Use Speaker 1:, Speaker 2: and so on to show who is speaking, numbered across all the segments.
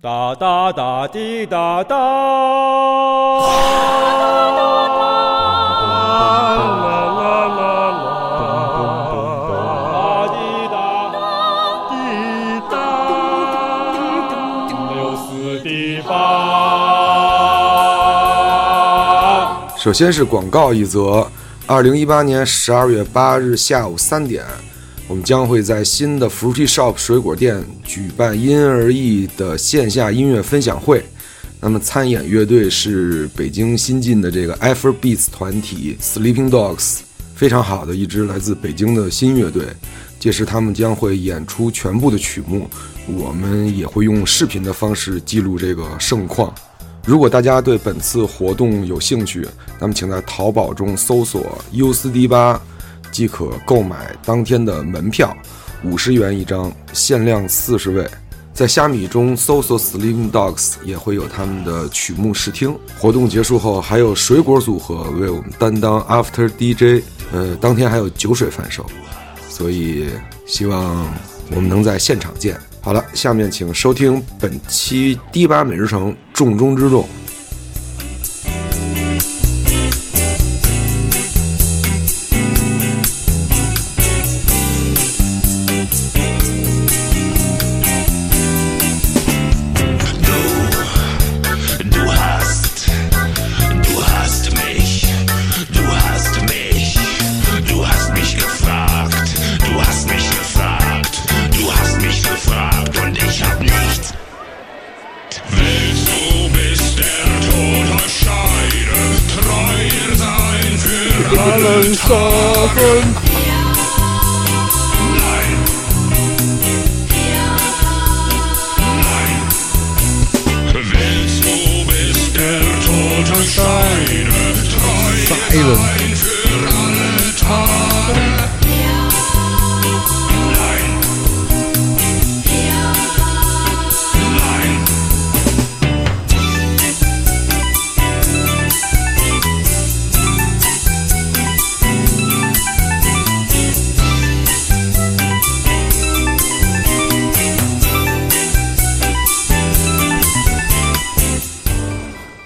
Speaker 1: 哒哒哒滴哒哒，啦啦啦啦，哒滴哒滴哒，六四滴八。
Speaker 2: 首先是广告一则，二零一八年十二月八日下午三点，我们将会在新的 Fruity Shop 水果店举办因人而异的线下音乐分享会。那么参演乐队是北京新晋的这个 a f r b e a t s 团体 Sleeping Dogs，非常好的一支来自北京的新乐队。届时他们将会演出全部的曲目，我们也会用视频的方式记录这个盛况。如果大家对本次活动有兴趣，那么请在淘宝中搜索 “U 四 D 八”，即可购买当天的门票，五十元一张，限量四十位。在虾米中搜索 “Sleeping Dogs” 也会有他们的曲目试听。活动结束后，还有水果组合为我们担当 After DJ，呃，当天还有酒水贩售，所以希望我们能在现场见。好了，下面请收听本期第八每日城重中之重。
Speaker 3: Du hast, du hast mich, du hast mich, du hast mich gefragt, du hast mich gefragt, du hast mich gefragt und ich hab nichts. Willst du bis der Tod uns scheide, treu sein für alle Sachen? Nein. Nein. Willst du bis der Tod uns scheide, treu sein für alle Tage? Nein. Nein. ，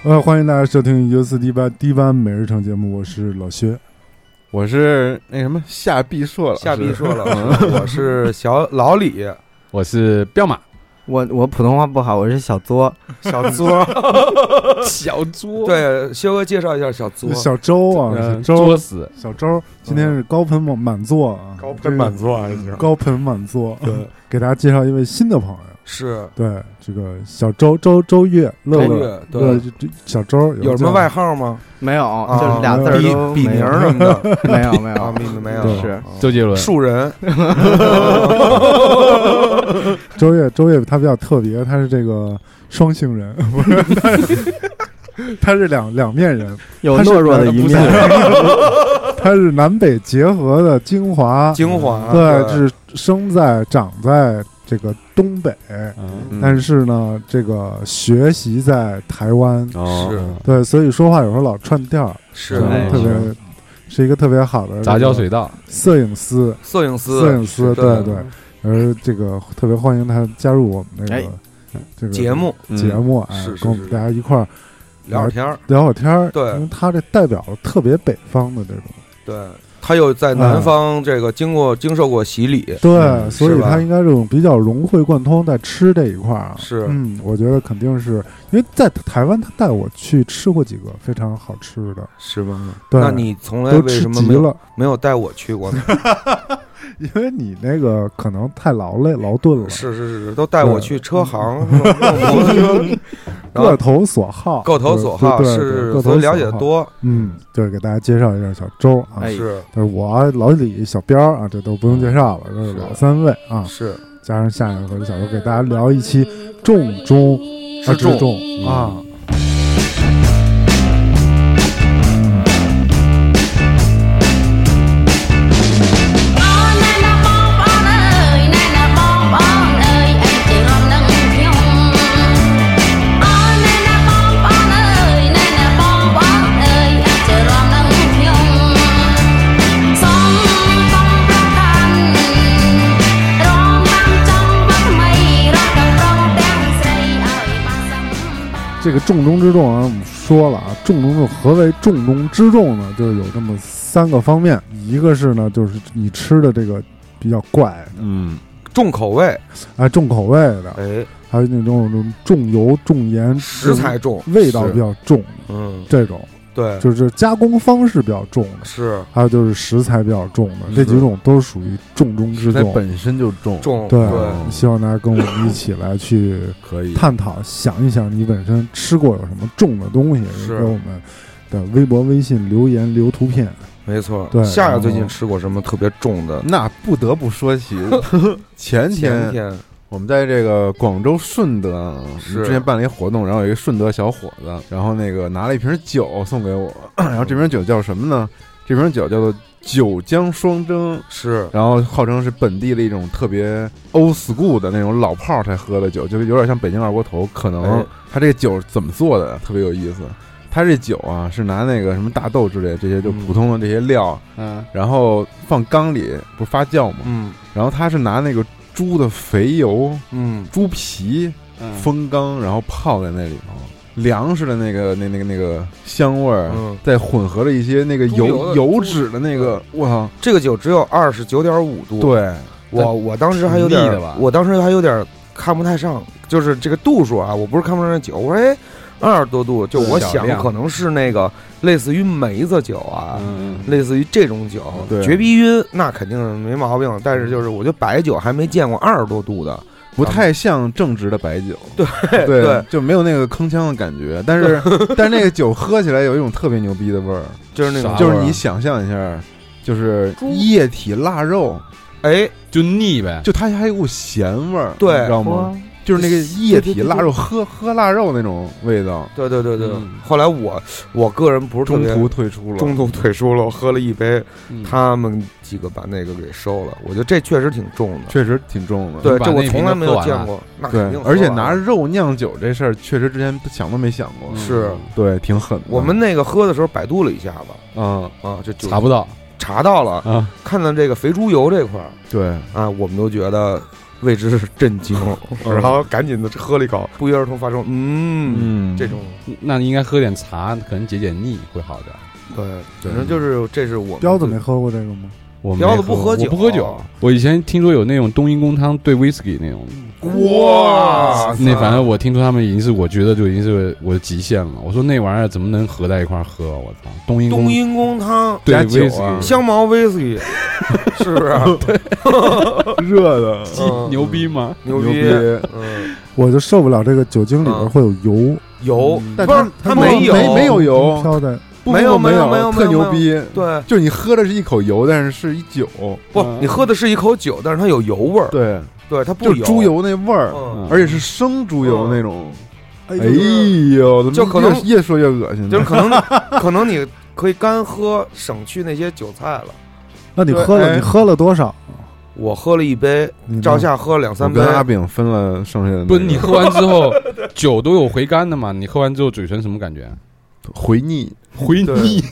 Speaker 4: 呃，欢迎大家收听 U 四 D 八 D 八每日城节目，我是老薛。
Speaker 5: 我是那什么夏必硕了，
Speaker 6: 下必说 了，
Speaker 2: 我是小老李，
Speaker 7: 我是彪马，
Speaker 6: 我我普通话不好，我是小作，
Speaker 2: 小作。
Speaker 7: 小猪，
Speaker 2: 对，薛哥介绍一下小作。
Speaker 4: 小周啊，小
Speaker 2: 呃
Speaker 7: 嗯，作
Speaker 4: 周，
Speaker 7: 死，
Speaker 4: 小周，今天是高朋满满座啊，
Speaker 1: 高朋满
Speaker 4: 座，
Speaker 1: 座还行，
Speaker 4: 高朋满座，
Speaker 1: 对，
Speaker 4: 给大家介绍一位新的朋友，
Speaker 2: 是
Speaker 4: 对，这个小周周周月乐
Speaker 2: 周
Speaker 4: 乐
Speaker 2: 月，对
Speaker 4: 乐这小周
Speaker 2: 有什么外号吗？
Speaker 6: 没有，
Speaker 2: 啊
Speaker 6: 就是俩字儿
Speaker 2: 笔
Speaker 6: 都
Speaker 2: 笔
Speaker 6: 没
Speaker 2: 名
Speaker 6: 有
Speaker 2: 儿什么的
Speaker 6: 没有没
Speaker 2: 啊
Speaker 6: 有，
Speaker 2: 没没有
Speaker 6: 是
Speaker 7: 周杰伦，
Speaker 2: 树人，
Speaker 4: 周月周月他比较特别，他是这个双性人， 不是，他是他是两两面人，
Speaker 6: 有懦弱的一面，
Speaker 4: 他是南北结合的精华，
Speaker 2: 精华
Speaker 4: 对，是生在长在这个东北，
Speaker 7: 嗯，
Speaker 4: 但是呢，这个学习在台湾，
Speaker 7: 哦，
Speaker 4: 对，所以说话有时候老串调儿，
Speaker 2: 嗯是
Speaker 4: 然后
Speaker 6: 哎
Speaker 4: 特别是一个特别好的
Speaker 7: 杂交水稻，
Speaker 4: 摄影师，
Speaker 2: 摄影师，
Speaker 4: 摄影
Speaker 2: 是
Speaker 4: 师，对
Speaker 2: 的
Speaker 4: 对，而这个特别欢迎他加入我们那
Speaker 6: 哎
Speaker 4: 个这个
Speaker 2: 节目嗯
Speaker 4: 节目，哎
Speaker 2: 是，是
Speaker 4: 跟我
Speaker 2: 是
Speaker 4: 们大家一块儿
Speaker 2: 聊会儿天儿，
Speaker 4: 聊会儿天儿，
Speaker 2: 对
Speaker 4: 因为他这代表了特别北方的这种，
Speaker 2: 对他又在南方这个经过经受过洗礼，
Speaker 4: 对，所以
Speaker 2: 嗯是吧
Speaker 4: 他应该这种比较融会贯通，在吃这一块儿啊，
Speaker 2: 是
Speaker 4: 嗯，我觉得肯定是因为在台湾，他带我去吃过几个非常好吃的，
Speaker 2: 是吧？
Speaker 4: 对
Speaker 2: 那你从来
Speaker 4: 都
Speaker 2: 为
Speaker 4: 吃
Speaker 2: 什么
Speaker 4: 急
Speaker 2: 没有
Speaker 4: 了，
Speaker 2: 没有带我去过呢？
Speaker 4: 因为你那个可能太劳累劳顿了，
Speaker 2: 是是是是，都带我
Speaker 4: 对
Speaker 2: 去车行，嗯然
Speaker 4: 各
Speaker 2: 后
Speaker 4: 投所好，
Speaker 2: 各投所好，
Speaker 4: 对
Speaker 2: 是
Speaker 4: 对
Speaker 2: 是
Speaker 4: 对各
Speaker 2: 是，
Speaker 4: 投
Speaker 2: 所
Speaker 4: 所
Speaker 2: 以了解的
Speaker 4: 好，
Speaker 2: 多，
Speaker 4: 嗯，对，给大家介绍一下小周啊，
Speaker 6: 哎
Speaker 2: 是
Speaker 4: 就是我老李、小彪啊，这都不用介绍了，这是
Speaker 2: 是
Speaker 4: 老三位啊，
Speaker 2: 是
Speaker 4: 加上下一回小周给大家聊一期重中之
Speaker 2: 重
Speaker 4: 重啊。
Speaker 8: Thank you.
Speaker 4: 这个重中之重啊，我们说了啊，重中之重，何为重中之重呢？就是有这么三个方面，一个是呢，就是你吃的这个比较怪
Speaker 6: 嗯，
Speaker 9: 重口味，
Speaker 4: 啊，重口味的，
Speaker 9: 哎，
Speaker 4: 还有那种那种重油、重盐、
Speaker 9: 食材重，
Speaker 4: 味道比较重，
Speaker 9: 嗯，
Speaker 4: 这种
Speaker 9: 对，
Speaker 4: 就是加工方式比较重的，
Speaker 9: 是
Speaker 4: 还有就是食材比较重的，这几种都是属于重中之
Speaker 6: 它
Speaker 4: 重。
Speaker 6: 本身就重，
Speaker 9: 重，嗯
Speaker 4: 对
Speaker 9: 对，
Speaker 4: 希望大家跟我们一起来去
Speaker 6: 可以
Speaker 4: 探讨，想一想你本身吃过有什么重的东西，也
Speaker 9: 是
Speaker 4: 给我们的微博、微信留言留图片。
Speaker 9: 没错。
Speaker 4: 对
Speaker 9: 夏夏最
Speaker 4: 然
Speaker 9: 近
Speaker 4: 后
Speaker 9: 吃过什么特别重的？
Speaker 6: 那不得不说起前
Speaker 9: 前
Speaker 6: 天
Speaker 9: 天
Speaker 6: 我们在这个广州顺德啊，我们
Speaker 9: 是
Speaker 6: 之前办了一活动，然后有一个顺德小伙子，然后那个拿了一瓶酒送给我， 然后这瓶酒叫什么呢？这瓶酒叫做九江双蒸，
Speaker 9: 是
Speaker 6: 然后号称是本地的一种特别 old school 的那种老炮儿才喝的酒，就有点像北京二锅头。可
Speaker 9: 哎
Speaker 6: 能他这个酒怎么做的特别有意思，他这酒啊是拿那个什么大豆之类这些就
Speaker 9: 嗯
Speaker 6: 普通的这些料，
Speaker 7: 嗯，
Speaker 6: 然后放缸里不是发酵吗？
Speaker 9: 嗯
Speaker 6: 然后他是拿那个猪的肥油、
Speaker 9: 嗯，
Speaker 6: 猪皮风缸，然后泡在那里头，粮食的那个那那个那个香味儿
Speaker 9: 嗯，
Speaker 6: 再混合了一些那个
Speaker 9: 猪油
Speaker 6: 油
Speaker 9: 的
Speaker 6: 油
Speaker 9: 猪
Speaker 6: 脂的那个，我操，
Speaker 9: 这个酒只有二十九点五度，，
Speaker 6: 对，
Speaker 9: 我我当时还有点
Speaker 7: 挺腻的吧，
Speaker 9: 我当时还有点看不太上，就是这个度数啊，我不是看不上这酒，我说哎，二十多度，就我
Speaker 6: 小
Speaker 9: 想
Speaker 6: 量
Speaker 9: 可能是那个类似于梅子酒啊，
Speaker 6: 嗯，
Speaker 9: 类似于这种酒，
Speaker 6: 对
Speaker 9: 绝逼晕，那肯定是没毛病。但是就是我觉得白酒还没见过二十多度的，
Speaker 6: 不太像正直的白酒，对
Speaker 9: 对对，
Speaker 6: 就没有那个铿锵的感觉。但 是但是那个酒喝起来有一种特别牛逼的味儿，
Speaker 9: 就是那
Speaker 7: 啥
Speaker 9: 种
Speaker 6: 就
Speaker 9: 就是是
Speaker 6: 你
Speaker 9: 你
Speaker 6: 想象一下，就是液体腊肉，
Speaker 9: 哎，
Speaker 7: 就腻呗，
Speaker 6: 就它还有股咸味儿，
Speaker 9: 对
Speaker 6: 你知道吗？就是那个液体腊肉，喝喝腊肉那种味道。
Speaker 9: 对对对对。
Speaker 6: 嗯
Speaker 9: 后来我我个人不是特
Speaker 6: 中
Speaker 9: 别
Speaker 6: 途退出了，嗯
Speaker 9: 中途退出了，我喝了一杯，他们几个把那个给收了。我觉得这确实挺重的，
Speaker 6: 确实挺重的。
Speaker 9: 对，
Speaker 7: 把
Speaker 9: 这我
Speaker 7: 那
Speaker 9: 从来
Speaker 7: 瓶
Speaker 9: 没
Speaker 7: 喝
Speaker 9: 有
Speaker 7: 完
Speaker 9: 见
Speaker 7: 了
Speaker 9: 过，那肯
Speaker 6: 对
Speaker 9: 定，喝
Speaker 6: 而且
Speaker 9: 完
Speaker 6: 拿
Speaker 9: 了
Speaker 6: 肉酿酒这事儿，确实之前想都没想过。
Speaker 7: 嗯
Speaker 9: 是
Speaker 6: 对，挺狠的。
Speaker 9: 嗯我们那个喝的时候百度了一下吧，
Speaker 6: 嗯
Speaker 9: 啊，这就
Speaker 7: 查不到
Speaker 9: 查到了，
Speaker 7: 啊，
Speaker 9: 看到这个肥猪油这块儿
Speaker 6: 对，
Speaker 9: 啊，我们都觉得为之震 惊，然后赶紧的喝了一口，不约而同发出嗯
Speaker 6: 嗯
Speaker 9: 这种，
Speaker 7: 那你应该喝点茶，可能解解腻会好点。
Speaker 9: 对，反正就是这是我们
Speaker 4: 彪子没喝过这个吗？
Speaker 7: 我
Speaker 9: 彪子
Speaker 7: 没
Speaker 9: 不喝酒
Speaker 7: 我不喝酒。我以前听说有那种冬阴功汤兑威士忌那种，
Speaker 9: 哇塞
Speaker 7: 那反正我听说他们已经是我觉得就已经是我的极限了。我说那玩意儿怎么能合在一块儿喝啊？我操，冬阴
Speaker 9: 冬
Speaker 7: 功
Speaker 9: 阴功汤、
Speaker 7: 兑
Speaker 6: 加
Speaker 7: 威
Speaker 6: 酒
Speaker 7: 士
Speaker 6: 啊
Speaker 7: 忌，
Speaker 9: 香茅威士忌， 是不是？
Speaker 6: 热的
Speaker 7: 鸡
Speaker 9: 嗯
Speaker 7: 牛逼吗？
Speaker 9: 牛
Speaker 6: 逼，
Speaker 9: 嗯，
Speaker 4: 我就受不了这个酒精里边会有油，
Speaker 9: 有，
Speaker 7: 嗯
Speaker 6: 但
Speaker 9: 不是
Speaker 6: 它它
Speaker 9: 它
Speaker 6: 没
Speaker 9: 有，
Speaker 6: 没没有油
Speaker 4: 飘在
Speaker 6: 不
Speaker 9: 没有
Speaker 6: 没
Speaker 9: 没有没有
Speaker 6: 特
Speaker 9: 没有
Speaker 6: 牛逼。
Speaker 9: 对，
Speaker 6: 就是你喝的是一口油，但是是一酒，
Speaker 9: 不，
Speaker 7: 嗯
Speaker 9: 你喝的是一口酒，但是它有油味儿，
Speaker 6: 对，
Speaker 9: 对，它不
Speaker 6: 就是猪，油那味儿，
Speaker 9: 嗯，
Speaker 6: 而且是生猪油那种。
Speaker 9: 哦
Speaker 4: 哎
Speaker 6: 哎呦，
Speaker 9: 就
Speaker 6: 怎
Speaker 9: 可
Speaker 6: 么
Speaker 9: 能
Speaker 6: 越越说越恶心呢？
Speaker 9: 就是可能可能你可以干喝，省去那些韭菜了。
Speaker 4: 那你喝
Speaker 6: 对哎
Speaker 4: 了，你喝了多少？
Speaker 9: 我喝了一杯，
Speaker 4: 你呢
Speaker 9: 照下喝了两
Speaker 6: 我
Speaker 9: 三杯
Speaker 6: 跟，阿炳分了剩下的那个，
Speaker 7: 不是你喝完之后酒都有回甘的嘛？你喝完之后嘴唇什么感觉？
Speaker 6: 回腻，
Speaker 7: 回
Speaker 9: 对
Speaker 7: 腻。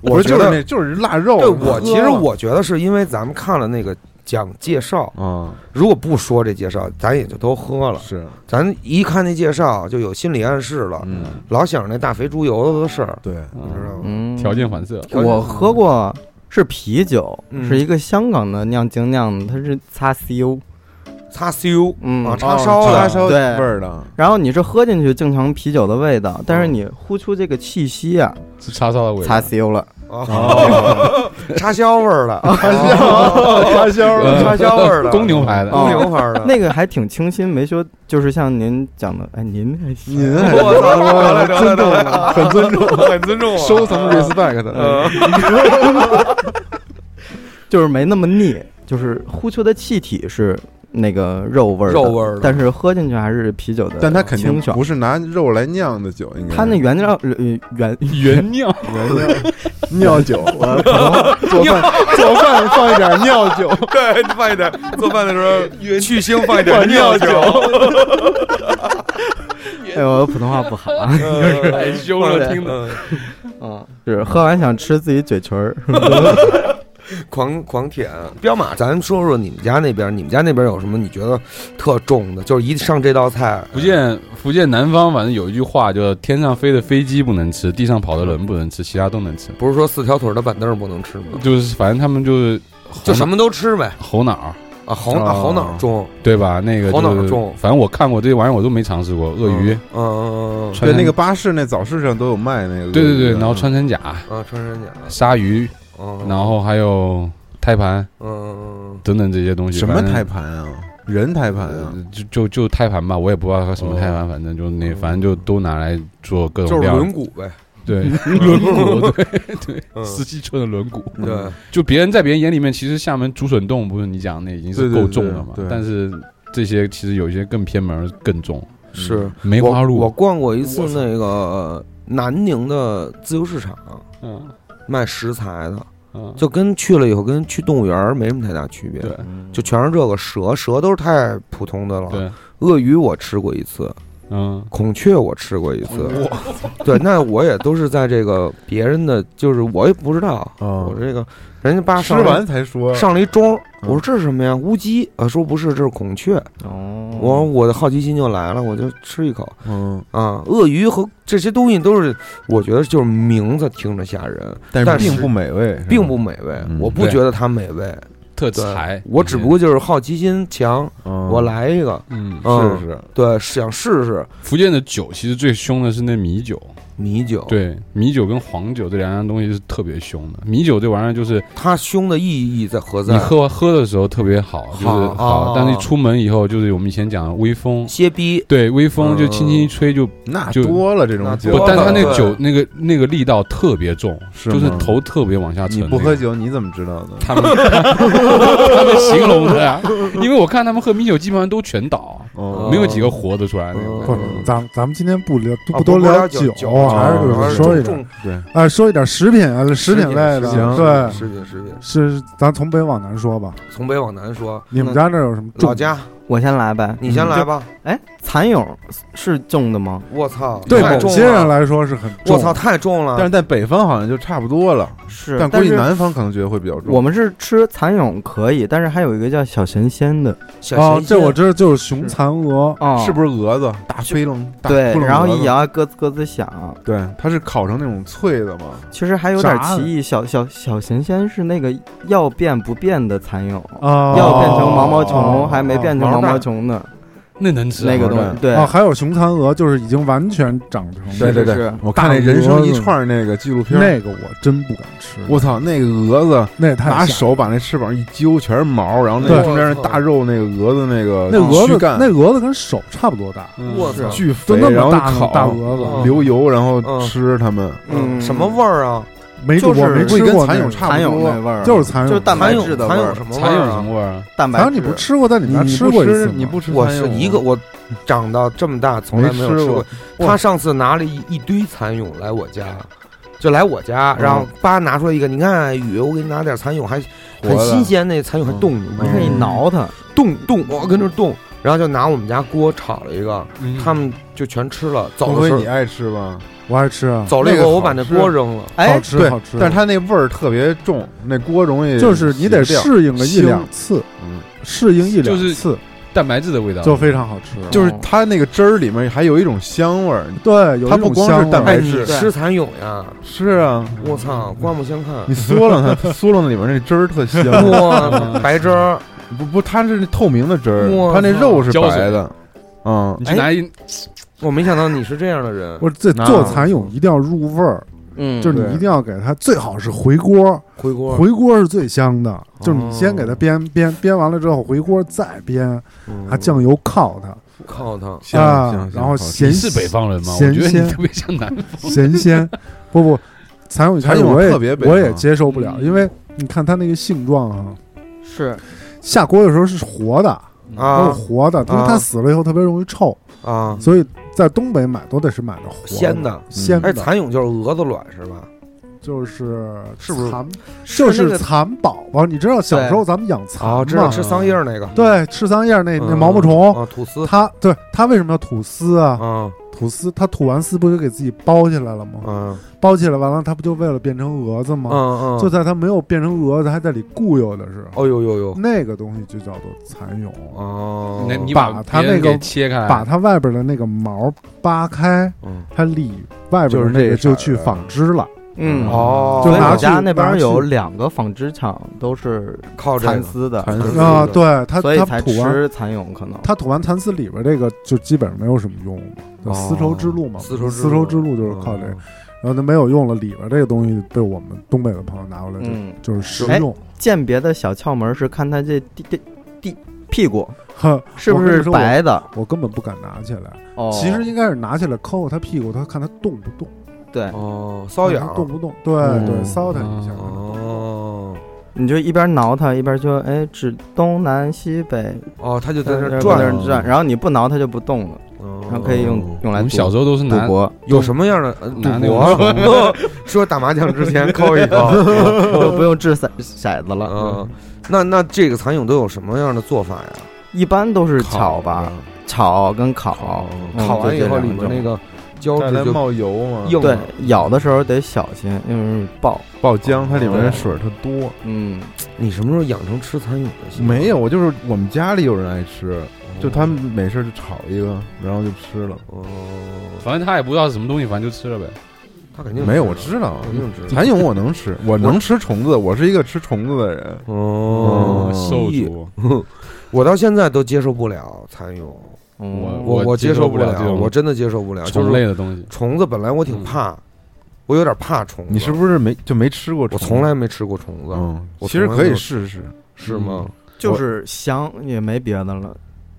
Speaker 9: 我
Speaker 6: 不是
Speaker 9: 觉
Speaker 6: 就是
Speaker 9: 得，
Speaker 6: 那就是腊肉。
Speaker 9: 对我其实
Speaker 6: 喝了
Speaker 9: 我觉得是因为咱们看了那个讲介绍，
Speaker 6: 啊
Speaker 9: 如果不说这介绍，咱也就都喝了。
Speaker 6: 是，
Speaker 9: 咱一看那介绍就有心理暗示了，
Speaker 6: 嗯，
Speaker 9: 老想着那大肥猪油子的事儿，
Speaker 6: 对，
Speaker 9: 你知道吗？
Speaker 1: 嗯，
Speaker 7: 条件反射，
Speaker 1: 我喝过是啤酒，
Speaker 9: 嗯
Speaker 1: 是一个香港的酿精酿的，它是擦 CO，
Speaker 9: 擦烧
Speaker 1: 嗯，
Speaker 9: 啊，叉烧
Speaker 6: 叉
Speaker 9: 了，
Speaker 6: 烧味
Speaker 1: 对
Speaker 6: 儿的，
Speaker 1: 然后你是喝进去正常啤酒的味道，但是你呼出这个气息啊，
Speaker 7: 是叉烧的味
Speaker 1: 擦
Speaker 7: 道。
Speaker 1: CO 了，
Speaker 9: 哦，叉烧味儿的，
Speaker 1: 哦
Speaker 6: 叉烧
Speaker 7: 嗯
Speaker 9: 叉烧味儿的，
Speaker 7: 公牛牌的
Speaker 9: 公牛牌儿的。
Speaker 1: 那个还挺清新，没说就是像您讲的，哎，您还行
Speaker 6: 您
Speaker 9: 我操得了得了
Speaker 6: 尊
Speaker 9: 得
Speaker 6: 重，很尊重，
Speaker 9: 很尊重我
Speaker 6: 收藏 respect 的，
Speaker 1: 就是没那么腻，就是呼出的气体是那个肉味儿的，
Speaker 9: 肉味儿的
Speaker 1: 但是喝进去还是啤酒的，
Speaker 6: 但他肯定
Speaker 1: 清爽
Speaker 6: 不。是拿肉来酿的酒，应该
Speaker 1: 它那原料呃原
Speaker 7: 原酿，
Speaker 6: 酿酒， 我可能做饭做饭放一点酿酒，
Speaker 9: 对，放一点做饭的时候去腥放一点
Speaker 6: 尿
Speaker 9: 酒，
Speaker 1: 哎呦，我普通话不好啊，
Speaker 7: 害羞
Speaker 9: 了
Speaker 7: 听的。
Speaker 1: 嗯，就是喝完想吃自己嘴唇儿，
Speaker 9: 狂狂舔。彪马，咱说说你们家那边，你们家那边有什么你觉得特重的？就是一上这道菜，
Speaker 7: 福建福建南方反正有一句话叫“天上飞的飞机不能吃，地上跑的人不能吃，其他都能吃
Speaker 9: 不是说四条腿的板凳不能吃吗”。？
Speaker 7: 就是反正他们就是猴
Speaker 9: 就什
Speaker 7: 么
Speaker 9: 么都吃呗。
Speaker 7: 猴脑，
Speaker 9: 啊，猴啊
Speaker 7: 哦
Speaker 9: 猴脑重，
Speaker 7: 对吧？那个
Speaker 9: 猴脑
Speaker 7: 就是
Speaker 9: 重
Speaker 7: 反正我看过这些玩意儿，我都没尝试过。鳄鱼，
Speaker 9: 嗯，嗯嗯嗯
Speaker 7: 穿
Speaker 6: 对，
Speaker 7: 山
Speaker 6: 那个巴士那早市上都有卖那个。
Speaker 7: 对对对，然后穿山甲、
Speaker 9: 嗯，啊，穿山甲，
Speaker 7: 鲨鱼，
Speaker 9: 嗯，
Speaker 7: 然后还有胎盘
Speaker 9: 嗯嗯
Speaker 7: 等等这些东西。
Speaker 6: 什么
Speaker 7: 反正
Speaker 6: 胎盘啊？人胎盘啊？
Speaker 7: 呃就就就胎盘吧，我也不知道它什么胎盘，反正就那，反正就都拿来做各
Speaker 9: 嗯，哦就
Speaker 7: 种
Speaker 9: 是
Speaker 7: 料理。
Speaker 9: 轮毂呗，
Speaker 7: 对轮 毂，对
Speaker 9: 嗯，
Speaker 7: 十七寸的轮毂。
Speaker 9: 对，
Speaker 7: 就别人在别人眼里面，其实厦门竹笋冻不是你讲那已经是
Speaker 6: 对对
Speaker 7: 够重了嘛
Speaker 6: 对对？
Speaker 7: 但是这些其实有一些更偏门更重，
Speaker 9: 是
Speaker 7: 梅花
Speaker 9: 我我
Speaker 7: 鹿，
Speaker 9: 逛过一次那个呃南宁的自由市场，
Speaker 7: 嗯
Speaker 9: 卖食材的，
Speaker 7: 嗯，
Speaker 9: 就跟去了以后跟去动物园儿没什么太大区别，
Speaker 7: 对
Speaker 9: 就全是这个蛇，蛇都是太普通的了。
Speaker 7: 对，
Speaker 9: 鳄鱼我吃过一次，
Speaker 7: 嗯，
Speaker 9: 孔雀我吃过一次， 对，那我也都是在这个别人的，就是我也不知道，
Speaker 6: 啊
Speaker 9: 我，这个人家爸
Speaker 6: 吃
Speaker 9: 上来
Speaker 6: 完才说。
Speaker 9: 上了一盅，
Speaker 6: 嗯
Speaker 9: 我说这是什么呀？乌鸡啊，说不是，这是孔雀。
Speaker 1: 哦，
Speaker 9: 我我的好奇心就来了，我就吃一口
Speaker 6: 嗯，
Speaker 9: 啊。鳄鱼和这些东西都是，我觉得就是名字听着吓人，
Speaker 6: 但
Speaker 9: 但
Speaker 6: 是
Speaker 9: 是
Speaker 6: 并不美味，是
Speaker 9: 并
Speaker 6: 吧
Speaker 9: 不美味
Speaker 6: 嗯，
Speaker 9: 我不
Speaker 7: 对
Speaker 9: 觉得它美味。
Speaker 7: 特
Speaker 9: 对
Speaker 7: 裁，，
Speaker 9: 我只不过就是好奇心强，
Speaker 6: 嗯
Speaker 9: 我来一个，
Speaker 7: 嗯，
Speaker 9: 嗯
Speaker 6: 试试。
Speaker 9: 对，想试试
Speaker 7: 福建的酒其实最凶的是那米酒，
Speaker 9: 米酒。，
Speaker 7: 对，米酒跟黄酒这两样东西是特别凶的。米酒这玩意儿就是
Speaker 9: 它凶的意义在何在
Speaker 7: 你？喝喝的时候特别好，就是
Speaker 9: 好哦
Speaker 7: 好，但是一出门以后就是我们以前讲的微风，
Speaker 9: 歇逼，
Speaker 7: 对，微风就轻轻一吹就
Speaker 6: 那
Speaker 7: 就
Speaker 6: 多了这
Speaker 9: 那
Speaker 6: 种
Speaker 9: 多
Speaker 6: 酒
Speaker 7: 不，，但
Speaker 9: 了
Speaker 7: 他那
Speaker 9: 对
Speaker 7: 酒那个那个力道特别重，
Speaker 6: 是
Speaker 7: 就是
Speaker 6: 吗
Speaker 7: 头特别往下沉
Speaker 6: 你
Speaker 7: 那
Speaker 6: 不
Speaker 7: 种。
Speaker 6: 喝酒你怎么知道的？
Speaker 7: 他们他们形容的 呀，因为我看他们喝米酒基本上都全倒，
Speaker 6: 哦
Speaker 7: 没有几个活得出来那
Speaker 9: 嗯
Speaker 7: 种。
Speaker 4: 不，咱咱们今天不聊，
Speaker 9: 啊
Speaker 4: 不多
Speaker 9: 不聊
Speaker 4: 酒，
Speaker 9: 酒
Speaker 4: 还
Speaker 6: 啊
Speaker 4: 是
Speaker 6: 还是
Speaker 4: 说一
Speaker 9: 重
Speaker 4: 点，啊，说一点食品啊，食品类
Speaker 6: 食品
Speaker 4: 的，对，
Speaker 9: 食品食品，
Speaker 4: 是咱从北往南说吧。
Speaker 9: 从北往南说，
Speaker 4: 你们家这儿有什么？
Speaker 9: 老家，
Speaker 1: 我先来呗。
Speaker 9: 你先来吧。
Speaker 1: 哎，蚕蛹是种的吗？
Speaker 9: 我操，
Speaker 4: 对
Speaker 9: 太
Speaker 4: 某
Speaker 9: 重
Speaker 4: 些人
Speaker 9: 了！啊
Speaker 4: 来说是很重
Speaker 9: 我操，，太重了。
Speaker 6: 但是在北方好像就差不多了，
Speaker 1: 是
Speaker 6: 但估
Speaker 1: 但
Speaker 6: 计
Speaker 1: 是
Speaker 6: 南方可能觉得会比较重。
Speaker 1: 我们是吃蚕蛹可以，但是还有一个叫小神仙的
Speaker 9: 小
Speaker 4: 啊，
Speaker 9: 咸
Speaker 4: 这我
Speaker 9: 鲜
Speaker 4: 知道，就是雄蚕蛾，
Speaker 1: 啊
Speaker 6: 是不是鹅子大飞龙？大
Speaker 1: 对
Speaker 6: 窟，窿
Speaker 1: 然后
Speaker 6: 蛾
Speaker 1: 一
Speaker 6: 子，
Speaker 1: 摇咯吱咯吱响。
Speaker 6: 对，它是烤成那种脆的嘛。
Speaker 1: 其实还有点
Speaker 4: 啥
Speaker 1: 歧义，小小小神仙是那个要变不变的蚕蛹，
Speaker 4: 啊，
Speaker 1: 要变成毛毛虫
Speaker 4: 哦
Speaker 1: 还没变成毛毛虫呢，
Speaker 7: 那能吃啊
Speaker 1: 那个东
Speaker 6: 毛蛋
Speaker 1: 西。对
Speaker 4: 啊，，还有雄蚕蛾，就是已经完全长成
Speaker 1: 是
Speaker 4: 的
Speaker 6: 对对，
Speaker 1: 是
Speaker 6: 我看那人生一串那个纪录片，
Speaker 4: 那个，我真不敢吃，
Speaker 6: 我操，那个蛾子
Speaker 4: 那也太
Speaker 6: 拿
Speaker 4: 吓人
Speaker 6: 手把那翅膀一揪，全是毛，然后那
Speaker 4: 对
Speaker 6: 中间那大肉，那个蛾子那个
Speaker 4: 那蛾
Speaker 6: 躯
Speaker 4: 子
Speaker 6: 干，
Speaker 4: 那蛾子跟手差不多大，
Speaker 7: 嗯
Speaker 9: 我操
Speaker 6: 巨
Speaker 4: 就
Speaker 6: 肥，
Speaker 4: 那么
Speaker 6: 然后
Speaker 4: 大呢
Speaker 6: 烤
Speaker 4: 大蛾子，
Speaker 6: 流油，然后
Speaker 9: 嗯
Speaker 6: 吃它们，
Speaker 9: 嗯
Speaker 1: 嗯
Speaker 9: 什么味儿啊？
Speaker 4: 没
Speaker 1: 就是
Speaker 4: 我没
Speaker 6: 估计
Speaker 4: 吃
Speaker 6: 跟
Speaker 4: 过
Speaker 6: 蚕
Speaker 4: 那
Speaker 6: 蛹
Speaker 4: 个
Speaker 6: 差
Speaker 1: 蚕
Speaker 6: 不
Speaker 1: 蛹那
Speaker 6: 多。
Speaker 1: 味儿
Speaker 4: 就是蚕
Speaker 1: 就是
Speaker 4: 蛹，
Speaker 1: 蛋白
Speaker 9: 蚕
Speaker 1: 质
Speaker 9: 蛹
Speaker 1: 的
Speaker 9: 蚕
Speaker 1: 味
Speaker 9: 蛹
Speaker 1: 儿，
Speaker 9: 什么
Speaker 7: 蚕
Speaker 9: 味儿
Speaker 7: 蛹什
Speaker 9: 啊
Speaker 7: 么？味儿啊？
Speaker 1: 蛋白
Speaker 4: 蚕
Speaker 1: 质
Speaker 4: 蛹你不吃过，但你们家
Speaker 6: 你
Speaker 4: 吃
Speaker 6: 不
Speaker 4: 过一
Speaker 6: 吃
Speaker 4: 次吗
Speaker 6: 你不吃
Speaker 9: 我
Speaker 6: 蚕
Speaker 9: 是
Speaker 6: 蛹
Speaker 9: 一个，我长到这么大从来没有
Speaker 6: 没
Speaker 9: 吃
Speaker 6: 吃
Speaker 9: 过
Speaker 6: 过。
Speaker 9: 他上次拿了一一堆蚕蛹来我家，就来我家，然
Speaker 4: 嗯
Speaker 9: 后叭拿出来一个，你看哎雨，我给你拿点蚕蛹，还很
Speaker 6: 活的
Speaker 9: 新鲜，那蚕蛹还冻着
Speaker 1: 你可以
Speaker 9: 呢，
Speaker 1: 挠它，
Speaker 9: 冻冻，我跟这冻，然后就拿我们家锅炒了一个，
Speaker 7: 嗯
Speaker 9: 他们就全吃了。走
Speaker 6: 不
Speaker 9: 的
Speaker 6: 会
Speaker 9: 时候
Speaker 6: 你爱吃吧？
Speaker 4: 我爱吃啊，
Speaker 9: 走了以
Speaker 6: 那个
Speaker 9: 后，
Speaker 6: 好
Speaker 9: 我把那
Speaker 6: 吃
Speaker 9: 锅扔了。
Speaker 1: 哎
Speaker 4: 好，吃
Speaker 6: 对
Speaker 4: 好吃，
Speaker 6: 但是它那味儿特别重，那锅容易
Speaker 4: 就是你得
Speaker 6: 洗不掉
Speaker 4: 适应个一两次，
Speaker 6: 嗯，
Speaker 4: 适应一两
Speaker 7: 就是
Speaker 4: 次
Speaker 7: 蛋白质的味道
Speaker 4: 就非常好吃，啊
Speaker 6: 就是
Speaker 9: 哦
Speaker 6: 它那个汁儿里面还有一种香味儿。
Speaker 4: 对，有
Speaker 6: 它
Speaker 4: 一种
Speaker 6: 不光是
Speaker 4: 香味
Speaker 6: 蛋
Speaker 4: 儿。
Speaker 6: 白
Speaker 9: 哎，
Speaker 6: 还
Speaker 9: 你
Speaker 6: 是
Speaker 9: 吃蚕蛹呀？
Speaker 6: 是啊，
Speaker 9: 我操，刮目相看
Speaker 6: 你。嗦了它，嗦了那里面那汁儿特 香。
Speaker 9: 哇，白汁儿，
Speaker 6: 不不，它是那透明的汁儿
Speaker 9: 哇，
Speaker 6: 它那肉是
Speaker 7: 胶水
Speaker 6: 白的。嗯，
Speaker 7: 你去拿一
Speaker 9: 我没想到你是这样的人。
Speaker 4: 我这
Speaker 6: 那
Speaker 4: 做蚕蛹一定要入味儿，
Speaker 1: 嗯，
Speaker 4: 就是你
Speaker 6: 对
Speaker 4: 一定要给它，最好是回锅，
Speaker 9: 回锅，
Speaker 4: 回锅是最香
Speaker 6: 哦
Speaker 4: 的。就是你先给它煸煸煸完了之后，回锅再煸，
Speaker 9: 嗯
Speaker 4: 拿酱油烤它，
Speaker 9: 靠它。
Speaker 6: 哦行
Speaker 4: 啊
Speaker 6: 行，
Speaker 4: 然后
Speaker 6: 行好
Speaker 4: 咸
Speaker 7: 你是北方人吗？我
Speaker 4: 咸
Speaker 7: 觉得
Speaker 4: 鲜
Speaker 7: 你特别像南方。
Speaker 4: 咸 鲜，不不，蚕蛹一开始
Speaker 6: 蚕蛹
Speaker 4: 我也
Speaker 6: 特别北
Speaker 4: 我也
Speaker 6: 方
Speaker 4: 接受不了，
Speaker 7: 嗯
Speaker 4: 因为你看它那个性状啊，
Speaker 1: 是
Speaker 4: 下锅的时候是活的，都是
Speaker 9: 啊
Speaker 4: 活的，因为它
Speaker 9: 啊
Speaker 4: 死了以后特别容易臭，
Speaker 9: 啊！
Speaker 4: 所以在东北买都得是买的活
Speaker 9: 鲜的
Speaker 4: 鲜
Speaker 6: 嗯
Speaker 4: 的
Speaker 9: 哎，蚕蛹就是蛾子卵是吧？
Speaker 4: 就是
Speaker 9: 是不是
Speaker 4: 蚕，
Speaker 1: 是
Speaker 4: 就
Speaker 1: 那
Speaker 4: 是
Speaker 1: 个
Speaker 4: 蚕宝宝。你知道小时候咱们养蚕
Speaker 9: 啊，知道
Speaker 4: 吗？
Speaker 9: 吃桑叶儿那个，
Speaker 4: 对，吃桑叶那
Speaker 9: 嗯，
Speaker 4: 那毛毛虫，
Speaker 9: 啊，吐丝，
Speaker 4: 它对它为什么要吐丝啊？
Speaker 9: 嗯
Speaker 4: 吐丝，它吐完丝不就给自己包起来了吗？
Speaker 9: 嗯
Speaker 4: 包起来完了，它不就为了变成蛾子
Speaker 9: 嗯
Speaker 4: 吗？
Speaker 9: 嗯，
Speaker 4: 就在它没有变成蛾子，还在里固有的时候，
Speaker 9: 哦呦呦呦，
Speaker 4: 那个东西就叫做蚕蛹，
Speaker 9: 哦，
Speaker 7: 那你
Speaker 4: 把它
Speaker 7: 别人
Speaker 4: 那个
Speaker 7: 给切开，
Speaker 4: 把它外边的那个毛扒开，
Speaker 9: 嗯
Speaker 4: 它里外边的那个就去纺织了。
Speaker 1: 嗯，
Speaker 9: 哦，
Speaker 4: 就
Speaker 1: 所以
Speaker 4: 拿
Speaker 1: 我
Speaker 4: 去
Speaker 1: 家那边
Speaker 4: 拿去
Speaker 1: 有两个纺织厂都是
Speaker 9: 靠这
Speaker 1: 蚕
Speaker 9: 个，
Speaker 1: 丝的，
Speaker 6: 蚕丝
Speaker 4: 啊，对它
Speaker 1: 所以
Speaker 4: 它
Speaker 1: 才
Speaker 4: 吐完，
Speaker 1: 吃蚕蛹可能。
Speaker 4: 它吐完蚕丝里边这个就基本上没有什么用了嘛，就
Speaker 9: 哦
Speaker 4: 丝绸之路嘛，
Speaker 9: 丝绸嗯
Speaker 4: 丝绸之路就是靠
Speaker 1: 嗯
Speaker 4: 这个，然后它没有用了，里边这个东西被我们东北的朋友拿过来就
Speaker 1: 嗯，
Speaker 4: 就是食
Speaker 1: 哎
Speaker 4: 用。
Speaker 1: 鉴别的小窍门是看它这地地地屁股
Speaker 4: 哼，
Speaker 1: 是不
Speaker 4: 我跟你
Speaker 1: 是
Speaker 4: 说我
Speaker 1: 白的。
Speaker 4: 我根本不敢拿起来。
Speaker 1: 哦，
Speaker 4: 其实应该是拿起来抠抠它屁股，它看它动不动，
Speaker 1: 对，
Speaker 9: 哦，瘙
Speaker 4: 看它
Speaker 9: 痒，
Speaker 4: 动不动，对
Speaker 7: 嗯
Speaker 4: 对，搔它一下。
Speaker 9: 哦
Speaker 1: 你就一边挠它，一边就哎指东南西北，呃
Speaker 9: 哦，他就在那儿
Speaker 1: 转
Speaker 9: 转，哦
Speaker 7: 着
Speaker 4: 啊
Speaker 1: 转，然后你不挠它就不动了，然后可以用
Speaker 4: 哦
Speaker 1: 用
Speaker 7: 我
Speaker 1: 来
Speaker 7: 们
Speaker 1: 赌
Speaker 7: 小时候都是
Speaker 1: 赌
Speaker 7: 拿
Speaker 1: 博。
Speaker 9: 有什么样的呃
Speaker 7: 拿
Speaker 9: 赌
Speaker 7: 那
Speaker 9: 博？啊 说打麻将之前扣一 扣，
Speaker 1: 就不用掷骰骰子了。
Speaker 9: 嗯，那那这个蚕蛹都有什么样的做法呀？
Speaker 1: 一般都是炒吧，
Speaker 9: 嗯
Speaker 1: 炒跟烤，嗯
Speaker 9: 烤完以后
Speaker 1: 就这
Speaker 9: 里
Speaker 1: 两
Speaker 9: 面
Speaker 1: 种
Speaker 9: 那个胶
Speaker 6: 它
Speaker 9: 质
Speaker 6: 来
Speaker 9: 就
Speaker 6: 冒油嘛，
Speaker 9: 硬
Speaker 1: 对
Speaker 9: 了，
Speaker 1: 咬的时候得小心，因为容易爆。
Speaker 6: 爆浆，它里面的水儿它多。
Speaker 1: 嗯，
Speaker 9: 你什么时候养成吃蚕蛹的习惯？
Speaker 6: 没有，我就是我们家里有人爱吃，
Speaker 9: 哦，
Speaker 6: 就他们没事就炒一个，然后就吃了。
Speaker 9: 哦，
Speaker 7: 反正他也不知道是什么东西，反正就吃了呗。
Speaker 9: 他肯定
Speaker 6: 没有，我
Speaker 9: 吃
Speaker 6: 知道
Speaker 9: 肯定知道
Speaker 6: 蚕蛹我能吃，我能吃虫子，我是一个吃虫子的人。
Speaker 9: 哦，
Speaker 7: 受
Speaker 9: 蜥蜴
Speaker 7: 阻，
Speaker 9: 我到现在都接受不了蚕蛹，
Speaker 1: 嗯
Speaker 9: 我
Speaker 7: 我
Speaker 9: 接
Speaker 7: 接受
Speaker 9: 不
Speaker 7: 不了这种
Speaker 9: 我真的接受不了。哎就
Speaker 7: 虫类
Speaker 9: 是
Speaker 7: 的东西，
Speaker 9: 虫子本来我挺怕，我有点怕虫子。
Speaker 6: 嗯你是不是没就没吃过虫
Speaker 9: 我
Speaker 6: 子？
Speaker 9: 从来没吃过虫子，
Speaker 6: 嗯，
Speaker 9: 我
Speaker 6: 其实
Speaker 9: 从来
Speaker 6: 可
Speaker 9: 没
Speaker 6: 以
Speaker 9: 有
Speaker 6: 试试，
Speaker 9: 是吗？
Speaker 1: 就是香也没别的了。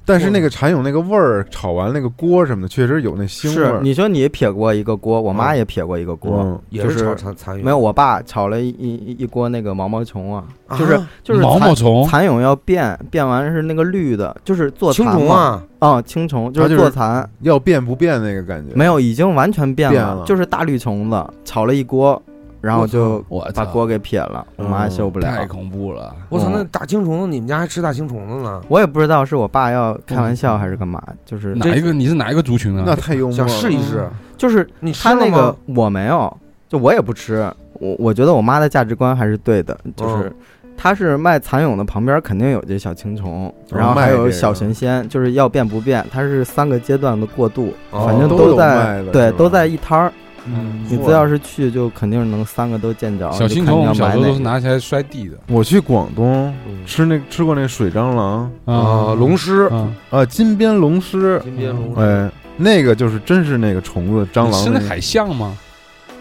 Speaker 6: 但是那个蚕蛹那个味儿，炒完那个锅什么的，确实有那腥味
Speaker 1: 是，
Speaker 6: 儿。
Speaker 1: 你说你撇过一个
Speaker 9: 嗯
Speaker 1: 锅，我妈也撇过一个锅，
Speaker 6: 嗯，
Speaker 9: 也
Speaker 1: 就是是
Speaker 9: 炒蚕蚕蛹，
Speaker 1: 没有，我爸炒了一一一锅那个毛毛虫啊，
Speaker 9: 啊
Speaker 1: 就是就是
Speaker 7: 毛毛
Speaker 1: 蚕
Speaker 7: 虫，
Speaker 1: 蚕蛹要变，变完是那个绿的，就是做
Speaker 9: 青
Speaker 1: 蚕
Speaker 9: 虫
Speaker 1: 嘛，
Speaker 9: 啊，
Speaker 1: 啊，青虫就
Speaker 6: 它就是
Speaker 1: 做蚕，
Speaker 6: 要变不变那个感觉。
Speaker 1: 没有，已经完全变了，
Speaker 6: 变了
Speaker 1: 就是大绿虫子炒了一锅，然后就
Speaker 7: 我
Speaker 1: 把
Speaker 7: 操
Speaker 1: 锅给撇了，我妈受不
Speaker 7: 太
Speaker 1: 了。
Speaker 7: 恐怖了。
Speaker 9: 我操，
Speaker 1: 嗯
Speaker 9: 那大青虫子，你们家还吃大青虫子呢？
Speaker 1: 我也不知道是我爸要开玩笑还是干嘛，就是
Speaker 7: 哪一个？你是哪一个族群
Speaker 6: 那
Speaker 7: 啊？
Speaker 6: 太幽默
Speaker 9: 想
Speaker 6: 了。
Speaker 9: 试一试，
Speaker 6: 嗯
Speaker 1: 就是
Speaker 9: 你吃
Speaker 1: 他
Speaker 9: 了
Speaker 1: 那个
Speaker 9: 吗？
Speaker 1: 我没有，就我也不吃。我我觉得我妈的价值观还是对的，就是她是卖蚕蛹的旁边肯定有这小青虫，
Speaker 6: 哦
Speaker 1: 然后还
Speaker 6: 卖这
Speaker 1: 有
Speaker 6: 个
Speaker 1: 小神仙，就是要变不变，它是三个阶段的过渡，
Speaker 9: 哦
Speaker 1: 反正
Speaker 6: 都有卖
Speaker 1: 在
Speaker 6: 的
Speaker 1: 对
Speaker 6: 是吧
Speaker 1: 都在一摊儿。
Speaker 6: 嗯
Speaker 1: 你只要是去，就肯定能三个都见着。
Speaker 7: 小
Speaker 1: 就
Speaker 7: 青
Speaker 1: 看你
Speaker 7: 虫，我
Speaker 1: 要
Speaker 7: 们小
Speaker 1: 买
Speaker 7: 时候
Speaker 1: 哪
Speaker 7: 都是
Speaker 1: 个
Speaker 7: 拿起来摔地的
Speaker 6: 我去广东
Speaker 9: 嗯
Speaker 6: 吃那吃过那水蟑螂，
Speaker 9: 啊，龙狮，
Speaker 7: 啊，
Speaker 6: 啊，金边龙狮，
Speaker 9: 金边龙狮，
Speaker 6: 嗯哎，那个就是真是那个虫子蟑
Speaker 7: 你
Speaker 6: 螂
Speaker 7: 是
Speaker 6: 那
Speaker 7: 那
Speaker 6: 个，
Speaker 7: 海象吗？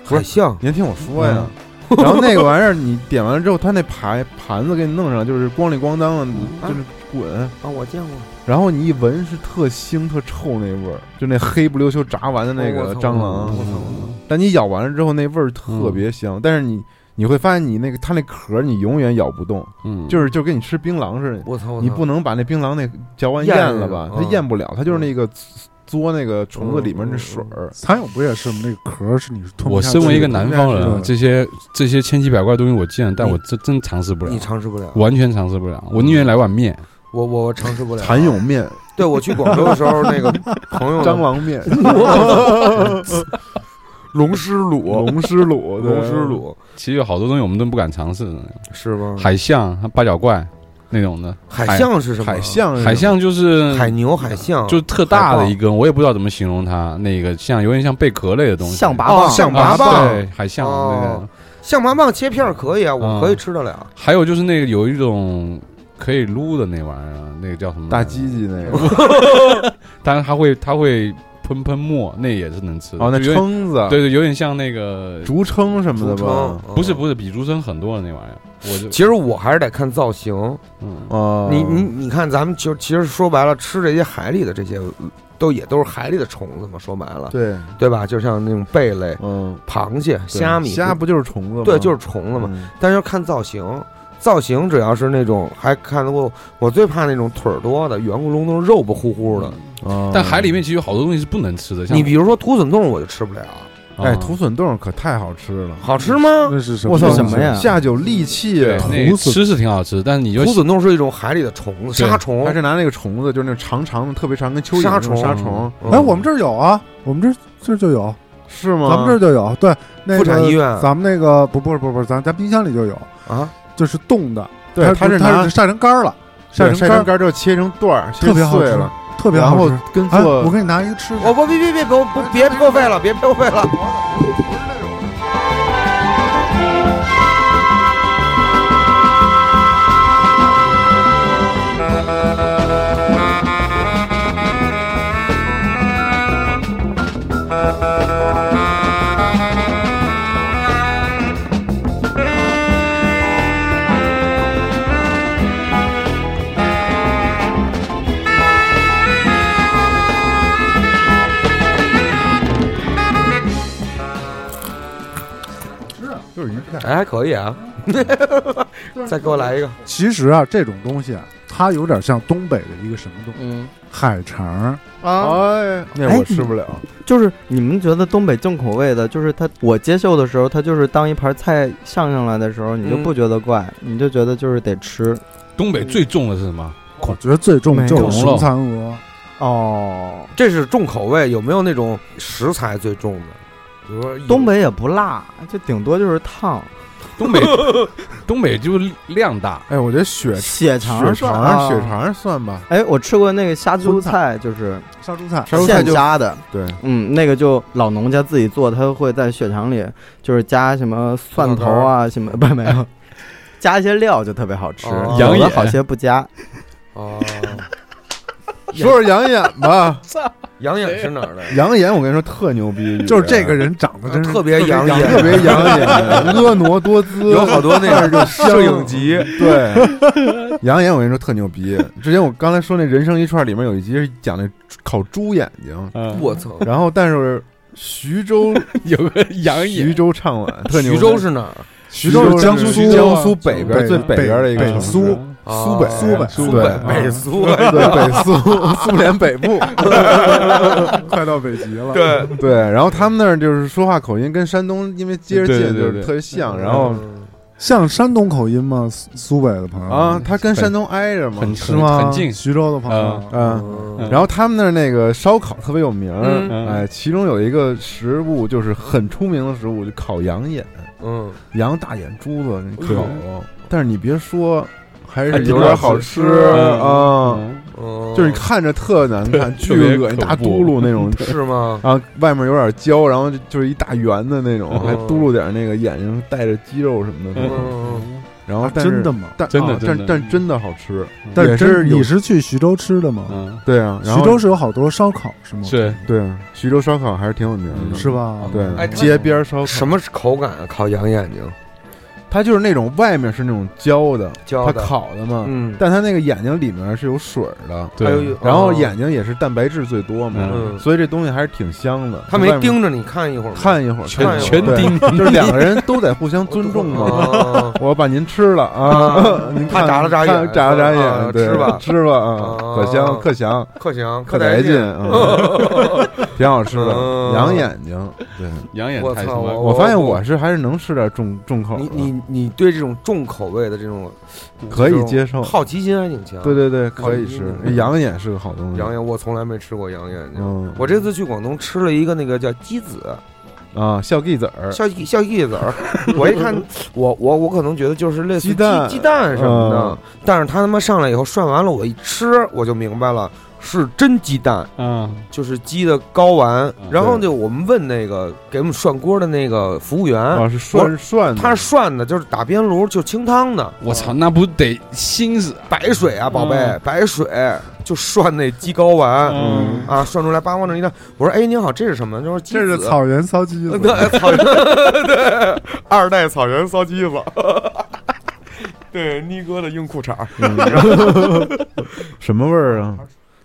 Speaker 9: 海象，
Speaker 6: 您听我说呀。 然后那个玩意儿，你点完了之后，它那盘盘子给你弄上，就是咣里咣当的，你就是滚。
Speaker 9: 啊，我见过
Speaker 6: 然后你一闻是特腥特臭那味儿，就那黑不溜秋炸完的那
Speaker 9: 哦我
Speaker 6: 个
Speaker 9: 操
Speaker 6: 蟑
Speaker 9: 我
Speaker 6: 螂。
Speaker 9: 操
Speaker 6: 但你咬完了之后，那味儿特
Speaker 9: 嗯
Speaker 6: 别香，但是你你会发现你那个它那壳儿你永远咬不动，
Speaker 7: 嗯，
Speaker 6: 就是就跟你吃槟榔似的，
Speaker 9: 我操，我操
Speaker 6: 你不能把那槟榔那嚼完
Speaker 9: 咽
Speaker 6: 咽
Speaker 9: 了
Speaker 6: 了吧？它
Speaker 9: 嗯
Speaker 6: 咽不了，它就是那个嘬那个虫子里面那水儿。
Speaker 9: 嗯
Speaker 4: 蚕蛹不也是吗？那个壳儿是你吞不
Speaker 7: 我
Speaker 4: 下
Speaker 7: 身为一个
Speaker 4: 去的
Speaker 7: 南方人啊，
Speaker 4: 对
Speaker 7: 这些这些千奇百怪的东西我见，但
Speaker 9: 你
Speaker 7: 我真真尝试不
Speaker 9: 你
Speaker 6: 啊
Speaker 7: 了，
Speaker 9: 尝试不了，
Speaker 7: 完全尝试不了。我宁愿来碗面，
Speaker 9: 我我我尝试不了
Speaker 6: 蚕蛹。面、
Speaker 9: 对我去广州的时候，那个朋友
Speaker 6: 蟑螂面、
Speaker 9: 龙狮卤，
Speaker 6: 龙狮 卤、对
Speaker 9: 龙狮，卤
Speaker 7: 其实有好多东西我们都不敢尝试的，
Speaker 9: 是吗？
Speaker 7: 海象、八角怪那种的。
Speaker 9: 海象是什么？
Speaker 6: 海象是
Speaker 7: 海象就是
Speaker 9: 哎海牛、海象，
Speaker 7: 就是特大
Speaker 9: 海
Speaker 7: 的
Speaker 9: 豹
Speaker 7: 一根，我也不知道怎么形容它，那个像有点像贝壳类的东西，
Speaker 1: 象拔
Speaker 9: 哦
Speaker 1: 蚌，
Speaker 9: 象
Speaker 7: 啊
Speaker 9: 拔蚌
Speaker 7: 对，海象
Speaker 9: 哦
Speaker 7: 那个。
Speaker 9: 象拔蚌切片儿可以啊，我
Speaker 7: 嗯
Speaker 9: 可以吃得了。
Speaker 7: 还有就是那个有一种可以撸的那玩意儿，那个叫什么来着？
Speaker 6: 大鸡鸡那
Speaker 9: 嗯
Speaker 6: 个，
Speaker 7: 但是它会它会喷喷沫，那也是能吃的。
Speaker 6: 哦，那
Speaker 7: 就有点
Speaker 6: 蛏子、
Speaker 7: 对对，有点像那个，
Speaker 9: 哦
Speaker 6: 竹蛏什么的
Speaker 9: 竹
Speaker 6: 吧
Speaker 9: 蛏？
Speaker 7: 不是
Speaker 9: 是，
Speaker 7: 不是，比竹蛏很多的那玩意儿。我就
Speaker 9: 嗯其实我还是得看造型。
Speaker 7: 嗯，
Speaker 6: 哦，
Speaker 9: 你你你看，咱们就其实说白了，吃这些海里的这些，呃都也都是海里的虫子嘛。说白了，
Speaker 6: 对，
Speaker 9: 对吧？就像那种贝类、
Speaker 6: 嗯，
Speaker 9: 螃蟹、虾米，
Speaker 6: 虾不就是虫子吗？
Speaker 9: 对，就是虫子嘛。
Speaker 6: 嗯
Speaker 9: 但是要看造型，造型只要是那种还看得过，我最怕那种腿儿多的，圆咕隆咚、肉不乎乎的。
Speaker 6: 哦
Speaker 7: 但海里面其实有好多东西是不能吃的，像嗯
Speaker 9: 你比如说土笋冻，我就吃不了。
Speaker 6: 哎，土笋冻可太好吃了，
Speaker 9: 好吃吗？
Speaker 4: 那是什
Speaker 6: 我
Speaker 4: 么？
Speaker 6: 操
Speaker 1: 什么呀
Speaker 6: 下酒利器啊，
Speaker 7: 那
Speaker 4: 土笋
Speaker 7: 个吃是挺好吃，但是你就
Speaker 9: 土笋冻是一种海里的虫子，
Speaker 7: 对
Speaker 9: 沙虫
Speaker 6: 它。是拿那个虫子，就是那种长长的，特别长，跟蚯蚓
Speaker 9: 沙
Speaker 6: 那
Speaker 9: 虫
Speaker 6: 种沙虫，
Speaker 9: 嗯
Speaker 4: 哎，我们这儿有啊，我们这儿这儿就有，
Speaker 6: 是吗？
Speaker 4: 咱们这儿就有。对，那
Speaker 9: 妇产医
Speaker 4: 个
Speaker 9: 院
Speaker 4: 咱们那个不不是不是不是，咱咱冰箱里就有，
Speaker 9: 啊，
Speaker 4: 就是冻的，
Speaker 6: 对，它
Speaker 4: 它
Speaker 6: 是
Speaker 4: 它
Speaker 6: 拿
Speaker 4: 是晒成干儿了，晒
Speaker 6: 晒
Speaker 4: 成
Speaker 6: 晒
Speaker 4: 干
Speaker 6: 成
Speaker 4: 儿
Speaker 6: 干儿之后切成段儿，切
Speaker 4: 特别好
Speaker 6: 碎
Speaker 4: 吃
Speaker 6: 了，
Speaker 4: 特别
Speaker 6: 然
Speaker 4: 好
Speaker 6: 后
Speaker 4: 吃。
Speaker 6: 跟
Speaker 4: 哎，我
Speaker 6: 做
Speaker 4: 给你拿一个吃的。
Speaker 9: 我我别别别别不别破费了，别破费了。
Speaker 6: 就是鱼片，
Speaker 9: 哎，还可以啊。再给我来一个，
Speaker 4: 其实啊，这种东西啊，它有点像东北的一个什么东西，
Speaker 1: 嗯
Speaker 4: 海肠儿。
Speaker 1: 啊，
Speaker 6: 哎，那
Speaker 1: 哎
Speaker 6: 我吃不了，
Speaker 1: 就是你们觉得东北重口味的，就是它，我接受的时候，它就是当一盘菜上上来的时候，你就
Speaker 9: 嗯
Speaker 1: 不觉得怪，你就觉得就是得吃。
Speaker 7: 东北最重的是什么？
Speaker 4: 我觉得最重
Speaker 1: 没
Speaker 4: 就是
Speaker 7: 有
Speaker 4: 熊蚕蛾，
Speaker 1: 哦，
Speaker 9: 这是重口味，有没有那种食材最重的？比如说
Speaker 1: 东北也不辣，就顶多就是烫。
Speaker 7: 东 北，东北就是量大，
Speaker 6: 哎，我觉得血
Speaker 1: 血肠
Speaker 6: 肠血
Speaker 1: 算
Speaker 6: 肠
Speaker 1: 啊
Speaker 6: 血肠算吧，
Speaker 1: 哎，我吃过那个虾猪菜，就是
Speaker 4: 杀猪菜，
Speaker 6: 杀猪菜
Speaker 1: 现
Speaker 6: 就
Speaker 1: 杀的，
Speaker 6: 对，
Speaker 1: 嗯，那个就老农家自己做，他会在血肠里就是加什么蒜头啊，什么 不没有，加一些料就特别好吃。
Speaker 9: 哦
Speaker 1: 有的
Speaker 7: 养眼
Speaker 1: 好些不加，
Speaker 9: 哦，
Speaker 6: 说说养眼吧，
Speaker 9: 养眼是哪儿的？
Speaker 6: 养眼，我跟你说特牛 逼，
Speaker 4: 就是这个人长得真是
Speaker 9: 特别养眼，
Speaker 6: 特别养眼，婀娜多姿，
Speaker 9: 有好多 那个摄影集，
Speaker 6: 对， 养眼我跟你说特牛逼。之前我刚才说那人生一串里面有一集是讲那烤猪眼睛，
Speaker 9: 我操！
Speaker 6: 然后但是徐州
Speaker 7: 有个养
Speaker 6: 徐
Speaker 7: 眼，
Speaker 6: 州唱碗特牛逼。
Speaker 9: 徐州是哪儿？
Speaker 6: 徐
Speaker 4: 州
Speaker 6: 州
Speaker 4: 是江苏
Speaker 6: 江苏北边
Speaker 4: 北
Speaker 6: 最北边的一个
Speaker 4: 北
Speaker 6: 城市
Speaker 4: 苏
Speaker 9: 苏
Speaker 6: 北
Speaker 4: 苏北
Speaker 9: 哦苏
Speaker 6: 对
Speaker 9: 北
Speaker 6: 啊
Speaker 9: 北苏，
Speaker 6: 对北苏苏联北部。
Speaker 4: 快到北极了。
Speaker 9: 对，
Speaker 6: 对，然后他们那儿就是说话口音跟山东因为接着
Speaker 7: 对对
Speaker 6: 近，
Speaker 7: 对
Speaker 6: 就是
Speaker 7: 对
Speaker 6: 特别像。然后
Speaker 9: 嗯
Speaker 4: 像山东口音吗？苏苏北的朋友
Speaker 6: 啊，他跟山东挨
Speaker 9: 哦
Speaker 6: 着嘛，
Speaker 7: 很
Speaker 4: 是吗？
Speaker 7: 很近。
Speaker 4: 徐州的朋友
Speaker 7: 嗯，
Speaker 6: 嗯。
Speaker 9: 嗯
Speaker 7: 嗯
Speaker 6: 然后他们那儿那个烧烤特别有名儿，
Speaker 7: 嗯
Speaker 6: 哎，其中有一个食物就是很出名的食物，就烤羊眼，
Speaker 9: 嗯，
Speaker 6: 羊大眼珠子那
Speaker 7: 哎
Speaker 6: 烤。但是你别说，还
Speaker 7: 还
Speaker 6: 是
Speaker 7: 挺
Speaker 6: 有点好吃啊，
Speaker 7: 嗯
Speaker 9: 嗯。
Speaker 6: 就是你看着特难看，巨
Speaker 7: 特别
Speaker 6: 恶心，
Speaker 7: 恐
Speaker 6: 大
Speaker 7: 怖
Speaker 6: 嘟噜那 种
Speaker 9: 嗯是吗？
Speaker 6: 然后外面有点焦，然后就就是一大圆的那种，
Speaker 9: 嗯
Speaker 6: 还嘟噜点那个眼睛带着肌肉什么的那种。
Speaker 9: 嗯，
Speaker 6: 然后但是
Speaker 4: 啊真的，吗？
Speaker 6: 但
Speaker 7: 真的嗯
Speaker 6: 啊
Speaker 7: 真
Speaker 6: 但
Speaker 7: 的
Speaker 6: 但真的好吃。
Speaker 4: 但
Speaker 6: 也
Speaker 4: 真
Speaker 6: 是有
Speaker 4: 你是去徐州吃的吗？
Speaker 7: 嗯，
Speaker 6: 对啊，然
Speaker 4: 徐
Speaker 6: 后
Speaker 4: 州是有好多烧烤是吗？
Speaker 7: 是
Speaker 6: 对啊，徐州烧烤还是挺有名的，
Speaker 7: 嗯
Speaker 4: 是吧？
Speaker 6: 对
Speaker 9: 哎，
Speaker 6: 街边烧烤
Speaker 9: 什么口感啊？烤羊眼睛，
Speaker 6: 它就是那种外面是那种焦的，
Speaker 9: 焦的
Speaker 6: 它烤的嘛，
Speaker 9: 嗯，
Speaker 6: 但它那个眼睛里面是有水儿的，
Speaker 9: 还
Speaker 7: 对
Speaker 9: 有，哦
Speaker 6: 然后眼睛也是蛋白质最多嘛，
Speaker 9: 嗯
Speaker 6: 所以这东西还是挺香的。
Speaker 9: 他
Speaker 6: 外
Speaker 9: 没
Speaker 6: 面
Speaker 9: 盯着你看一会儿吗，
Speaker 6: 看一会儿，
Speaker 7: 全
Speaker 6: 看一会儿
Speaker 7: 全
Speaker 6: 对
Speaker 7: 盯
Speaker 6: 就是两个人都得互相尊重嘛。
Speaker 9: 嘛。
Speaker 6: 我把您吃了啊
Speaker 9: 哦啊，
Speaker 6: 您
Speaker 9: 怕
Speaker 6: 看
Speaker 9: 眨了眨眼
Speaker 6: 看眨了眨
Speaker 9: 啊
Speaker 6: 眼，对
Speaker 9: 吃吧
Speaker 6: 吃吧啊，
Speaker 9: 啊
Speaker 6: 可香可香
Speaker 9: 克强，
Speaker 6: 可
Speaker 9: 带
Speaker 6: 来 劲啊，挺好吃的，
Speaker 9: 嗯
Speaker 6: 养眼睛。对，
Speaker 7: 养眼
Speaker 9: 我
Speaker 7: 太
Speaker 9: 操
Speaker 7: 什么？
Speaker 9: 我
Speaker 6: 我发现我是还是能吃点重重口
Speaker 9: 你
Speaker 6: 的，
Speaker 9: 你你对这种重口味的这种
Speaker 6: 可
Speaker 9: 这
Speaker 6: 以
Speaker 9: 种
Speaker 6: 接受。
Speaker 9: 好奇心还挺强。
Speaker 6: 对对对，
Speaker 9: 烤
Speaker 6: 可以
Speaker 9: 鸡
Speaker 6: 吃
Speaker 9: 那个
Speaker 6: 羊眼是个好东西。
Speaker 9: 羊眼我从来没吃过羊眼睛。
Speaker 6: 嗯，
Speaker 9: 我这次去广东吃了一个那个叫鸡子，
Speaker 6: 啊，小鸡子儿，
Speaker 9: 小鸡小鸡子儿，我一看，我我我可能觉得就是类似于
Speaker 6: 鸡蛋
Speaker 9: 鸡蛋什么
Speaker 6: 嗯
Speaker 9: 的，但是他他妈上来以后涮完了，我一吃我就明白了，是真鸡蛋，
Speaker 7: 嗯，
Speaker 9: 就是鸡的睾丸
Speaker 7: 嗯。
Speaker 9: 然后就我们问那个给我们涮锅的那个服务员，
Speaker 6: 啊是涮涮的，
Speaker 9: 他涮的就是打边炉，就清汤的，
Speaker 7: 我操，那不得心死？
Speaker 9: 白水啊，宝贝
Speaker 7: 嗯，
Speaker 9: 白水就涮那鸡睾丸
Speaker 7: 嗯，
Speaker 9: 啊，涮出来叭往那一蛋。我说，哎，您好，这是什么？就是鸡
Speaker 4: 这是
Speaker 9: 子
Speaker 4: 草原骚鸡
Speaker 9: 对，
Speaker 4: 子，
Speaker 9: 草原，对，二代草原骚鸡子。 对，妮哥的硬裤衩儿
Speaker 6: 什么味儿啊？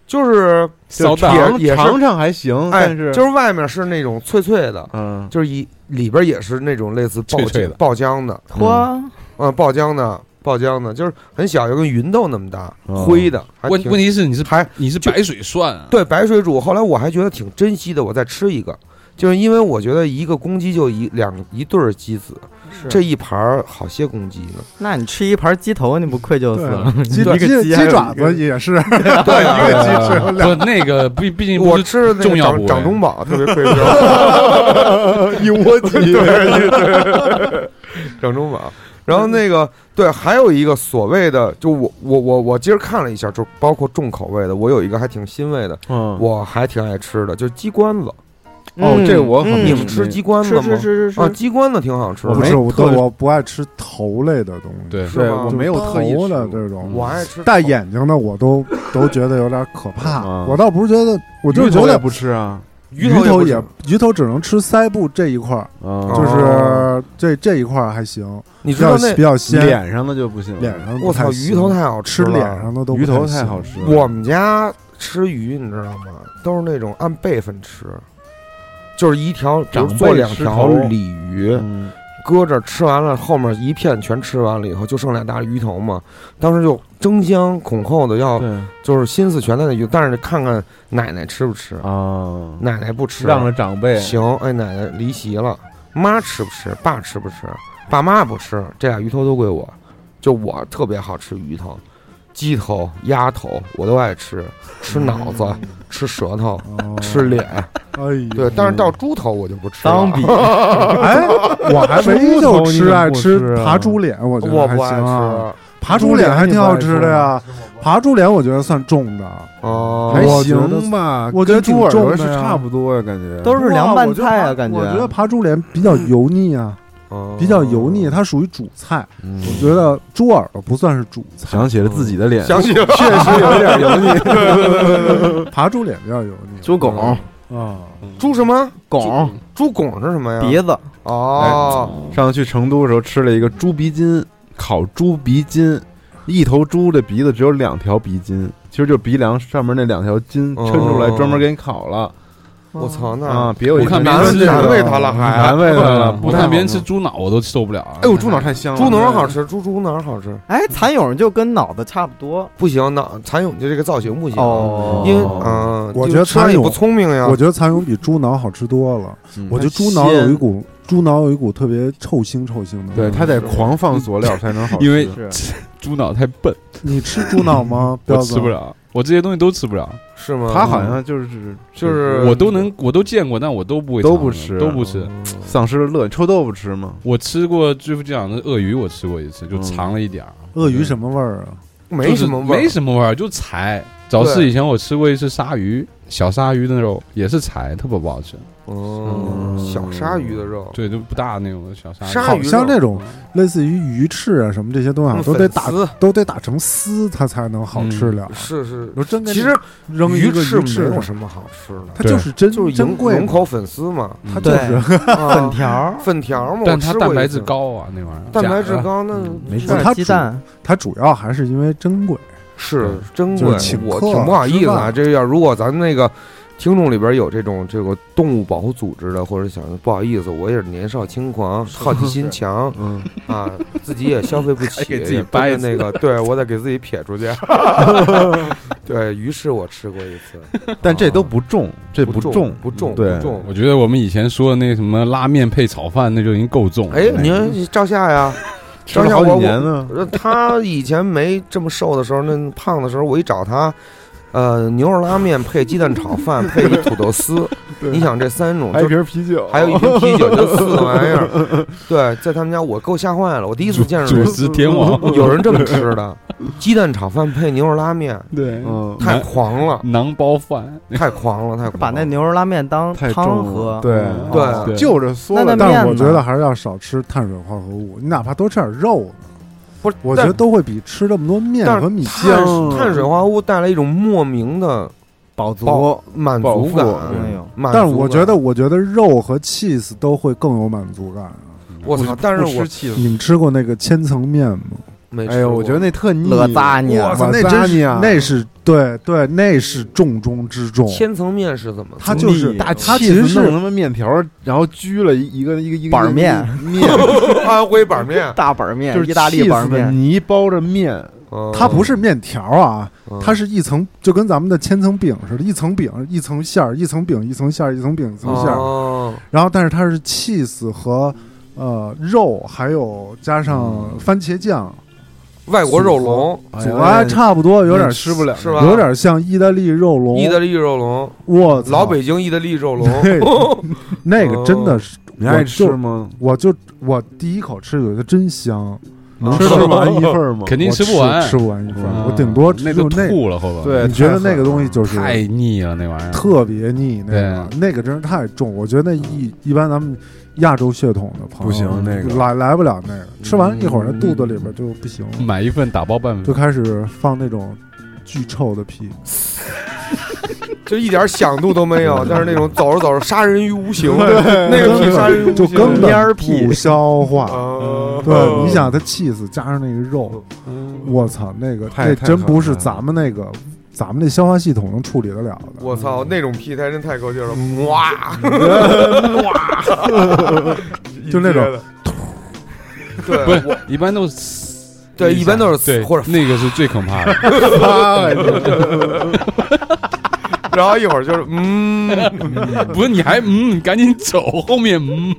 Speaker 9: 就是
Speaker 7: 骚蛋
Speaker 9: 也
Speaker 6: 尝
Speaker 9: 也是
Speaker 6: 尝尝还行，
Speaker 9: 哎，
Speaker 6: 但是
Speaker 9: 就是外面是那种脆脆的，
Speaker 6: 嗯，
Speaker 9: 就是一里边也是那种类似爆
Speaker 7: 脆脆的
Speaker 9: 爆浆的，
Speaker 1: 嚯，
Speaker 9: 嗯，爆浆的，爆浆的，就是很小，就跟芸豆那么大，
Speaker 6: 哦
Speaker 9: 灰的，还
Speaker 7: 问
Speaker 9: 挺
Speaker 7: 问题是你是
Speaker 9: 还
Speaker 7: 你是白水涮啊？
Speaker 9: 对白水煮。后来我还觉得挺珍惜的，我再吃一个，就是因为我觉得一个公鸡就一两一对儿鸡子，这一盘儿好些公鸡 呢。
Speaker 1: 那你吃一盘鸡头，你不愧疚死了？
Speaker 4: 对，鸡
Speaker 1: 一个
Speaker 4: 鸡
Speaker 1: 还
Speaker 4: 鸡
Speaker 1: 有
Speaker 4: 爪
Speaker 1: 一个
Speaker 4: 子也是，
Speaker 7: 对啊，
Speaker 4: 一个鸡翅有
Speaker 7: 不，那个不，毕竟不
Speaker 9: 我
Speaker 7: 是
Speaker 9: 吃的那
Speaker 7: 重
Speaker 9: 个
Speaker 7: 要部
Speaker 9: 掌
Speaker 7: 位
Speaker 9: 掌中宝特别 愧疚，
Speaker 6: 一窝鸡，
Speaker 9: 掌中宝。然后那个对，还有一个所谓的，就我我我我今儿看了一下，就包括重口味的，我有一个还挺欣慰的，
Speaker 6: 嗯，
Speaker 9: 我还挺爱吃的，就是鸡冠子。
Speaker 6: 哦，这个我很
Speaker 1: 嗯
Speaker 9: 你们吃鸡冠子
Speaker 1: 吃
Speaker 9: 吗？
Speaker 1: 吃吃吃
Speaker 9: 啊，
Speaker 1: 吃，
Speaker 9: 鸡冠子挺好吃
Speaker 4: 我
Speaker 9: 的哎
Speaker 4: 不。
Speaker 6: 没
Speaker 4: 吃，我都
Speaker 6: 特
Speaker 4: 我不爱吃头类的东西，
Speaker 7: 对
Speaker 9: 是
Speaker 6: 对
Speaker 9: 吗
Speaker 6: 我没有特意
Speaker 4: 头的
Speaker 6: 吃
Speaker 4: 这种，
Speaker 9: 我爱吃
Speaker 4: 带
Speaker 9: 头
Speaker 4: 眼睛的我都都觉得有点可怕。
Speaker 6: 嗯
Speaker 4: 我倒不是觉得，我就是
Speaker 6: 鱼
Speaker 4: 觉
Speaker 6: 头也
Speaker 4: 得
Speaker 6: 不吃啊，
Speaker 9: 鱼
Speaker 4: 鱼头
Speaker 9: 不
Speaker 4: 也
Speaker 9: 行
Speaker 4: 鱼头只能吃腮部这一块儿，
Speaker 6: 嗯，
Speaker 4: 就
Speaker 9: 哦
Speaker 4: 是这这一块儿还行，
Speaker 9: 你
Speaker 4: 比
Speaker 9: 知道
Speaker 4: 较
Speaker 9: 那
Speaker 4: 比较鲜，脸
Speaker 6: 脸上的就不行，
Speaker 4: 上
Speaker 9: 我操，
Speaker 4: 不太行
Speaker 9: 鱼头太好
Speaker 4: 吃
Speaker 9: 了。
Speaker 4: 脸上的都不
Speaker 6: 鱼
Speaker 4: 太
Speaker 6: 头太
Speaker 4: 行
Speaker 6: 好吃了，
Speaker 9: 我们家吃鱼，你知道吗？都是那种按辈分吃，就是一条，比如
Speaker 7: 长辈
Speaker 9: 做两
Speaker 7: 吃
Speaker 9: 条
Speaker 7: 头
Speaker 9: 鲤鱼，
Speaker 6: 嗯
Speaker 9: 搁这儿吃完了，后面一片全吃完了以后，就剩俩大鱼头嘛。当时就争相恐后的要，
Speaker 6: 对
Speaker 9: 就是心思全在那鱼，但是看看奶奶吃不吃，
Speaker 6: 啊，
Speaker 9: 奶奶不吃，
Speaker 6: 让着长辈，
Speaker 9: 哦行，哎，奶奶离席了，妈吃不吃？爸吃不吃？爸妈不吃，这俩鱼头都归我。就我特别好吃鱼头、鸡头、鸭头，我都爱吃，吃脑子、吃舌头、
Speaker 4: 哦
Speaker 9: 吃脸。
Speaker 4: 哎呦，
Speaker 9: 对，但是到猪头我就不吃
Speaker 1: 当
Speaker 9: 了。
Speaker 1: 比
Speaker 4: 哎，我还没
Speaker 6: 猪头
Speaker 4: 就
Speaker 6: 你怎
Speaker 4: 吃
Speaker 6: 么
Speaker 4: 爱
Speaker 6: 不
Speaker 4: 吃
Speaker 6: 吃啊
Speaker 4: 爬猪脸，我觉得
Speaker 9: 我
Speaker 4: 还
Speaker 9: 不爱
Speaker 4: 行啊。
Speaker 9: 吃。
Speaker 4: 爬猪脸还挺好吃的呀，爬猪脸我觉得算重的，
Speaker 9: 哦，
Speaker 6: 还
Speaker 4: 我觉得
Speaker 6: 行吧，
Speaker 4: 我觉得
Speaker 6: 跟猪
Speaker 4: 挺
Speaker 6: 耳
Speaker 4: 重
Speaker 6: 朵
Speaker 4: 的
Speaker 6: 是
Speaker 4: 呀
Speaker 6: 差不多呀，感觉
Speaker 1: 都是凉
Speaker 4: 哇
Speaker 1: 拌
Speaker 4: 我觉得
Speaker 1: 菜啊
Speaker 4: 爬
Speaker 1: 感觉
Speaker 4: 我觉得爬猪脸比较油腻啊，
Speaker 9: 哦
Speaker 4: 比较油腻，。它属于主菜。
Speaker 6: 嗯
Speaker 4: 我觉得猪耳朵不算是主菜，
Speaker 6: 想起了自己的脸，
Speaker 9: 想起了，
Speaker 4: 确实有点油腻。 爬猪脸比较油腻。
Speaker 1: 猪拱
Speaker 4: 啊，
Speaker 9: 猪什么？
Speaker 1: 拱
Speaker 9: 猪拱是什么呀？
Speaker 1: 鼻子，
Speaker 9: 哦，
Speaker 6: 上次去成都的时候吃了一个猪鼻筋，烤猪鼻筋，一头猪的鼻子只有两条鼻筋，其实就是鼻梁上面那两条筋抻出来，
Speaker 9: 哦嗯
Speaker 6: 专门给你烤了
Speaker 9: 我操那
Speaker 6: 啊！嗯别有一
Speaker 7: 我看
Speaker 6: 个
Speaker 7: 别人
Speaker 6: 难
Speaker 9: 难
Speaker 7: 吃
Speaker 9: 难为他了还啊
Speaker 6: 难。为他了，
Speaker 7: 嗯我
Speaker 6: 不太
Speaker 7: 看别人
Speaker 6: 好
Speaker 7: 吃。猪脑我都受不了啊。
Speaker 6: 哎呦，猪脑太香了，
Speaker 9: 猪哪儿好吃？猪猪哪儿好吃？
Speaker 1: 哎，蚕蛹就跟脑子差不多
Speaker 9: 不行，那蚕蛹就这个造型不行。
Speaker 1: 哦，
Speaker 9: 因为
Speaker 6: 哦
Speaker 9: 嗯，
Speaker 4: 我
Speaker 9: 就
Speaker 4: 觉得
Speaker 9: 吃完
Speaker 4: 蚕
Speaker 9: 也
Speaker 4: 蛹
Speaker 9: 不聪明呀
Speaker 4: 啊我。觉得蚕蛹比猪脑好吃多了。
Speaker 6: 嗯，
Speaker 4: 我觉得猪脑有一股猪脑有一股特别臭腥臭腥的。
Speaker 6: 对，它得狂放佐料才能好吃，
Speaker 7: 因为
Speaker 1: 是
Speaker 7: 猪脑太笨，
Speaker 4: 你吃猪脑吗？
Speaker 7: 我
Speaker 4: 彪子
Speaker 7: 吃不。了，我这些东西都吃不了。
Speaker 9: 是吗？
Speaker 6: 它好像就是
Speaker 9: 嗯就是
Speaker 7: 我都能，我都见过，但我都不会尝，
Speaker 6: 都不吃
Speaker 7: 都不吃。
Speaker 9: 嗯
Speaker 6: 丧失了乐趣。臭豆腐吃吗？
Speaker 7: 我吃过最副机长的鳄鱼，我吃过一次，就
Speaker 9: 嗯
Speaker 7: 尝了一点儿。
Speaker 4: 鳄鱼什么味儿啊？
Speaker 9: 没什么味
Speaker 7: 就是没
Speaker 9: 儿，
Speaker 7: 什么味儿，就柴。早市以前我吃过一次鲨鱼，小鲨鱼的肉也是柴，特别不好吃。
Speaker 9: 哦嗯，小鲨鱼的肉，
Speaker 7: 对，就不大那种小鲨鱼。
Speaker 9: 鲨
Speaker 4: 好
Speaker 9: 鱼
Speaker 4: 像
Speaker 9: 肉啊
Speaker 4: 这种类似于鱼翅啊什么这些东西啊，
Speaker 9: 嗯
Speaker 4: 都得
Speaker 9: 粉
Speaker 4: 打
Speaker 9: 丝
Speaker 4: 都得打成丝，它才能好吃了。
Speaker 9: 是是，
Speaker 4: 我真给
Speaker 9: 其
Speaker 4: 你
Speaker 9: 实
Speaker 4: 扔一
Speaker 9: 鱼
Speaker 4: 个
Speaker 9: 翅
Speaker 4: 翅
Speaker 9: 没有
Speaker 4: 上
Speaker 9: 什么好吃的，
Speaker 4: 它就是真
Speaker 9: 就是
Speaker 4: 珍
Speaker 9: 营
Speaker 4: 贵嘛
Speaker 9: 龙口粉 丝嘛，
Speaker 7: 嗯
Speaker 4: 它就是
Speaker 9: 粉
Speaker 1: 粉条，
Speaker 9: 粉条嘛，
Speaker 7: 但
Speaker 9: 我
Speaker 7: 它
Speaker 9: 吃过
Speaker 7: 蛋白
Speaker 9: 一
Speaker 7: 质
Speaker 9: 次，
Speaker 7: 高啊，那玩意儿
Speaker 9: 蛋白
Speaker 7: 假
Speaker 9: 质
Speaker 7: 的
Speaker 9: 高，那
Speaker 4: 嗯
Speaker 6: 没
Speaker 9: 是
Speaker 6: 事
Speaker 4: 它
Speaker 1: 鸡蛋，
Speaker 4: 它主要还是因为珍贵。
Speaker 9: 是珍
Speaker 4: 就
Speaker 9: 贵
Speaker 4: 是请，
Speaker 9: 我
Speaker 4: 客
Speaker 9: 挺不好意
Speaker 4: 吃
Speaker 9: 思啊，
Speaker 4: 饭
Speaker 9: 这要如果咱们那个。听众里边有这种这个动物保护组织的，或者想不好意思，我也是年少轻狂，好奇心强，
Speaker 6: 嗯，
Speaker 9: 啊，自己也消费不起，
Speaker 7: 给自己
Speaker 9: 也不
Speaker 7: 掰
Speaker 9: 是
Speaker 7: 死
Speaker 9: 那个，对我得给自己撇出去。 对于是，我吃过一次，
Speaker 6: 但这都不重，这
Speaker 9: 不
Speaker 6: 重，
Speaker 9: 不重，
Speaker 6: 对
Speaker 9: 不重。
Speaker 7: 我觉得我们以前说的那什么拉面配炒饭，那就已经够重了。
Speaker 9: 哎，你看赵夏呀，
Speaker 6: 吃
Speaker 9: 张
Speaker 6: 了
Speaker 9: 夏
Speaker 6: 好几
Speaker 9: 我
Speaker 6: 年
Speaker 9: 我
Speaker 6: 呢。
Speaker 9: 我 他以前没这么瘦的时候，那胖的时候，我一找他。呃，牛肉拉面配鸡蛋炒饭，配一土豆丝，
Speaker 6: 对
Speaker 9: 你想这三种，
Speaker 6: 还有一
Speaker 9: 就
Speaker 6: 瓶啤酒，
Speaker 9: 还有一瓶啤酒，就四个玩意儿。对，在他们家我够吓坏了，我第一次
Speaker 7: 主
Speaker 9: 见着
Speaker 7: 主
Speaker 9: 人
Speaker 7: 食天王，
Speaker 9: 有人这么吃的，鸡蛋炒饭配牛肉拉面，
Speaker 7: 对
Speaker 6: 嗯，
Speaker 9: 太狂了，
Speaker 7: 馕包饭，
Speaker 9: 太狂了，太狂了！
Speaker 1: 把那牛肉拉面当
Speaker 6: 太
Speaker 1: 汤
Speaker 6: 重
Speaker 1: 喝
Speaker 6: 了，，对
Speaker 9: 啊
Speaker 4: 啊
Speaker 7: 对
Speaker 9: 对
Speaker 6: 就着缩
Speaker 1: 那那
Speaker 6: 了
Speaker 4: 但
Speaker 1: 面
Speaker 4: 是我
Speaker 1: 呢
Speaker 4: 觉得还是要少吃碳水化合物，你哪怕多吃点肉呢，
Speaker 9: 不是，
Speaker 4: 我觉
Speaker 9: 但
Speaker 4: 得都会比吃那么多面
Speaker 9: 但
Speaker 4: 和米
Speaker 9: 碳
Speaker 4: 浆
Speaker 9: 水碳水化合物带来一种莫名的
Speaker 1: 饱
Speaker 6: 啊
Speaker 1: 足，
Speaker 9: 饱满
Speaker 6: 饱
Speaker 9: 足
Speaker 6: 腹
Speaker 9: 感
Speaker 6: 对，
Speaker 1: 哎呦，
Speaker 9: 满
Speaker 4: 但是
Speaker 9: 足
Speaker 4: 我
Speaker 9: 感
Speaker 4: 觉得，我觉得肉和 cheese 都会更有满足感。啊
Speaker 9: 我操！但是
Speaker 6: 不
Speaker 9: 我
Speaker 6: 吃气
Speaker 4: 你们吃过那个千层面吗？
Speaker 9: 没吃
Speaker 6: 哎呦，
Speaker 9: 过
Speaker 6: 我觉得那特腻，
Speaker 1: 乐扎你
Speaker 6: 哇
Speaker 1: 啊，
Speaker 6: 塞
Speaker 4: 哇
Speaker 6: 那
Speaker 4: 塞
Speaker 6: 真是啊
Speaker 4: 那是对对，那是重中之重。
Speaker 9: 千层面是怎么做
Speaker 4: 它就是
Speaker 1: 腻
Speaker 4: 它
Speaker 6: 它
Speaker 4: 其实
Speaker 6: 弄
Speaker 4: 是
Speaker 6: 他妈面条，然后焗了一个一个一个
Speaker 1: 板儿面
Speaker 6: 面，
Speaker 9: 安徽板面，
Speaker 1: 大板面
Speaker 6: 就是
Speaker 1: 意大利
Speaker 6: cheese
Speaker 1: 板
Speaker 6: 的
Speaker 1: 面，
Speaker 6: 泥包着面，
Speaker 4: 它不是面条啊，
Speaker 9: 嗯，
Speaker 4: 它是一层，就跟咱们的千层饼似的，一层饼一层馅儿，一层饼一层馅儿，一层饼一层馅儿。
Speaker 9: 嗯
Speaker 4: 然后但是它是 cheese 和呃肉，还有加上番茄酱，
Speaker 9: 外国肉龙
Speaker 4: 组啊差不多有点
Speaker 6: 吃不了，
Speaker 9: 是吧？
Speaker 4: 有点像意大利肉龙，
Speaker 9: 意大利肉龙，
Speaker 4: 我操
Speaker 9: 老 北京意大利肉龙，
Speaker 4: 对 那个真的是，
Speaker 6: 你爱
Speaker 4: 我
Speaker 6: 吃
Speaker 4: 就
Speaker 6: 吗？
Speaker 4: 我就我第一口吃，觉得真香，
Speaker 6: 能
Speaker 9: 吃
Speaker 6: 吃
Speaker 9: 得
Speaker 6: 完一份儿吗？
Speaker 7: 肯定
Speaker 4: 我吃
Speaker 7: 不完，
Speaker 4: 吃不完一份儿，
Speaker 7: 啊
Speaker 4: 我顶多
Speaker 7: 那
Speaker 4: 就
Speaker 7: 都
Speaker 4: 那。
Speaker 7: 吐了，后边
Speaker 6: 对
Speaker 4: 你觉得那个东西就是
Speaker 7: 太腻了，那玩意儿
Speaker 4: 特别腻，那个那个真是太重，我觉得那一一般咱们亚洲血统的朋友
Speaker 6: 不行那个
Speaker 4: 来来不了那个，吃完一会儿那肚子里边就不行了，
Speaker 7: 买一份打包半
Speaker 4: 就
Speaker 7: 份，
Speaker 4: 开始放那种巨臭的屁，
Speaker 9: 就一点响度都没有，但是那种走着走着杀人于无形，那个屁杀人于无
Speaker 4: 就
Speaker 9: 形，
Speaker 4: 根
Speaker 1: 蔫
Speaker 4: 本
Speaker 1: 儿屁
Speaker 4: 不消化。
Speaker 9: 啊，
Speaker 4: 对，你想它气死，加上那个肉，
Speaker 9: 嗯，
Speaker 4: 我操，那个
Speaker 6: 太
Speaker 4: 那
Speaker 6: 太
Speaker 4: 真不
Speaker 6: 可
Speaker 4: 是
Speaker 6: 怕了
Speaker 4: 咱们那个咱们那消化系统能处理得了的。
Speaker 9: 我操，那种屁才真太够劲儿了，哇，
Speaker 4: 就那种
Speaker 9: 一接的，对，
Speaker 7: 不是，一般都是嘶
Speaker 9: 对一般都是嘶
Speaker 7: 对，
Speaker 9: 或者
Speaker 7: 那个是最可怕的，
Speaker 9: 然后一会儿就是嗯，
Speaker 7: 不是你还嗯，赶紧走，后面嗯，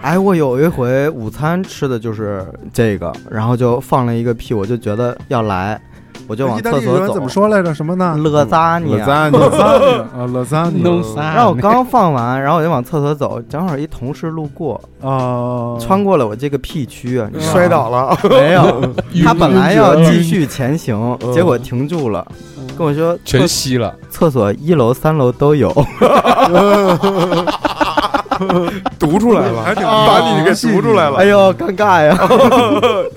Speaker 1: 哎，我有一回午餐吃的就是这个，然后就放了一个屁，我就觉得要来，我就往
Speaker 4: 意大
Speaker 1: 厕
Speaker 4: 利人
Speaker 1: 所走。
Speaker 4: 怎么说来着？什么呢？
Speaker 1: 勒扎尼
Speaker 6: 我
Speaker 1: 亚。
Speaker 6: 嗯赞你，
Speaker 4: 啊，勒萨尼
Speaker 7: 弄啥？
Speaker 1: 然后我刚放完，然后我就往厕所走，正好一同事路过，
Speaker 4: 啊，
Speaker 1: 穿过了我这个屁区， 你知道吗
Speaker 9: 摔倒了，
Speaker 1: 没有？
Speaker 7: 晕
Speaker 1: 他本来要继续前行，结果停住了，跟我说
Speaker 7: 全
Speaker 1: 厕
Speaker 7: 吸了，
Speaker 1: 厕所一楼、三楼都有。
Speaker 9: 读出来了，
Speaker 6: 啊
Speaker 9: 把你给读出来了
Speaker 1: 哎，呦，尴尬呀！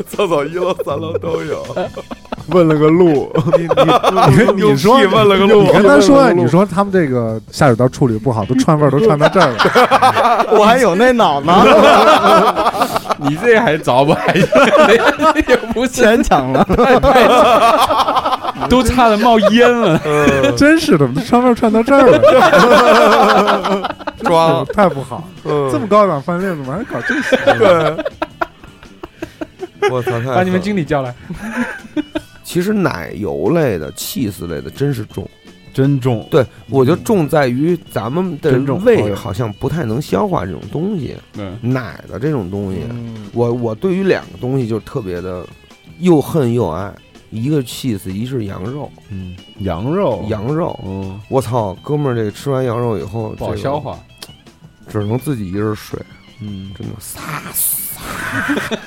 Speaker 9: 厕所一楼、三楼都有，
Speaker 6: 问了个路，
Speaker 4: 你你说
Speaker 9: 用屁问了个 路
Speaker 4: 你跟他说呀，你说他们这个下水道处理不好，都串味儿都串到这儿了。
Speaker 1: 我还有那脑呢，
Speaker 7: 你这还早吧？也不是
Speaker 1: 全抢了。
Speaker 7: 都差点冒烟了，
Speaker 4: 真是的，串味儿串到这儿了，
Speaker 9: 装，
Speaker 4: 太不好。这
Speaker 9: 这
Speaker 4: 么高档饭店怎么还搞这些？
Speaker 9: 我操，太
Speaker 7: 把你们
Speaker 9: 狠了
Speaker 7: 经理叫来。
Speaker 9: 其实奶油类的、cheese 类的真是重，
Speaker 6: 真重。
Speaker 7: 嗯
Speaker 9: 对我觉得重在于咱们的
Speaker 6: 真重
Speaker 9: 胃好像不太能消化这种东西，
Speaker 7: 嗯，
Speaker 9: 奶的这种东西，我我对于两个东西就特别的又恨又爱，一个 cheese，一是羊肉，
Speaker 6: 嗯，羊肉，，
Speaker 7: 哦
Speaker 9: 羊肉，
Speaker 6: 嗯，
Speaker 9: 我操，哥们儿，这个吃完羊肉以后
Speaker 7: 不好消，化，
Speaker 9: 这个只能自己一人睡，
Speaker 6: 嗯，
Speaker 9: 真的撒撒，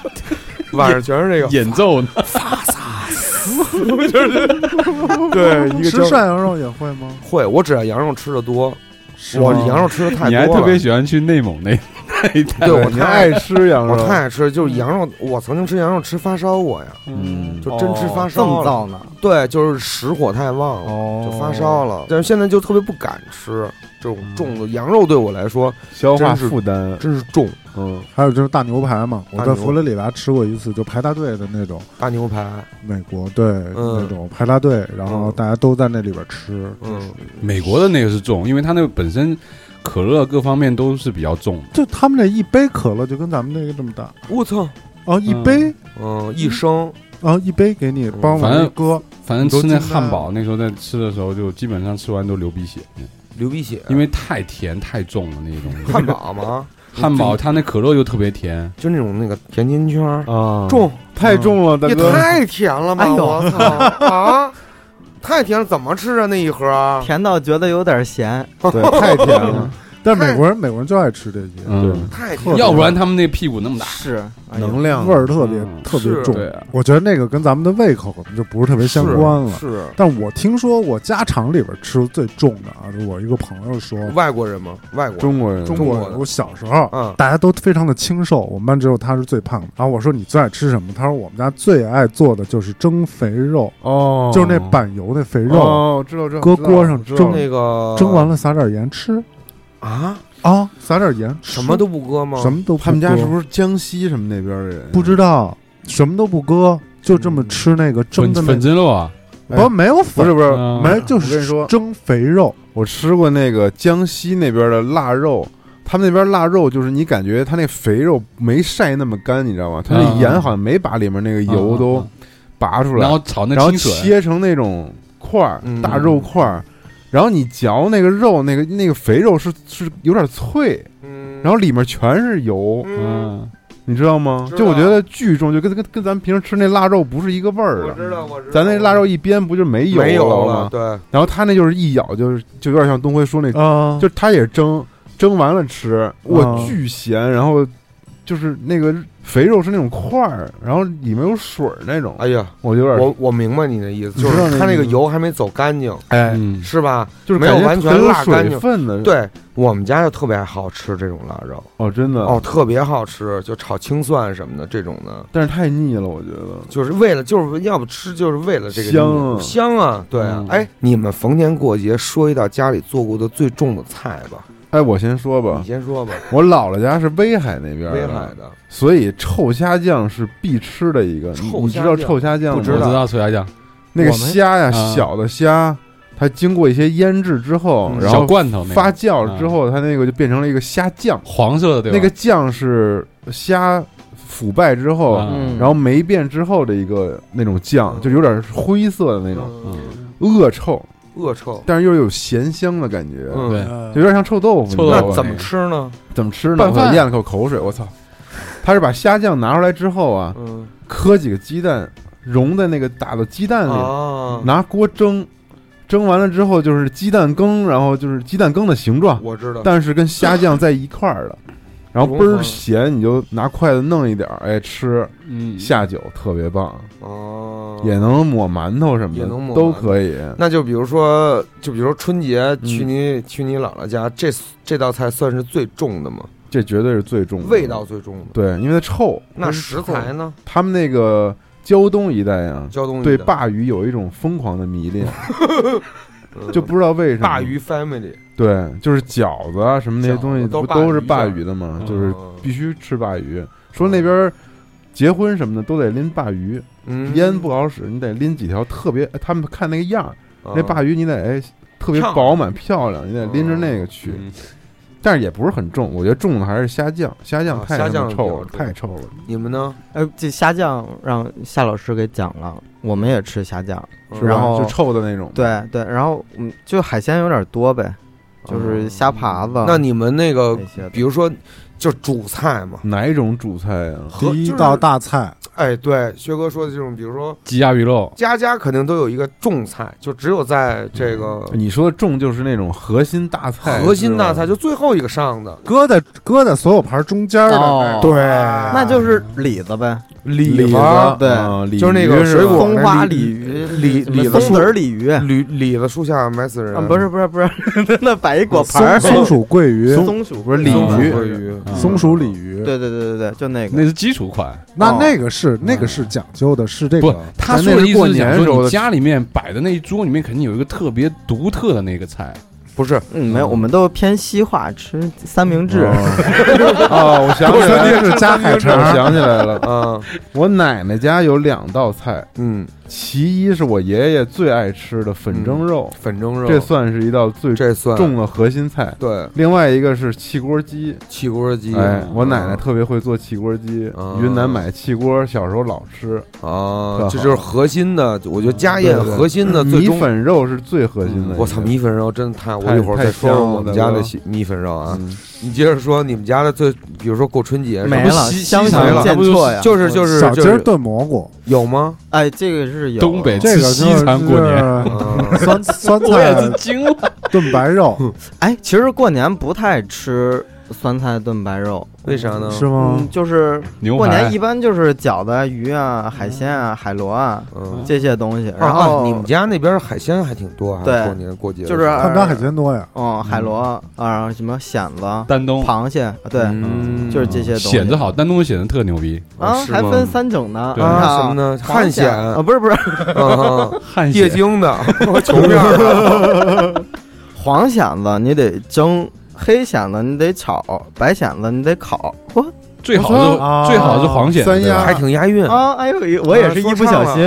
Speaker 9: 晚上全是这个，
Speaker 7: 演奏呢
Speaker 9: 对， 一个
Speaker 4: 吃
Speaker 9: 叫
Speaker 4: 涮羊肉也会吗？
Speaker 9: 会，我只要羊肉吃的多，
Speaker 4: 是
Speaker 9: 我
Speaker 4: 吗
Speaker 9: 羊肉吃的太
Speaker 7: 你还
Speaker 9: 多
Speaker 7: 特
Speaker 9: 了
Speaker 7: 别，喜欢去内蒙那那一带，
Speaker 9: 对我
Speaker 6: 你
Speaker 9: 太
Speaker 6: 爱吃羊肉，
Speaker 9: 我太爱吃，就是羊肉，我曾经吃羊肉吃发烧过呀，
Speaker 6: 嗯，
Speaker 9: 就真吃发
Speaker 1: 这么
Speaker 9: 烧了，
Speaker 1: 造呢？
Speaker 9: 对，就是食火太旺了。
Speaker 4: 哦
Speaker 9: 就发烧了，但是现在就特别不敢吃这种重的羊肉，对我来说
Speaker 6: 消化
Speaker 9: 真是
Speaker 6: 负担，
Speaker 9: 真是重。
Speaker 6: 嗯，
Speaker 4: 还有就是大牛排嘛，我
Speaker 9: 大
Speaker 4: 在
Speaker 9: 牛
Speaker 4: 佛罗里达吃过一次，就排大队的那种
Speaker 9: 大牛排，
Speaker 4: 美国对那种排大队，然后
Speaker 9: 嗯
Speaker 4: 大家都在那里边吃，
Speaker 9: 嗯，
Speaker 7: 美国的那个是重，因为它那个本身可乐各方面都是比较重的。
Speaker 4: 就他们那一杯可乐就跟咱们那个这么大，
Speaker 9: 我操，
Speaker 4: 哦，一杯，
Speaker 9: 嗯，一升，
Speaker 4: 然后一杯给你
Speaker 9: 嗯
Speaker 4: 帮
Speaker 7: 反
Speaker 4: 我
Speaker 7: 正
Speaker 4: 哥，
Speaker 7: 反正吃
Speaker 4: 你
Speaker 7: 那
Speaker 4: 都惊呆了
Speaker 7: 汉堡，那时候在吃的时候就基本上吃完都流鼻血，
Speaker 9: 流鼻血，
Speaker 7: 因
Speaker 6: 哎
Speaker 7: 为太甜太重了那个东西。
Speaker 9: 汉堡嘛，
Speaker 7: 汉堡它那可乐又特别甜，
Speaker 9: 就那种那个甜甜圈儿，
Speaker 6: 啊，
Speaker 9: 重
Speaker 6: 太重了，大
Speaker 9: 也
Speaker 6: 哥，
Speaker 9: 太甜了吧！
Speaker 1: 哎呦
Speaker 9: 我操啊，太甜了，怎么吃啊？那一盒儿
Speaker 1: 甜到觉得有点咸，
Speaker 6: 对，太甜 了，
Speaker 4: 但美国人美国人就爱吃这些，
Speaker 7: 嗯，
Speaker 9: 太
Speaker 4: 特
Speaker 9: 甜
Speaker 4: 别
Speaker 9: 了，哎
Speaker 7: 要不然他们那屁股那么大。
Speaker 1: 是
Speaker 6: 能量
Speaker 4: 味儿特别
Speaker 7: 嗯
Speaker 4: 特别
Speaker 9: 是
Speaker 4: 重
Speaker 7: 对啊。
Speaker 4: 我觉得那个跟咱们的胃口可能就不是特别相关了。
Speaker 9: 是
Speaker 4: 但我听说我家常里边吃最重的啊，就我一个朋友说，
Speaker 9: 外国人吗？外国人
Speaker 6: 中国人，
Speaker 4: 中
Speaker 9: 国
Speaker 4: 国
Speaker 9: 的
Speaker 4: 人我小时候
Speaker 9: 嗯
Speaker 4: 大家都非常的清瘦，我们班只有他是最胖的。然后我说你最爱吃什么？他说我们家最爱做的就是蒸肥肉，
Speaker 6: 哦，
Speaker 4: 就是那板油那肥肉，
Speaker 6: 哦，知道知道，
Speaker 4: 搁
Speaker 6: 知道
Speaker 4: 锅上
Speaker 6: 知道
Speaker 4: 蒸
Speaker 9: 那个
Speaker 4: 蒸完了撒点盐吃
Speaker 9: 啊，
Speaker 4: 啊，撒点盐吃
Speaker 9: 什么都不搁吗？
Speaker 4: 什么都不
Speaker 6: 他们家
Speaker 4: 搁
Speaker 6: 是不是江西什么那边的人？啊
Speaker 4: 不知道，什么都不搁，就这么吃那个蒸
Speaker 7: 粉
Speaker 4: 的那
Speaker 7: 粉蒸肉啊，
Speaker 6: 哎
Speaker 4: 不没有
Speaker 6: 不
Speaker 4: 粉，
Speaker 6: 是不是，
Speaker 7: 嗯
Speaker 4: 没就
Speaker 6: 我跟你
Speaker 4: 是
Speaker 6: 说
Speaker 4: 蒸肥肉，
Speaker 6: 我吃过那个江西那边的腊肉，他们那边腊肉就是你感觉它那肥肉没晒那么干，你知
Speaker 9: 啊
Speaker 6: 道吗？它那
Speaker 7: 嗯
Speaker 6: 盐好像没把里面那个油都拔出来，
Speaker 7: 然后炒那
Speaker 6: 然后
Speaker 7: 清水，
Speaker 6: 切成那种块儿，
Speaker 9: 嗯
Speaker 6: 大肉块儿。然后你嚼那个肉，那个那个肥肉是是有点脆，
Speaker 9: 嗯
Speaker 6: 然后里面全是油，
Speaker 9: 嗯，
Speaker 7: 嗯，
Speaker 6: 你知道吗？
Speaker 9: 知道
Speaker 6: 就我觉得巨重，就跟跟跟咱们平时吃那腊肉不是一个味儿
Speaker 9: 我
Speaker 6: 的。
Speaker 9: 知道，我知道，
Speaker 6: 咱那腊肉一煸不就没油
Speaker 9: 没有
Speaker 6: 了
Speaker 9: 了，
Speaker 6: 吗？
Speaker 9: 对，
Speaker 6: 然后他那就是一咬就是就有点像东辉说那，
Speaker 9: 嗯
Speaker 3: 啊，
Speaker 6: 就是他也蒸，蒸完了吃，
Speaker 3: 啊
Speaker 6: 我巨咸，然后就是那个肥肉是那种块儿，然后里面有水儿那种，
Speaker 9: 哎呀，
Speaker 6: 我就有点
Speaker 9: 我我明白你的意思，
Speaker 6: 你
Speaker 9: 就
Speaker 6: 知道
Speaker 9: 是
Speaker 6: 那
Speaker 9: 它那个
Speaker 6: 意思
Speaker 9: 油还没走干净，
Speaker 6: 哎，
Speaker 7: 嗯
Speaker 9: 是吧？
Speaker 6: 就是
Speaker 9: 没有
Speaker 6: 感觉
Speaker 9: 完全
Speaker 6: 很有
Speaker 9: 辣干净
Speaker 6: 水分的，
Speaker 9: 对我们家就特别爱好吃这种腊肉，
Speaker 6: 哦，真的
Speaker 9: 哦，，特别好吃，就炒青蒜什么的这种的，
Speaker 6: 但是太腻了，我觉得
Speaker 9: 就是为了就是要不吃就是为了这个
Speaker 6: 香啊
Speaker 9: 香啊，对啊
Speaker 7: 嗯。
Speaker 9: 哎，你们逢年过节说一道家里做过的最重的菜吧，
Speaker 6: 哎，我先说吧
Speaker 9: 你，先说吧，
Speaker 6: 我姥姥家是啊威海那边儿
Speaker 9: 嗯威
Speaker 6: 的
Speaker 9: 海的
Speaker 6: 所以臭虾酱是必吃的一个。你
Speaker 9: 臭
Speaker 6: 你
Speaker 9: 虾
Speaker 6: 知道
Speaker 9: 酱
Speaker 6: 臭虾酱
Speaker 9: 不
Speaker 6: 吗？
Speaker 7: 嗯我知道崔家酱
Speaker 6: 那个
Speaker 4: 我们
Speaker 6: 虾呀，
Speaker 7: 啊
Speaker 6: 小的虾，它经过一些腌制之后，
Speaker 9: 嗯
Speaker 6: 然
Speaker 7: 小
Speaker 6: 后
Speaker 7: 罐头那个
Speaker 6: 发酵了之后，它那个就变成了一个虾酱。
Speaker 7: 黄色的对吧嗯
Speaker 6: 那个酱是虾腐败之后，
Speaker 7: 啊
Speaker 4: 嗯
Speaker 6: 然后霉变之后的一个那种酱，
Speaker 9: 嗯
Speaker 6: 就有点灰色的那种
Speaker 9: 嗯，
Speaker 6: 恶臭，
Speaker 9: 恶臭，
Speaker 6: 但是又有咸香的感觉，
Speaker 9: 嗯，
Speaker 7: 对
Speaker 6: 有点像臭豆腐。
Speaker 7: 臭
Speaker 6: 你知道
Speaker 7: 豆
Speaker 6: 吧
Speaker 7: 腐
Speaker 9: 那怎么吃呢？
Speaker 6: 怎么吃呢？
Speaker 7: 拌
Speaker 6: 我操
Speaker 7: 饭
Speaker 6: 咽了口口水，我操！他是把虾酱拿出来之后啊，
Speaker 9: 嗯
Speaker 6: 磕几个鸡蛋，融在那个打到鸡蛋里，
Speaker 9: 啊，
Speaker 6: 拿锅蒸，蒸完了之后就是鸡蛋羹，然后就是鸡蛋羹的形状，
Speaker 9: 我知道，
Speaker 6: 但是跟虾酱在一块 儿的，然后倍儿咸，你就拿筷子弄一点儿，哎，吃
Speaker 7: 嗯
Speaker 6: 下酒特别棒，
Speaker 9: 哦，
Speaker 6: 也能抹馒头什么
Speaker 9: 也能抹
Speaker 6: 的都
Speaker 9: 馒头
Speaker 6: 可以。
Speaker 9: 那就比如说，就比如说春节
Speaker 6: 嗯
Speaker 9: 去你、去你姥姥家，这这道菜算是最重的嘛，
Speaker 6: 这绝对是最重的嗯
Speaker 9: 味道最重的。
Speaker 6: 对，因为它臭。
Speaker 9: 那
Speaker 6: 它是
Speaker 9: 食
Speaker 6: 臭
Speaker 9: 材，呢？
Speaker 6: 他们那个胶东一带啊，
Speaker 9: 胶东
Speaker 6: 对
Speaker 9: 鲅
Speaker 6: 鲅鱼有一种疯狂的迷 恋，就不知道为什么。
Speaker 9: 鲅嗯鱼 family，
Speaker 6: 对，就是饺子啊什么那些东
Speaker 9: 饺
Speaker 6: 西，
Speaker 9: 子都
Speaker 6: 不
Speaker 9: 是
Speaker 6: 都是
Speaker 9: 鲅
Speaker 6: 鲅
Speaker 9: 鱼
Speaker 6: 鱼的吗
Speaker 7: 嗯？
Speaker 6: 就是
Speaker 9: 哦
Speaker 6: 必须吃鲅鱼。说那边儿结婚什么的都得拎鲅鱼，
Speaker 9: 嗯
Speaker 6: 腌不好使，你得拎几条特别。哎他们看那个样儿，那鲅
Speaker 9: 鱼
Speaker 6: 鱼你得哎特别
Speaker 9: 嗯漂亮
Speaker 6: 饱满漂亮，你得拎着那个去。
Speaker 7: 嗯
Speaker 6: 但是也不是很重，我觉得重的还是虾酱，虾酱
Speaker 9: 啊
Speaker 6: 太
Speaker 9: 虾
Speaker 6: 他妈
Speaker 9: 酱比
Speaker 6: 臭
Speaker 9: 较
Speaker 6: 了，
Speaker 9: 重嗯
Speaker 6: 太臭了。
Speaker 9: 你们呢？
Speaker 4: 呃，这虾酱让夏老师给讲了，我们也吃虾酱，
Speaker 9: 嗯
Speaker 6: 是吧
Speaker 4: 然后
Speaker 6: 就臭的那种，，
Speaker 4: 对对，然后嗯，就海鲜有点多呗，就是虾爬子。
Speaker 9: 那你们那个
Speaker 4: 哦那，些的
Speaker 9: 比如说，就主菜嘛，
Speaker 6: 哪一种主菜啊？
Speaker 9: 和
Speaker 3: 第一
Speaker 9: 就是
Speaker 3: 道大菜，
Speaker 9: 哎，对，薛哥说的这种，比如说
Speaker 7: 鸡鸭鱼肉
Speaker 9: 家家肯定都有一个重菜，就只有在这个
Speaker 6: 你说的重就是那种核心大菜，
Speaker 9: 核心大菜，
Speaker 6: 哎是吧
Speaker 9: 就最后一个上的，
Speaker 3: 搁在搁在所有盘中间儿的，
Speaker 4: 哦，
Speaker 3: 对，
Speaker 4: 那就是李子呗，
Speaker 6: 李
Speaker 9: 子
Speaker 6: 子，
Speaker 4: 对
Speaker 6: 啊鲤
Speaker 9: 就是那个
Speaker 6: 鱼是吧
Speaker 9: 水果
Speaker 4: 葱花鲤鱼、
Speaker 9: 李
Speaker 4: 什么
Speaker 9: 李子
Speaker 4: 松
Speaker 9: 树
Speaker 4: 子儿鲤
Speaker 6: 哎
Speaker 4: 鱼，啊，
Speaker 9: 李李子树下埋死人，
Speaker 4: 啊不是不是不是， 那摆一果盘
Speaker 3: 松
Speaker 4: 儿，
Speaker 3: 松鼠桂鱼、
Speaker 4: 松鼠
Speaker 6: 不是鲤
Speaker 9: 松鼠
Speaker 6: 鱼，
Speaker 9: 鳜鱼
Speaker 7: 嗯
Speaker 3: 松鼠鲤鱼，
Speaker 4: 对对对对对，就那个
Speaker 7: 那是基础款，
Speaker 3: 那
Speaker 4: 哦
Speaker 3: 那个是那个是讲究的，是这
Speaker 7: 不
Speaker 3: 个，
Speaker 7: 他
Speaker 6: 咱
Speaker 7: 说
Speaker 6: 那
Speaker 7: 的
Speaker 6: 是
Speaker 7: 意
Speaker 6: 过
Speaker 7: 思是
Speaker 6: 年
Speaker 7: 想
Speaker 6: 时候
Speaker 7: 说
Speaker 6: 的
Speaker 7: 你家里面摆的那一桌里面肯定有一个特别独特的那个菜，
Speaker 9: 不是
Speaker 4: 嗯没有，我们都偏西化，吃三明治。
Speaker 6: 哦，我想起来了，
Speaker 3: 是加海肠
Speaker 6: 我想起来 了，
Speaker 9: 啊，
Speaker 6: 我奶奶家有两道菜，
Speaker 9: 嗯，
Speaker 6: 其一是我爷爷最爱吃的粉蒸肉，
Speaker 9: 粉蒸肉，
Speaker 6: 这算是一道最
Speaker 9: 这算
Speaker 6: 重的核心菜。
Speaker 9: 对
Speaker 6: 另外一个是汽锅鸡，
Speaker 9: 汽锅鸡，
Speaker 6: 哎，我奶奶
Speaker 9: 嗯
Speaker 6: 特别会做汽锅鸡
Speaker 9: 嗯，
Speaker 6: 云南买汽锅，小时候老吃。特好
Speaker 9: 啊，这
Speaker 6: 嗯
Speaker 9: 就是核心的，我觉得家宴
Speaker 6: 对对对
Speaker 9: 核心的最
Speaker 6: 米
Speaker 9: 终。
Speaker 6: 粉肉是最核心的。
Speaker 9: 我操，米粉肉真的太……我
Speaker 6: 太
Speaker 9: 一会儿再
Speaker 6: 太
Speaker 9: 说说
Speaker 6: 香了
Speaker 9: 我们家的
Speaker 6: 大哥
Speaker 9: 西米粉肉啊。
Speaker 6: 嗯
Speaker 9: 你接着说你们家的最，比如说过春节
Speaker 4: 没
Speaker 9: 是
Speaker 4: 了，
Speaker 7: 西
Speaker 4: 香
Speaker 7: 西
Speaker 9: 没
Speaker 4: 肠
Speaker 9: 了
Speaker 4: 见错呀！
Speaker 9: 就是就是
Speaker 3: 小
Speaker 9: 就
Speaker 3: 鸡儿
Speaker 9: 是
Speaker 3: 炖蘑菇，
Speaker 9: 有吗？
Speaker 4: 哎，这个是有
Speaker 7: 东北
Speaker 3: 这个
Speaker 7: 西餐过年，
Speaker 3: 就是
Speaker 9: 嗯
Speaker 3: 酸酸
Speaker 7: 我也 是
Speaker 3: 菜
Speaker 7: 惊了，
Speaker 3: 炖白肉，
Speaker 4: 哎，其实过年不太吃酸菜炖白肉，
Speaker 9: 为啥呢？
Speaker 3: 是吗
Speaker 4: 嗯，？就是
Speaker 7: 牛
Speaker 4: 过年
Speaker 7: 排
Speaker 4: 一般就是饺子啊、鱼啊、海鲜啊、海螺啊
Speaker 9: 嗯，
Speaker 4: 这些东
Speaker 3: 哦
Speaker 4: 西，然
Speaker 9: 然后
Speaker 4: 后
Speaker 9: 你们家那边海鲜还挺多啊，
Speaker 4: 对
Speaker 9: 过年过节的
Speaker 4: 就是
Speaker 9: 时候
Speaker 3: 他们家海鲜多呀，
Speaker 4: 嗯海螺啊、什么蚬子、
Speaker 7: 丹东
Speaker 4: 螃蟹，对，
Speaker 9: 嗯
Speaker 4: 就是这些东西
Speaker 7: 显着好，丹东显得特牛逼，
Speaker 4: 啊
Speaker 9: 是吗
Speaker 4: 还分三种呢，
Speaker 7: 对
Speaker 9: 啊
Speaker 4: 啊
Speaker 9: 什么呢？
Speaker 4: 螃
Speaker 9: 汗
Speaker 4: 蟹
Speaker 9: 鲜
Speaker 4: 啊，不是不是，
Speaker 9: 啊，
Speaker 7: 汗
Speaker 9: 液
Speaker 7: 血
Speaker 9: 晶的，球面儿的，
Speaker 4: 黄蚬子你得蒸，黑蚬子你得炒，白蚬子你得烤。我
Speaker 7: 最好是
Speaker 6: 哦
Speaker 3: 啊
Speaker 7: 最好是黄蚬，
Speaker 3: 三鸭
Speaker 9: 还挺押韵。
Speaker 4: 啊，哎呦，我也是一不小心，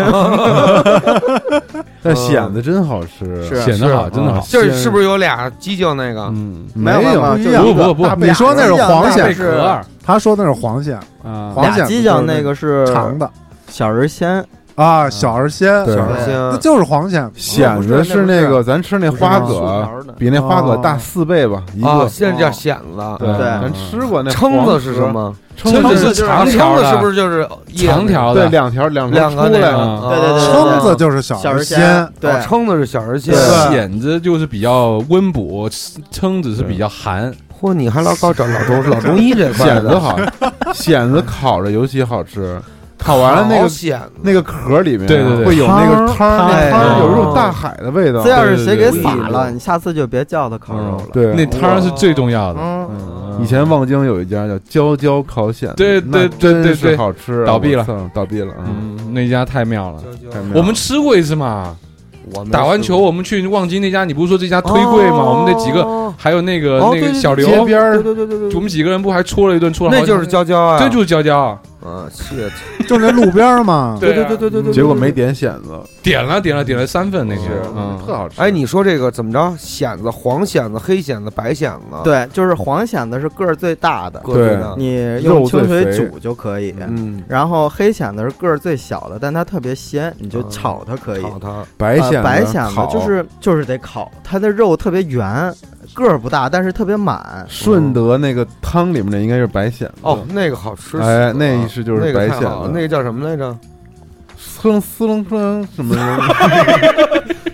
Speaker 6: 但显得真好吃，
Speaker 4: 是
Speaker 7: 显得好，真
Speaker 3: 啊
Speaker 7: 的好，
Speaker 9: 就是是不是有俩鸡叫那个？
Speaker 7: 嗯，
Speaker 4: 没有
Speaker 6: 没有
Speaker 4: 没有
Speaker 6: 一
Speaker 4: 就
Speaker 6: 样
Speaker 4: 是
Speaker 7: 不不不
Speaker 6: 大
Speaker 3: 你说那是黄
Speaker 4: 这两
Speaker 7: 贝
Speaker 3: 蚬，
Speaker 4: 是
Speaker 7: 壳儿
Speaker 3: 他说那是黄蚬，
Speaker 7: 啊
Speaker 3: 黄蚬
Speaker 4: 俩鸡酱那个是
Speaker 3: 长的，
Speaker 4: 小人鲜，
Speaker 3: 啊，小儿鲜，
Speaker 6: 对
Speaker 9: 小时
Speaker 4: 对
Speaker 9: 鲜
Speaker 3: 那就是黄蚬
Speaker 6: 蚬子是那个咱吃那花
Speaker 3: 不是
Speaker 6: 蛤，
Speaker 4: 条的，
Speaker 6: 比那花蛤大四倍吧，一
Speaker 9: 啊，
Speaker 6: 个。
Speaker 9: 现在叫蚬子。
Speaker 4: 对
Speaker 6: 咱吃过那
Speaker 9: 蛏
Speaker 6: 黄
Speaker 9: 子是什
Speaker 6: 蚵？
Speaker 9: 么？
Speaker 6: 蛏
Speaker 7: 蛏
Speaker 6: 子
Speaker 9: 蛏
Speaker 7: 是
Speaker 9: 子
Speaker 7: 长条
Speaker 9: 蛏
Speaker 7: 的
Speaker 9: 子是不是就是叶
Speaker 7: 长条
Speaker 6: 对
Speaker 7: 的，
Speaker 6: 两条两条
Speaker 9: 两
Speaker 6: 出来
Speaker 9: 个那个？
Speaker 6: 了，
Speaker 9: 啊
Speaker 4: 对对对
Speaker 3: 蛏子就是小
Speaker 4: 小
Speaker 3: 儿
Speaker 4: 时
Speaker 3: 鲜
Speaker 4: 鲜，，对
Speaker 9: 哦，蛏子是小儿鲜。
Speaker 3: 对
Speaker 7: 蚬子就是比较温补，蛏子是比较寒。
Speaker 9: 嚯，你还老搞找老中老中医这块
Speaker 6: 蚬
Speaker 9: 的
Speaker 6: 子，好，蚬子烤着尤其好吃，烤完了那
Speaker 9: 好
Speaker 6: 个
Speaker 9: 蚬子
Speaker 6: 那个壳里面
Speaker 7: 对对对
Speaker 6: 会有那个汤儿，
Speaker 4: 汤儿
Speaker 6: 那汤
Speaker 9: 哎
Speaker 6: 儿有一种大海的味道
Speaker 4: 这。要是
Speaker 7: 对
Speaker 4: 谁
Speaker 7: 对
Speaker 4: 给
Speaker 7: 对
Speaker 4: 撒
Speaker 9: 对
Speaker 4: 了，你下次就别叫他烤肉了。
Speaker 6: 嗯对，
Speaker 7: 那汤是最重要的，
Speaker 4: 嗯，
Speaker 6: 以前望京有一家叫焦焦烤蚬子，
Speaker 7: 对对
Speaker 6: 那
Speaker 7: 对对
Speaker 6: 真是
Speaker 7: 对
Speaker 6: 好吃啊，
Speaker 7: 倒闭了
Speaker 6: 我操，倒闭了。嗯，
Speaker 7: 嗯，那家太妙了。
Speaker 6: 太妙了
Speaker 7: 我们吃过一次嘛，
Speaker 9: 我没
Speaker 7: 打完
Speaker 9: 吃
Speaker 7: 球
Speaker 9: 过
Speaker 7: 我们去望京那家，你不是说这家推柜吗？我们那几个，
Speaker 9: 哦
Speaker 7: 还有那个
Speaker 9: 哦
Speaker 7: 那
Speaker 9: 对
Speaker 7: 个
Speaker 9: 对
Speaker 7: 小
Speaker 9: 对
Speaker 7: 刘，
Speaker 6: 街边 儿
Speaker 9: 对对对对
Speaker 7: 我
Speaker 9: 对，
Speaker 7: 们几个人不还戳了一顿，戳了好
Speaker 9: 那
Speaker 7: 几
Speaker 9: 就是娇娇啊，
Speaker 7: 这就是娇娇，
Speaker 9: 啊，是，
Speaker 3: 就那路边儿嘛。
Speaker 7: 对
Speaker 9: 对
Speaker 7: 啊
Speaker 9: 对对对对，
Speaker 6: 结果没点蚬子，
Speaker 7: 点了点了点了三份那是，
Speaker 6: 特
Speaker 7: 嗯，
Speaker 6: 好吃。
Speaker 9: 哎，你说这个怎么着？蚬子，黄蚬子、黑蚬子、白蚬子，，
Speaker 4: 对，就是黄蚬子是个儿最大的，
Speaker 9: 各种的，
Speaker 4: 你用清水
Speaker 6: 肉最肥
Speaker 4: 煮就可以。
Speaker 9: 嗯，
Speaker 4: 然后黑蚬子是个儿最小的，但它特别鲜，你就
Speaker 9: 嗯
Speaker 4: 炒它可以。
Speaker 9: 炒它，
Speaker 6: 白
Speaker 4: 呃
Speaker 6: 蚬
Speaker 4: 白
Speaker 6: 子
Speaker 4: 蚬
Speaker 6: 烤
Speaker 4: 子就是就是得烤，它的肉特别圆，个儿不大，但是特别满。
Speaker 6: 顺德那个汤里面那应该是白蚬子
Speaker 9: 哦，，那个好吃死了，
Speaker 6: 嗯
Speaker 9: 啊
Speaker 6: 哎那一是就是
Speaker 9: 那个
Speaker 6: 白
Speaker 9: 太好
Speaker 6: 蚬
Speaker 9: 了
Speaker 6: 子，
Speaker 9: 那个叫什么 来着？
Speaker 6: 呲楞呲楞呲楞什 么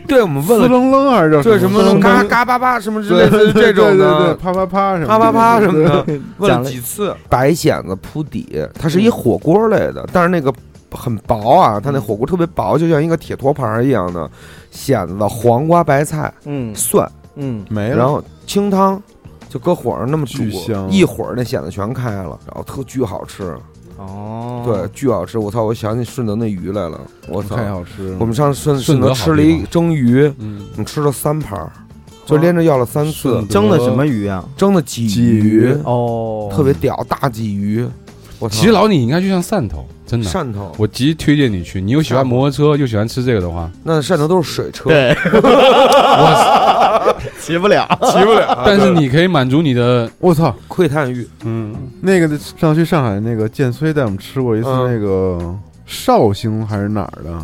Speaker 9: 对，我们问
Speaker 6: 呲
Speaker 9: 了，
Speaker 6: 楞楞还是叫
Speaker 9: 这什
Speaker 6: 么
Speaker 9: 么
Speaker 6: 呲
Speaker 9: 嘎
Speaker 6: 楞
Speaker 9: 嘎巴巴什么之
Speaker 6: 对
Speaker 9: 类
Speaker 6: 对
Speaker 9: 的
Speaker 6: 对
Speaker 9: 这种
Speaker 6: 对对
Speaker 9: 的，
Speaker 6: 啪啪啪什么
Speaker 9: 啪啪啪什么的，问
Speaker 4: 讲
Speaker 9: 了
Speaker 4: 了
Speaker 9: 几次。
Speaker 6: 嗯
Speaker 9: 白蚬子铺底，它是一
Speaker 4: 嗯
Speaker 9: 火锅类的，但是那个很薄啊，
Speaker 6: 嗯
Speaker 9: 它那火锅特别薄，就像一个铁托盘一样的。蚬子、黄瓜、白菜、
Speaker 4: 嗯
Speaker 9: 蒜，
Speaker 4: 嗯，
Speaker 6: 没
Speaker 9: 然
Speaker 6: 了。
Speaker 9: 后清汤，就搁火上那么煮
Speaker 6: 哎巨香，
Speaker 9: 一会儿那蚬子全开了，然后特巨好吃，
Speaker 4: 哦，
Speaker 9: 对，，巨好吃。我操，我想起顺德那鱼来了，我操！
Speaker 6: 太好吃了
Speaker 9: 我，们上顺
Speaker 7: 顺
Speaker 9: 顺
Speaker 7: 德
Speaker 9: 德
Speaker 7: 好
Speaker 9: 吃了
Speaker 7: 地
Speaker 9: 一
Speaker 7: 方
Speaker 9: 蒸鱼，
Speaker 7: 嗯，
Speaker 9: 我们吃了三盘儿，就连着要了三次
Speaker 6: 顺，德
Speaker 4: 嗯蒸的什么鱼啊？
Speaker 9: 蒸的鲫
Speaker 6: 鲫鱼
Speaker 4: 哦，
Speaker 9: 嗯特别屌，大鲫鱼。我操
Speaker 7: 其实老你应该去上汕头，真的，
Speaker 9: 汕头，
Speaker 7: 我极推荐你去。你又喜欢摩托车，又喜欢吃这个的话，
Speaker 9: 那汕头都是水车，
Speaker 4: 对，骑不了。
Speaker 9: 骑不了。
Speaker 7: 但是你可以满足你的，
Speaker 6: 我操！
Speaker 9: 窥探欲，
Speaker 7: 嗯，
Speaker 6: 那个上去上海那个建崔带我们吃过一次
Speaker 9: 嗯
Speaker 6: 那个绍兴还是哪儿的，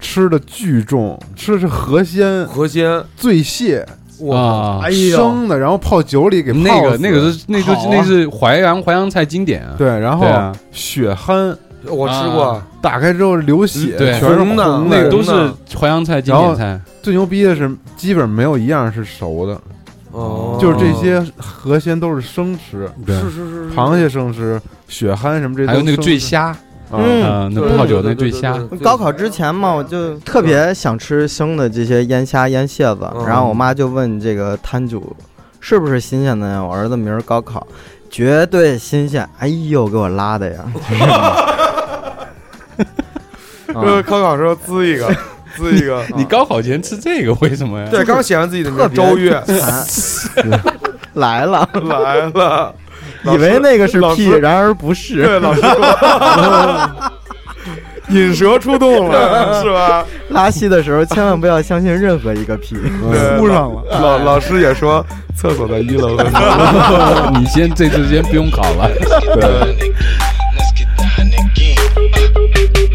Speaker 6: 吃的巨重，吃的是河鲜、
Speaker 9: 河鲜，
Speaker 6: 醉蟹，
Speaker 7: 啊，
Speaker 9: 哎
Speaker 6: 哎生的，然后泡酒里给泡
Speaker 7: 那个
Speaker 6: 死
Speaker 7: 那个是那就
Speaker 6: 好啊
Speaker 7: 那是淮扬淮扬菜经典啊，
Speaker 6: 对，然后
Speaker 7: 对啊，
Speaker 6: 血蚶
Speaker 9: 我吃过，
Speaker 6: 打开之后流血，
Speaker 7: 嗯对
Speaker 6: 全是红
Speaker 9: 红的
Speaker 6: 的，
Speaker 7: 那
Speaker 9: 个
Speaker 7: 个都
Speaker 9: 真的
Speaker 7: 是淮扬菜经典菜，
Speaker 6: 最牛逼的是，基本没有一样是熟的，
Speaker 9: 哦
Speaker 6: 啊就是这些河鲜都是生吃，
Speaker 9: 是是是，是
Speaker 6: 螃蟹生吃，血蚶什么这
Speaker 7: 嗯还有那个醉
Speaker 6: 醉，
Speaker 7: 虾，
Speaker 6: 嗯，
Speaker 7: 啊，那
Speaker 9: 对
Speaker 7: 泡酒那
Speaker 9: 对对啊
Speaker 7: 醉
Speaker 9: 对
Speaker 7: 虾
Speaker 9: 对，对
Speaker 4: 高考之前嘛，我就特别想吃生的这些腌虾、腌蟹子，
Speaker 9: 嗯
Speaker 4: 然后我妈就问这个摊主是不是新鲜的呀？我儿子明儿高考，绝对新鲜。哎呦，给我拉的呀！
Speaker 9: 呃，高考时候滋一个，滋一 个。
Speaker 7: 你高考前吃这个为什么呀？
Speaker 9: 对，刚写完自己的名儿， 周越
Speaker 4: 啊来了，
Speaker 9: 来了，
Speaker 4: 以为那个是
Speaker 9: 老
Speaker 4: P，
Speaker 9: 师
Speaker 4: 然而不是，
Speaker 9: 对，老师说引蛇出洞了， 是吧？
Speaker 4: 拉稀的时候千万不要相信任何一个嗯 P。
Speaker 9: 对
Speaker 3: 敷上了，
Speaker 9: 老老师也说，厕所在一楼。
Speaker 7: 你先这次先不用考 了。
Speaker 10: Let's get down again.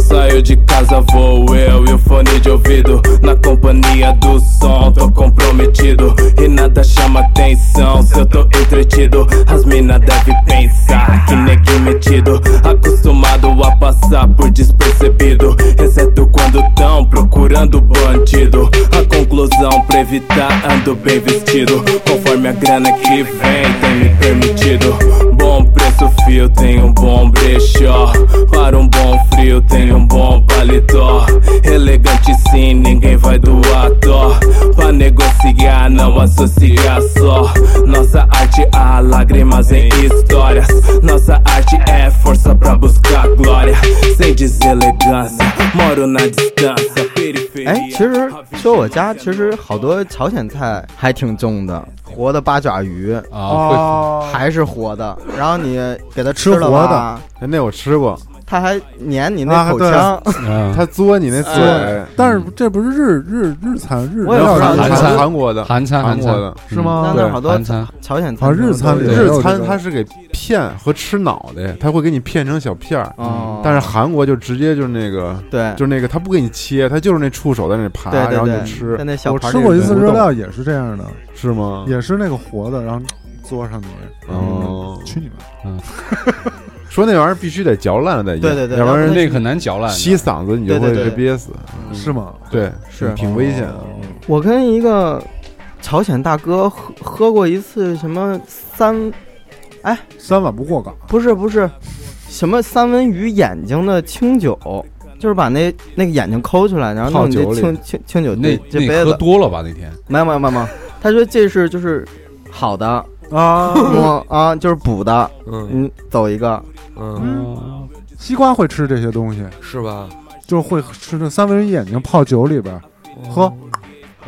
Speaker 8: Saio de casa, vou eu e o fone de ouvido. Na companhia do som, tô comprometido. E nada chama atenção se eu tô entretido. As mina deve pensar que neguinho metido. Acostumado a passar por despercebido. Exceto quando tão procurando bandido. A conclusão pra evitar, ando bem vestido. Conforme a grana que vem tem me permitido. Bom preço, fio, tem um bom brechó. Para um bom frio, tem um bom paletó. Elegante sim, ninguém vai doar dó. Pra negociar, não associar só. Nossa arte há lágrimas em histórias. Nossa arte é força pra buscar glória. Sem deselegância, moro na distância. periferia.
Speaker 4: 哎，其实说我家其实好多朝鲜菜还挺重的，活的八爪鱼
Speaker 7: 啊，
Speaker 4: 还是活的，然后你给它吃
Speaker 3: 吃
Speaker 4: 了
Speaker 3: 活
Speaker 4: 吧
Speaker 6: 哎那我吃过，
Speaker 4: 他还撵你
Speaker 3: 啊
Speaker 4: 那口
Speaker 3: 对
Speaker 4: 腔，
Speaker 7: 啊，
Speaker 6: 他嘬你那嘴，
Speaker 3: 但是这不是日日日餐日
Speaker 4: 嗯我也不
Speaker 3: 料
Speaker 4: 知道
Speaker 3: 理
Speaker 6: 韩
Speaker 7: 韩餐
Speaker 6: 韩国的，
Speaker 7: 韩餐
Speaker 6: 韩
Speaker 7: 韩
Speaker 6: 国
Speaker 7: 餐
Speaker 6: 的是吗
Speaker 4: 那？
Speaker 6: 对
Speaker 4: 那好多
Speaker 7: 韩餐
Speaker 4: 朝鲜
Speaker 3: 啊日餐里
Speaker 4: 里
Speaker 3: 也有
Speaker 6: 日
Speaker 3: 这
Speaker 6: 餐
Speaker 3: 个
Speaker 6: 它是给片和吃脑袋，他会给你片成小片儿，
Speaker 4: 哦，
Speaker 6: 嗯但是韩国就直接就是那个，
Speaker 4: 对，
Speaker 6: 就是那个他不给你切，他就是那触手在那爬，
Speaker 4: 对
Speaker 6: 然
Speaker 4: 对
Speaker 6: 后你就
Speaker 4: 对，
Speaker 6: 吃
Speaker 4: 在，那小
Speaker 3: 我
Speaker 4: 盘
Speaker 3: 吃
Speaker 4: 里
Speaker 3: 过一
Speaker 4: 面
Speaker 3: 次热料也是这样的，
Speaker 6: 是吗？
Speaker 3: 也是那个活的，然后嘬上去，
Speaker 6: 哦
Speaker 3: 嗯
Speaker 6: 嗯
Speaker 3: 去你妈！
Speaker 6: 说那玩意儿必须得嚼烂了再咽，
Speaker 4: 对对对
Speaker 6: 要不然
Speaker 4: 要不
Speaker 6: 那
Speaker 7: 那个很难嚼烂的，
Speaker 6: 吸嗓子你就会
Speaker 4: 对对对
Speaker 6: 被憋死，
Speaker 3: 是吗？哦
Speaker 6: 对，
Speaker 4: 是
Speaker 6: 挺危险的。
Speaker 4: 我跟一个朝鲜大哥喝喝过一次什么三，哎
Speaker 3: 三碗不过岗，
Speaker 4: 不是不是，什么三文鱼眼睛的清酒，就是把那那个眼睛抠出来，然后
Speaker 6: 泡
Speaker 4: 弄你
Speaker 6: 酒
Speaker 4: 这
Speaker 6: 里
Speaker 4: 清清清酒
Speaker 7: 那
Speaker 4: 这这
Speaker 7: 那
Speaker 4: 杯
Speaker 7: 喝
Speaker 4: 子，
Speaker 7: 多了吧那天，
Speaker 4: 没有没有没有没有，他说这是就是好的，
Speaker 3: 啊，
Speaker 4: 我啊就是补的，
Speaker 9: 嗯
Speaker 4: 嗯，走一个，
Speaker 9: 嗯，
Speaker 7: 嗯，
Speaker 3: 西瓜会吃这些东西，
Speaker 9: 是吧？
Speaker 3: 就是会吃那三文鱼眼睛泡酒里边，喝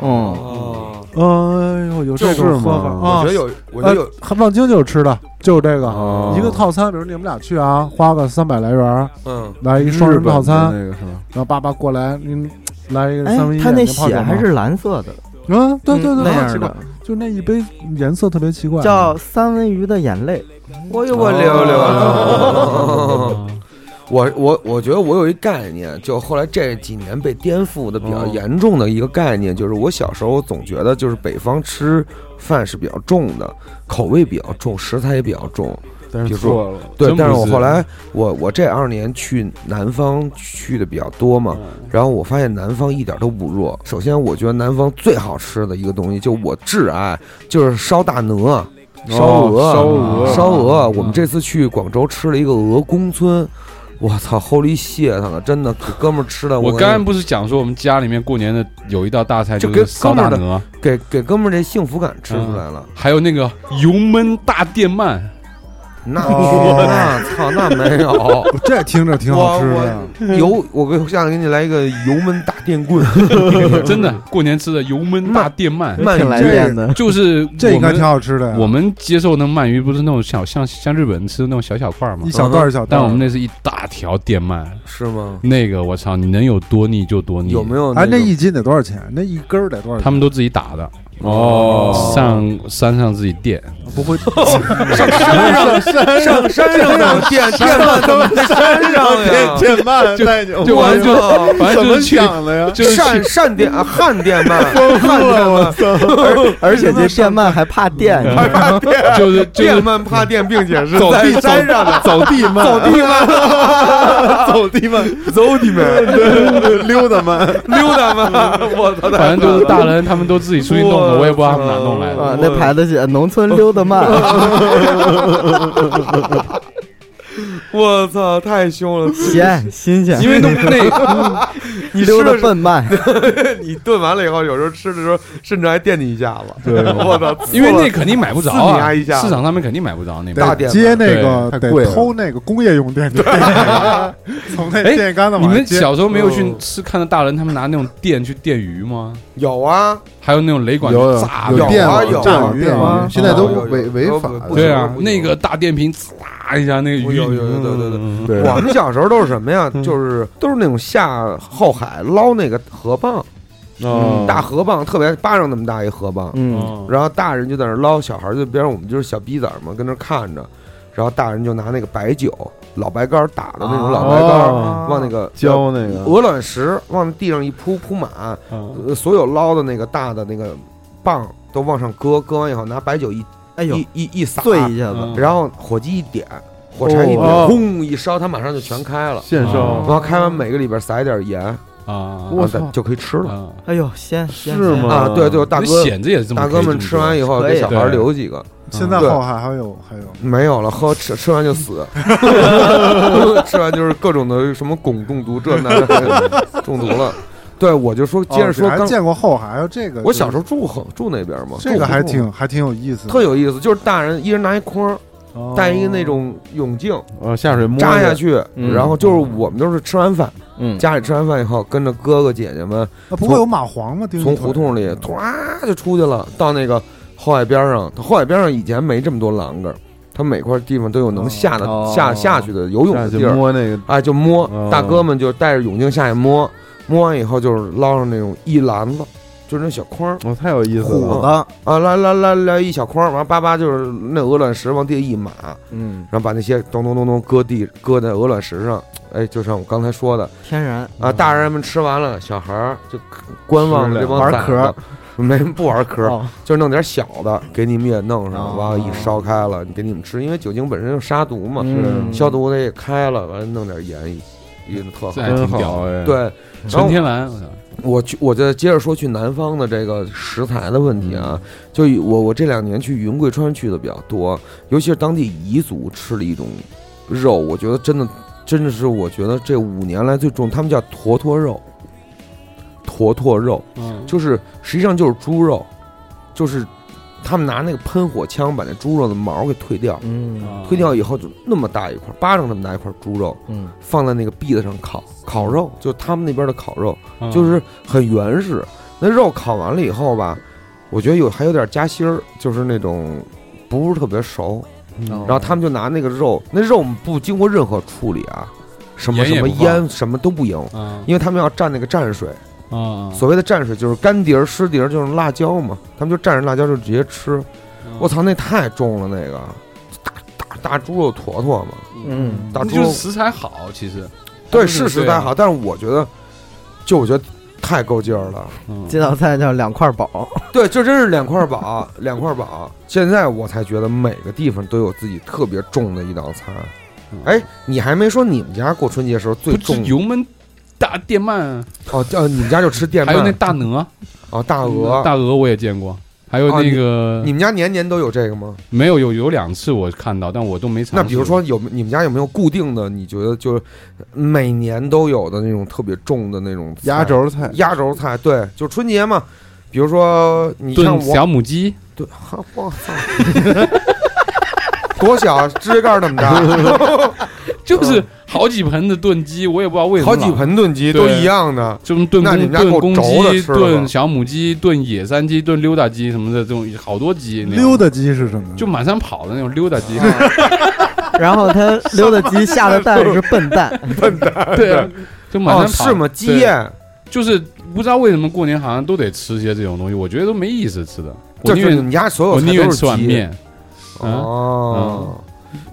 Speaker 4: 嗯，
Speaker 9: 哦，
Speaker 3: 哎呦，有这种喝法
Speaker 6: 是吗
Speaker 9: 我
Speaker 3: 啊
Speaker 9: 觉得！有，我觉得有，
Speaker 3: 呃望京就有吃的，就是这个
Speaker 6: 哦
Speaker 3: 一个套餐，比如你们俩去啊，花个三百来元
Speaker 9: 嗯，
Speaker 3: 来一双人套餐，
Speaker 6: 那个是吧？
Speaker 3: 然后爸爸过来，嗯，来一个
Speaker 4: 哎
Speaker 3: 三文鱼，
Speaker 4: 他那
Speaker 3: 眼睛泡酒
Speaker 4: 血
Speaker 3: 嘛
Speaker 4: 还是蓝色的，
Speaker 3: 嗯，对对
Speaker 4: 嗯
Speaker 3: 对，
Speaker 4: 那
Speaker 3: 好
Speaker 4: 样
Speaker 3: 奇怪
Speaker 4: 的，
Speaker 3: 就那一杯颜色特别奇怪，
Speaker 4: 叫三文鱼的眼泪，
Speaker 9: 我有我溜溜。哦我我我觉得我有一概念，就后来这几年被颠覆的比较严重的一个概念，就是我小时候总觉得就是北方吃饭是比较重的，口味比较重，食材也比较重。
Speaker 6: 但
Speaker 9: 比
Speaker 6: 是
Speaker 9: 如说
Speaker 6: 错了，
Speaker 9: 对，
Speaker 7: 真不
Speaker 9: 但是我
Speaker 7: 是啊
Speaker 9: 后来我我这二年去南方去的比较多嘛，然后我发现南方一点都不弱。首先，我觉得南方最好吃的一个东西，就我挚爱就是烧大鹅、烧鹅、
Speaker 6: 烧鹅，
Speaker 9: 烧鹅，
Speaker 7: 嗯
Speaker 9: 我们这次去广州吃了一个鹅公村，我操，holy shit 他了，真的，给哥们儿吃的，
Speaker 7: 我
Speaker 9: 我
Speaker 7: 刚才不是讲说我们家里面过年的有一道大菜
Speaker 9: 就
Speaker 7: 就是
Speaker 9: 跟
Speaker 7: 烧
Speaker 9: 哥们
Speaker 7: 大
Speaker 9: 儿的
Speaker 7: 鹅，
Speaker 9: 给给哥们儿这幸福感吃出来了。
Speaker 7: 还有那个油焖大电鳗，
Speaker 9: 那
Speaker 3: 哦
Speaker 9: 那操，那没 有
Speaker 3: 这听着挺好吃
Speaker 9: 我
Speaker 6: 啊
Speaker 3: 的。
Speaker 9: 油，我给下次给你来一个油焖大电棍，
Speaker 7: 真的过年吃的油焖大电鳗，
Speaker 9: 慢
Speaker 4: 挺来
Speaker 3: 这
Speaker 4: 电 的，
Speaker 7: 就是
Speaker 3: 这
Speaker 7: 我
Speaker 3: 应该挺
Speaker 7: 们
Speaker 3: 好吃
Speaker 6: 啊
Speaker 3: 的呀。
Speaker 7: 我们接受那个鳗鱼不是那种小像像日本吃的那种小小块儿嘛
Speaker 6: 嗯
Speaker 3: 一，小段儿一小段
Speaker 7: 但
Speaker 3: 儿，
Speaker 7: 我们那是一大条电鳗，
Speaker 9: 是吗？
Speaker 7: 那个我操，你能有多腻就多腻，
Speaker 9: 有没
Speaker 7: 有？
Speaker 9: 有？
Speaker 3: 哎，那一斤得多少钱？那一根儿得多少
Speaker 7: 他
Speaker 3: 钱？
Speaker 7: 们都自己打的，
Speaker 6: 哦
Speaker 7: 上山上自己垫，
Speaker 3: 不会
Speaker 9: 山上上山上让电电鳗他们在山上呀？
Speaker 6: 这慢
Speaker 7: 就
Speaker 6: 太牛
Speaker 7: 就
Speaker 6: 了
Speaker 7: 完了就
Speaker 9: 操
Speaker 7: 反正
Speaker 6: 怎
Speaker 7: 就
Speaker 6: 么
Speaker 7: 是去
Speaker 6: 想的呀？
Speaker 7: 就是
Speaker 9: 善
Speaker 7: 去
Speaker 9: 善电啊旱电鳗，旱电鳗。
Speaker 4: 而且这电鳗还怕电，
Speaker 7: 嗯
Speaker 4: 你知道吗
Speaker 7: 就是就是
Speaker 9: 电鳗怕电，并且是
Speaker 6: 走
Speaker 9: 在
Speaker 6: 地
Speaker 9: 山上的，
Speaker 6: 走地慢，
Speaker 9: 走地鳗，
Speaker 6: 走地慢，
Speaker 9: 走地鳗，
Speaker 6: 溜达慢。
Speaker 9: 溜达鳗，我操！
Speaker 7: 反正就是大人他们都自己出去弄的，我也不知道他们哪弄来的。
Speaker 4: 啊，那牌子写农村溜达慢，
Speaker 9: 我操，太凶了！
Speaker 4: 鲜新鲜，
Speaker 7: 因为那那
Speaker 9: 你
Speaker 4: 溜达
Speaker 9: 吃的
Speaker 4: 笨慢，
Speaker 9: 是，你炖完了以后，有时候吃的时候，甚至还电你一下子。
Speaker 6: 对
Speaker 9: 我操！
Speaker 7: 因为那肯定买不着
Speaker 9: 刺你
Speaker 7: 啊，
Speaker 9: 啊一
Speaker 7: 市
Speaker 9: 下
Speaker 7: 场上面肯定买不着那
Speaker 9: 大
Speaker 7: 个。
Speaker 9: 电
Speaker 3: 接
Speaker 9: 鳗
Speaker 3: 那
Speaker 6: 对太
Speaker 3: 个
Speaker 6: 贵
Speaker 3: 得
Speaker 6: 了
Speaker 3: 偷那个工业用电，从那
Speaker 7: 哎
Speaker 3: 电线杆子
Speaker 7: 你
Speaker 3: 往上
Speaker 7: 们
Speaker 3: 接。
Speaker 7: 小时候没有去
Speaker 9: 嗯
Speaker 7: 吃看到大人他们拿那种电去电鱼吗？
Speaker 9: 有啊，
Speaker 7: 还有那种雷管
Speaker 6: 有
Speaker 7: 去
Speaker 6: 有
Speaker 7: 炸
Speaker 6: 有
Speaker 7: 的。
Speaker 6: 电
Speaker 9: 啊
Speaker 6: 网
Speaker 9: 有
Speaker 6: 炸
Speaker 9: 啊
Speaker 6: 鱼
Speaker 3: 电
Speaker 6: 网
Speaker 3: 网
Speaker 6: 现在都
Speaker 9: 有有有
Speaker 6: 违违
Speaker 9: 有
Speaker 6: 法
Speaker 9: 有
Speaker 6: 了
Speaker 9: 有
Speaker 7: 对啊
Speaker 9: 不，行
Speaker 7: 那个大电瓶呲一下，那个
Speaker 9: 有
Speaker 7: 鱼。
Speaker 9: 有有对对对
Speaker 7: 嗯
Speaker 6: 对
Speaker 9: 我们小时候都是什么呀？就是都是那种下后海捞那个河蚌，
Speaker 6: 哦
Speaker 9: 大河蚌，特别巴掌那么大一河蚌，
Speaker 4: 嗯，
Speaker 9: 然后大人就在那儿捞，小孩儿就边上我们就是小逼崽儿嘛，跟那儿看着，然后大人就拿那个白酒、老白干儿打的那种老白干儿，
Speaker 6: 哦
Speaker 9: 往那个
Speaker 6: 浇那个
Speaker 9: 鹅卵石往地上一铺铺满，呃所有捞的那个大的那个棒都往上搁，搁完以后拿白酒一
Speaker 4: 哎呦
Speaker 9: 一，一一撒，
Speaker 4: 碎一下子，
Speaker 9: 然后火机一点，火柴一
Speaker 6: 哦
Speaker 9: 点，轰一烧，它马上就全开了。
Speaker 6: 现烧
Speaker 7: 哦
Speaker 9: 然后开完每个里边撒一点盐，
Speaker 6: 我
Speaker 7: 啊
Speaker 9: 然后再
Speaker 6: 操
Speaker 9: 就可以吃了
Speaker 7: 啊！
Speaker 4: 哎呦，鲜鲜
Speaker 6: 是
Speaker 4: 鲜
Speaker 6: 吗
Speaker 9: 啊！对对，大哥
Speaker 7: 那显着也是这么
Speaker 9: 大哥们吃完以
Speaker 7: 后，
Speaker 9: 后
Speaker 4: 可以
Speaker 9: 给小孩
Speaker 7: 对
Speaker 9: 留几个，
Speaker 3: 现在
Speaker 9: 对
Speaker 3: 后海还有还有，
Speaker 9: 没有了，喝吃吃完就死，吃完就是各种的什么汞中毒这那的中毒了。对，我就说接着说
Speaker 3: 哦还
Speaker 9: 刚，
Speaker 3: 见过后海，还有这个。
Speaker 9: 我小时
Speaker 3: 候
Speaker 9: 候住横住那边嘛，
Speaker 3: 这个还
Speaker 9: 住
Speaker 3: 挺还挺有意思的，
Speaker 9: 特有意思，就是大人一人拿一筐，
Speaker 3: 哦
Speaker 9: 带一个那种泳镜
Speaker 6: 呃下水摸
Speaker 9: 扎下去，
Speaker 4: 嗯
Speaker 9: 然后就是我们都是吃完饭，
Speaker 4: 嗯，
Speaker 9: 家里吃完饭以后，跟着哥哥姐姐们
Speaker 3: 啊不会有蚂蟥吗？
Speaker 6: 嗯
Speaker 3: 叮你
Speaker 9: 从
Speaker 3: 腿
Speaker 9: 胡同里唰就出去了，到那个后海边上。后海边上以前没这么多栏杆儿，它每块地方都有能下的、
Speaker 1: 哦
Speaker 9: 下下去的游泳
Speaker 6: 下
Speaker 9: 的
Speaker 6: 去
Speaker 9: 地儿，
Speaker 6: 摸那个
Speaker 9: 哎，就摸、
Speaker 6: 哦
Speaker 9: 大哥们就戴着泳镜下去摸，摸完以后就是捞上那种一篮子，就是那小筐儿
Speaker 6: 哦，太有意思
Speaker 9: 虎
Speaker 6: 了。
Speaker 1: 的，
Speaker 9: 啊，来来来来一小筐儿，完了叭叭就是那鹅卵石往地下一码，
Speaker 1: 嗯，
Speaker 9: 然后把那些咚咚咚咚搁地搁在鹅卵石上，哎，就像我刚才说的
Speaker 1: 天然
Speaker 9: 啊，大人们吃完了，小孩儿就观望着这帮
Speaker 1: 玩
Speaker 9: 崽子
Speaker 1: 壳儿，
Speaker 9: 没不玩壳儿，
Speaker 1: 哦
Speaker 9: 就是弄点小的给你们也弄上，
Speaker 1: 哦
Speaker 9: 完了一烧开了，你给你们吃，因为酒精本身就杀毒嘛，
Speaker 1: 嗯
Speaker 9: 消毒的也开了，完了弄点盐一一特
Speaker 7: 这还
Speaker 9: 好。
Speaker 7: 挺屌哎，，
Speaker 9: 对，然
Speaker 7: 纯
Speaker 9: 后
Speaker 7: 天然，我操
Speaker 9: 我去，我再接着说去南方的这个食材的问题啊，就以我我这两年去云贵川去的比较多，尤其是当地彝族吃的一种肉，我觉得真的真的是我觉得这五年来最重，他们叫坨坨肉，坨坨肉
Speaker 7: 嗯，
Speaker 9: 就是实际上就是猪肉，就是他们拿那个喷火枪把那猪肉的毛给退掉，
Speaker 1: 嗯
Speaker 9: 推掉以后就那么大一块，巴掌那么大一块猪肉，
Speaker 1: 嗯，
Speaker 9: 放在那个篦子上烤，烤肉就他们那边的烤肉，
Speaker 7: 嗯
Speaker 9: 就是很原始。那肉烤完了以后吧，我觉得有还有点夹心儿，就是那种不是特别熟。
Speaker 7: 嗯
Speaker 1: 然
Speaker 9: 然后他们就拿那个肉，那肉不经过任何处理啊，什么
Speaker 7: 盐
Speaker 9: 什
Speaker 7: 也
Speaker 9: 么
Speaker 7: 不放
Speaker 9: 腌什么都不腌，
Speaker 7: 啊
Speaker 9: 因为他们要蘸那个蘸水。
Speaker 7: 啊，
Speaker 9: 所谓的蘸水就是干碟儿、湿碟儿，就是辣椒嘛，他们就蘸着辣椒就直接吃。
Speaker 7: 嗯
Speaker 9: 我操，那太重了，那个大大大猪肉坨坨嘛。
Speaker 1: 嗯
Speaker 9: 大
Speaker 7: 那就
Speaker 9: 猪
Speaker 7: 是
Speaker 9: 肉
Speaker 7: 食材好，其实
Speaker 9: 啊对
Speaker 7: 就是是
Speaker 9: 食
Speaker 7: 对
Speaker 9: 材
Speaker 7: 啊
Speaker 9: 好，但是我觉得，就我觉得太够劲儿了。
Speaker 7: 嗯
Speaker 1: 这道菜叫两块宝，
Speaker 9: 对，这真是两块宝，两块宝。现在我才觉得每个地方都有自己特别重的一道菜。哎，你还没说你们家过春节的时候最
Speaker 7: 嗯不是
Speaker 9: 重
Speaker 7: 油焖大电鳗，
Speaker 9: 哦，呃，你们家就吃电
Speaker 7: 还有那
Speaker 9: 鳗
Speaker 7: 大鹅，嗯
Speaker 9: 哦，大鹅。
Speaker 7: 大鹅我也见过，还有
Speaker 9: 哦
Speaker 7: 那个
Speaker 9: 你们家年年都有这个吗？
Speaker 7: 没有有有两次我看到，但我都没尝试。
Speaker 9: 那比如说有你们家有没有固定的？你觉得就是每年都有的那种特别重的那种菜
Speaker 6: 压轴菜，
Speaker 9: 压轴菜？对，就春节嘛。比如说你像
Speaker 7: 炖
Speaker 9: 我嗯
Speaker 7: 小母鸡，
Speaker 9: 对，哈我操， 多小，啊指甲盖儿那么 大，
Speaker 7: 就是好几盆的炖鸡，我也不知道为什么
Speaker 9: 好
Speaker 7: 老
Speaker 9: 几，盆炖鸡
Speaker 7: 对
Speaker 9: 都一样的。
Speaker 7: 就是炖
Speaker 9: 那你
Speaker 7: 公
Speaker 9: 们家够
Speaker 7: 炖公
Speaker 9: 轴的
Speaker 7: 鸡、
Speaker 9: 吃了吧
Speaker 7: 炖小母鸡、炖野山鸡、炖溜达鸡什么的，这种好多鸡，那种
Speaker 4: 溜达鸡是什么？
Speaker 7: 就满山跑的那种溜达 鸡，
Speaker 1: 然后他溜达鸡下的蛋是笨蛋，
Speaker 7: 对啊，就满
Speaker 9: 哦，
Speaker 7: 山跑
Speaker 9: 是吗？鸡宴
Speaker 7: 就是不知道为什么过年好像都得吃些这种东西，我觉得都没意思吃的，我
Speaker 9: 就
Speaker 7: 宁
Speaker 9: 是你
Speaker 7: 愿
Speaker 9: 们家所有
Speaker 7: 我
Speaker 9: 菜
Speaker 7: 宁
Speaker 9: 都
Speaker 7: 愿
Speaker 9: 是
Speaker 7: 吃碗
Speaker 9: 鸡
Speaker 7: 面，嗯
Speaker 9: 哦。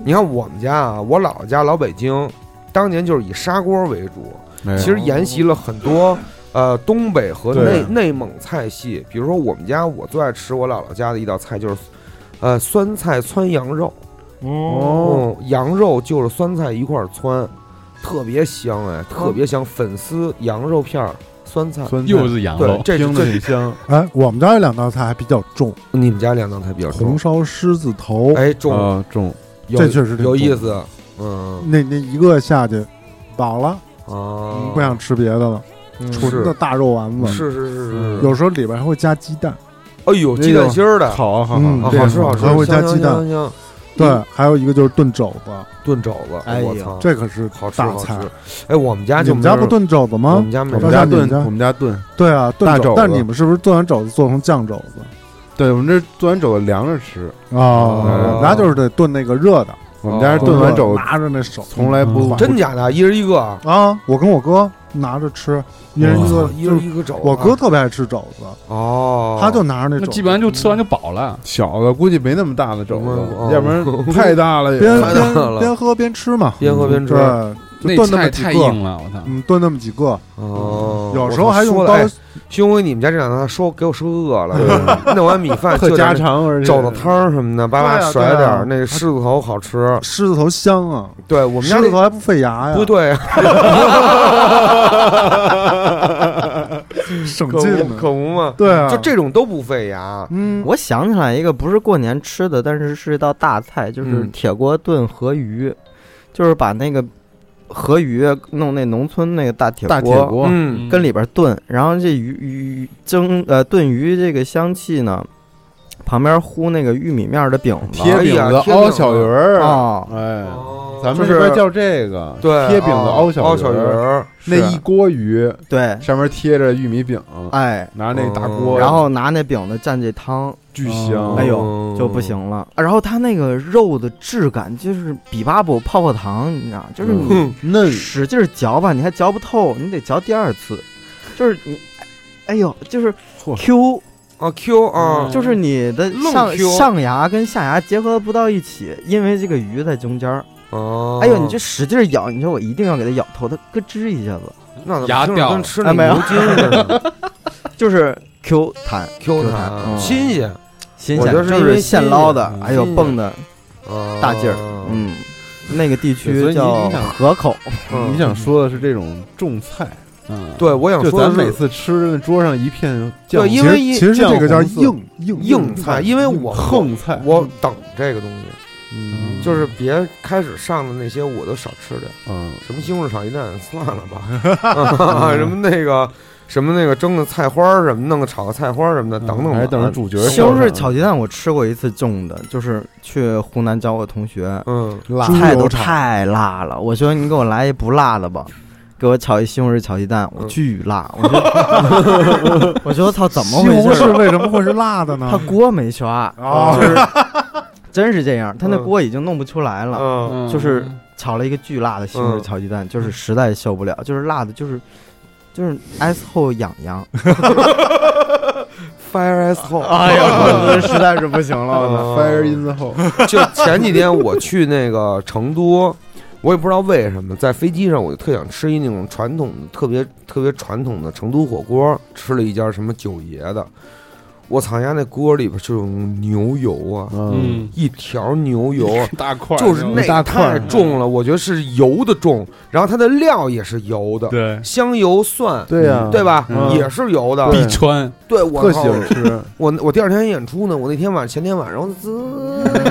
Speaker 9: 你看我们家啊，我姥姥家老北京，当年就是以砂锅为主，
Speaker 6: 哎
Speaker 9: 其实沿袭了很多呃东北和内
Speaker 6: 对
Speaker 9: 内蒙菜系。比如说我们家，我最爱吃我姥姥家的一道菜就是，呃酸菜汆羊肉。
Speaker 6: 哦，
Speaker 9: 嗯，羊肉就是酸菜一块儿汆，特别香哎，特别香。粉丝、羊肉片儿、酸菜，
Speaker 6: 酸菜
Speaker 7: 又是羊
Speaker 9: 对
Speaker 7: 肉，，
Speaker 9: 这
Speaker 6: 听着
Speaker 9: 这
Speaker 6: 挺香，
Speaker 4: 哎，我们家有两道菜还比较重，
Speaker 9: 你们家两道菜比较
Speaker 4: 红
Speaker 9: 重，
Speaker 4: 烧狮子头，
Speaker 9: 哎，重，
Speaker 6: 啊，重
Speaker 9: 有
Speaker 4: 这确实挺
Speaker 9: 有
Speaker 4: 重
Speaker 9: 意思，嗯
Speaker 4: 那那一个下去饱了，
Speaker 9: 啊，
Speaker 4: 不想吃别的了，纯的大肉丸子，
Speaker 9: 是是是是
Speaker 6: 嗯
Speaker 9: 是，
Speaker 4: 有时候里边还会加鸡蛋，
Speaker 9: 哎呦，鸡蛋心儿的，
Speaker 6: 好啊，好
Speaker 4: 嗯
Speaker 9: 啊
Speaker 6: 好，
Speaker 9: 好吃好吃，
Speaker 4: 还会加
Speaker 9: 香
Speaker 4: 鸡蛋，
Speaker 9: 香香香
Speaker 4: 对，还有一个就是炖肘子，
Speaker 9: 炖肘子，
Speaker 1: 哎呦
Speaker 9: 我操，
Speaker 4: 这可是
Speaker 9: 好吃
Speaker 4: 大
Speaker 9: 好
Speaker 4: 菜。
Speaker 9: 吃。哎，我们家
Speaker 4: 你
Speaker 9: 就
Speaker 4: 们
Speaker 9: 没
Speaker 4: 家
Speaker 9: 有
Speaker 4: 不，炖肘子
Speaker 9: 我
Speaker 4: 吗
Speaker 9: 们？家没
Speaker 4: 我
Speaker 6: 我
Speaker 9: 有
Speaker 4: 们
Speaker 6: 们家
Speaker 4: 家
Speaker 6: 炖
Speaker 4: 你们，家
Speaker 6: 我们家炖，
Speaker 4: 对啊，炖
Speaker 6: 大肘
Speaker 4: 肘
Speaker 6: 子
Speaker 4: 但是你们是不是炖完肘子做成酱肘子
Speaker 6: 对我们这炖完肘子凉着吃，嗯
Speaker 4: 啊？我们家就是得炖那个热的，
Speaker 6: 我们家
Speaker 9: 哦
Speaker 6: 是炖完肘子
Speaker 4: 拿着那手
Speaker 6: 从来不
Speaker 4: 嗯
Speaker 9: 真假的，一人一个啊，
Speaker 4: 啊，我跟我哥拿着吃，一人一个
Speaker 9: 哇，一
Speaker 4: 就
Speaker 9: 人
Speaker 4: 是
Speaker 9: 一个肘子。啊
Speaker 4: 我哥特别爱吃肘子，
Speaker 9: 哦，
Speaker 4: 他就拿着那
Speaker 7: 那
Speaker 4: 肘
Speaker 7: 基
Speaker 4: 子，
Speaker 7: 本上就吃完就饱了。
Speaker 6: 小的，估计没那么大的肘
Speaker 9: 嗯
Speaker 6: 子，要不然太大了也。
Speaker 4: 边
Speaker 9: 太大了
Speaker 4: 边边喝边吃嘛，嗯
Speaker 9: 边喝边吃。
Speaker 4: 对，就
Speaker 7: 那
Speaker 4: 炖那
Speaker 7: 菜
Speaker 4: 么几
Speaker 7: 太
Speaker 4: 个，
Speaker 7: 硬了，我操！
Speaker 4: 嗯，炖那么几个，
Speaker 9: 哦，
Speaker 4: 有时
Speaker 9: 我
Speaker 4: 候
Speaker 9: 操
Speaker 4: 还用
Speaker 9: 说的
Speaker 4: 刀
Speaker 9: 哎兄弟，你们家这两道菜说给我说饿了，弄完米饭
Speaker 6: 特
Speaker 9: 就
Speaker 6: 家
Speaker 9: 点那
Speaker 6: 常，而且
Speaker 9: 肘子汤儿什么的，叭叭
Speaker 4: 对啊
Speaker 9: 甩
Speaker 4: 对
Speaker 9: 点
Speaker 4: 啊
Speaker 9: 儿那狮子头好吃。
Speaker 4: 狮子头香啊，
Speaker 9: 对我们
Speaker 4: 狮
Speaker 9: 家
Speaker 4: 子
Speaker 9: 那
Speaker 4: 头还不费
Speaker 6: 哎
Speaker 4: 牙呀，
Speaker 9: 不对啊，
Speaker 4: 省
Speaker 9: 可
Speaker 4: 劲
Speaker 9: 不
Speaker 4: 呢，
Speaker 9: 可不嘛，
Speaker 4: 对啊，
Speaker 9: 就这种都不费牙。
Speaker 4: 嗯，
Speaker 1: 我想起来一个，不是过年吃的，但是是一道大菜，就是
Speaker 9: 嗯
Speaker 1: 铁锅炖河鱼，就是把那个河鱼弄那农村那个大铁
Speaker 6: 大铁锅，
Speaker 9: 嗯，
Speaker 1: 跟里边炖，然后这鱼鱼蒸呃炖鱼这个香气呢，旁边糊那个玉米面的饼子
Speaker 6: 贴饼
Speaker 9: 哎
Speaker 6: 子
Speaker 9: 呀、贴饼
Speaker 6: 凹
Speaker 9: 子
Speaker 6: 小鱼儿，
Speaker 1: 啊，
Speaker 4: 嗯
Speaker 6: 哎，
Speaker 9: 哦
Speaker 6: 咱
Speaker 9: 就
Speaker 6: 们
Speaker 9: 是
Speaker 6: 这边叫这个，
Speaker 9: 对
Speaker 6: 贴饼的
Speaker 9: 凹
Speaker 6: 凹小
Speaker 9: 小
Speaker 6: 鱼
Speaker 9: 鱼
Speaker 6: 儿，
Speaker 9: 儿，
Speaker 6: 那一锅鱼
Speaker 4: 对，
Speaker 6: 上面贴着玉米饼，
Speaker 4: 哎，
Speaker 6: 拿那大
Speaker 9: 哦
Speaker 6: 锅，
Speaker 4: 然后拿那饼子蘸这汤，
Speaker 6: 巨香，
Speaker 4: 哎呦
Speaker 9: 嗯
Speaker 4: 就不行了。
Speaker 1: 啊
Speaker 4: 然后它那个肉的质感就是比巴卜泡泡糖，你知道，就是你
Speaker 9: 嗯
Speaker 6: 嫩
Speaker 4: 使劲儿嚼吧，你还嚼不透，你得嚼第二次。就是你，哎呦，就是
Speaker 6: 嚯
Speaker 4: Q，
Speaker 9: 啊 Q 啊，
Speaker 4: 嗯就是你的
Speaker 9: 愣
Speaker 4: 上
Speaker 9: Q
Speaker 4: 上牙跟下牙结合不到一起，因为这个鱼在中间儿。
Speaker 9: 哦，
Speaker 4: 哎呦，你就使劲儿咬，你说我一定要给它咬透，它咯吱一下子，
Speaker 9: 那怎么
Speaker 7: 牙
Speaker 9: 听着
Speaker 7: 掉
Speaker 9: 跟
Speaker 7: 了
Speaker 9: 吃
Speaker 4: 哎
Speaker 9: 那
Speaker 4: 没有
Speaker 9: 牛筋似的
Speaker 4: 就是 Q 弹，
Speaker 9: ，Q
Speaker 4: 弹嗯
Speaker 9: 弹，新鲜
Speaker 4: 新
Speaker 9: 我
Speaker 4: 鲜，
Speaker 9: 觉得是
Speaker 4: 就
Speaker 9: 因为
Speaker 4: 是现
Speaker 9: 新
Speaker 4: 捞
Speaker 9: 鲜
Speaker 4: 的
Speaker 6: 啊
Speaker 9: 嗯，
Speaker 4: 哎呦
Speaker 9: 新鲜
Speaker 4: 蹦的，
Speaker 9: 哦
Speaker 4: 大劲儿
Speaker 9: 儿
Speaker 4: 嗯，那个地
Speaker 6: 哦对所以
Speaker 4: 区
Speaker 6: 你
Speaker 4: 叫
Speaker 6: 你想
Speaker 4: 河口，
Speaker 9: 嗯
Speaker 6: 你想说的是这种种菜，
Speaker 7: 嗯，
Speaker 9: 对，我想
Speaker 6: 就
Speaker 9: 说
Speaker 6: 咱
Speaker 9: 的
Speaker 6: 每
Speaker 9: 是，
Speaker 6: 次吃的桌上一片酱红
Speaker 9: 对，因
Speaker 3: 其实
Speaker 9: 为一
Speaker 3: 其实这个叫
Speaker 6: 酱红
Speaker 3: 硬硬
Speaker 9: 硬菜，因为我
Speaker 6: 横菜，
Speaker 9: 我等这个东西，
Speaker 6: 嗯
Speaker 9: 就是别开始上的那些我都少吃点，
Speaker 6: 嗯，
Speaker 9: 什么西红柿炒鸡蛋算了吧，什么那个什么那个蒸的菜花儿什么，弄个炒个菜花儿什么的，等等吧，
Speaker 6: 嗯还是等着主角
Speaker 4: 西红柿
Speaker 6: 上
Speaker 4: 炒鸡蛋我吃过一次重的，就是去湖南找我同学，
Speaker 9: 嗯，
Speaker 6: 辣
Speaker 4: 菜都太辣了，我说你给我来一不辣的吧。给我炒一西红柿炒鸡蛋，我
Speaker 9: 嗯
Speaker 4: 巨辣！我说，我说 操，怎么
Speaker 3: 西红
Speaker 4: 回事？
Speaker 3: 柿为什么会是辣的 呢
Speaker 4: 他？锅没刷，
Speaker 3: 啊
Speaker 4: 就是真是这样，他那
Speaker 9: 嗯
Speaker 4: 锅已经弄不出来了。
Speaker 9: 嗯
Speaker 7: 嗯
Speaker 4: 就是炒了一个巨辣的西红柿
Speaker 9: 嗯
Speaker 4: 炒鸡蛋，就是实在受不了，就是辣的，就是就是 S 后痒痒，
Speaker 9: ，fire as hell。
Speaker 6: 啊
Speaker 4: 哎呀，我实在是不行了，我操！
Speaker 6: fire in the hole，
Speaker 9: 就前几天我去那个成都，我也不知道为什么，在飞机上我就特想吃一那种传统的、特别特别传统的成都火锅，吃了一家什么九爷的，我操，人家那锅里边是有牛油啊，
Speaker 6: 嗯，
Speaker 7: 嗯，。
Speaker 9: 一条牛油啊
Speaker 7: 大块儿
Speaker 9: 就是那
Speaker 7: 大块
Speaker 9: 太
Speaker 7: 儿
Speaker 9: 重了，我觉得是油的重，然后它的料也是油的，
Speaker 7: 对，
Speaker 9: 香油蒜，
Speaker 6: 对呀，
Speaker 9: 对吧？
Speaker 7: 嗯
Speaker 9: 也是油的。
Speaker 7: 必穿，
Speaker 9: 对，我
Speaker 6: 特喜
Speaker 9: 靠，
Speaker 6: 欢 吃，
Speaker 9: 我我第二天演出呢，我那天晚前天晚上，我滋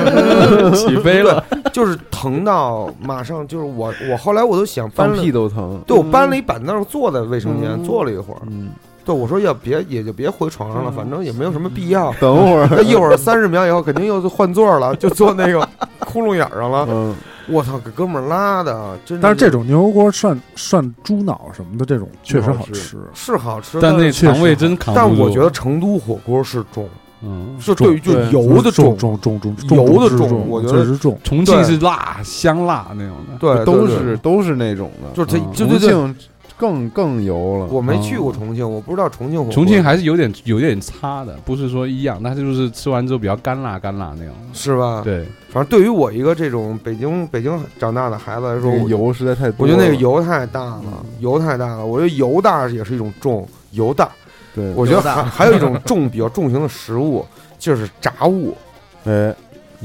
Speaker 7: 起飞了，
Speaker 9: 就是疼到马上就是我我后来我都想搬
Speaker 6: 放
Speaker 9: 了
Speaker 6: 屁，都疼，
Speaker 9: 对我搬了一板凳坐在卫生间坐了一会儿，
Speaker 6: 嗯，
Speaker 9: 对我说要别也就别回床上了，反正也没有什么必要。
Speaker 6: 嗯等会儿，
Speaker 9: 那一会儿三十秒以后肯定又换座了，就坐那个窟窿眼儿 上了。
Speaker 6: 嗯，
Speaker 9: 我操，给哥们儿拉的，啊真
Speaker 3: 但是这种牛油锅涮涮猪脑什么的，这种确实好
Speaker 6: 不好
Speaker 3: 吃。
Speaker 9: 是好吃，
Speaker 7: 但那
Speaker 9: 是
Speaker 7: 肠胃真扛不
Speaker 9: 但
Speaker 7: 住
Speaker 9: 我觉得，成都火锅是重，
Speaker 7: 嗯，
Speaker 9: 是对于就
Speaker 6: 对
Speaker 9: 油的
Speaker 3: 重
Speaker 9: 重，
Speaker 3: 重重重
Speaker 9: 油的
Speaker 3: 之
Speaker 9: 重
Speaker 3: 重，
Speaker 9: 我觉
Speaker 3: 确
Speaker 9: 得
Speaker 3: 实重。
Speaker 7: 重庆是辣香辣那种的，
Speaker 9: 对，对
Speaker 6: 都
Speaker 9: 对
Speaker 6: 是都是那种的，
Speaker 9: 就是它
Speaker 7: 嗯
Speaker 9: 对
Speaker 6: 重
Speaker 9: 对对，
Speaker 6: 庆更更油了，
Speaker 9: 我没去过重庆，我不知道重庆火锅。
Speaker 7: 重庆还是有点有点差的，不是说一样，但是就是吃完之后比较干辣干辣那种。
Speaker 9: 是吧？
Speaker 7: 对，
Speaker 9: 反正对于我一个这种北京北京长大的孩子来
Speaker 6: 那
Speaker 9: 说，
Speaker 6: 个
Speaker 9: 我
Speaker 6: 油实在太
Speaker 9: 我
Speaker 6: 多了，
Speaker 9: 觉得那个油太大了，油太大了。我觉得油大也是一种重，油大。
Speaker 6: 对，
Speaker 9: 我觉得还还有一种重比较重型的食物就是炸物。
Speaker 6: 哎，
Speaker 7: 嗯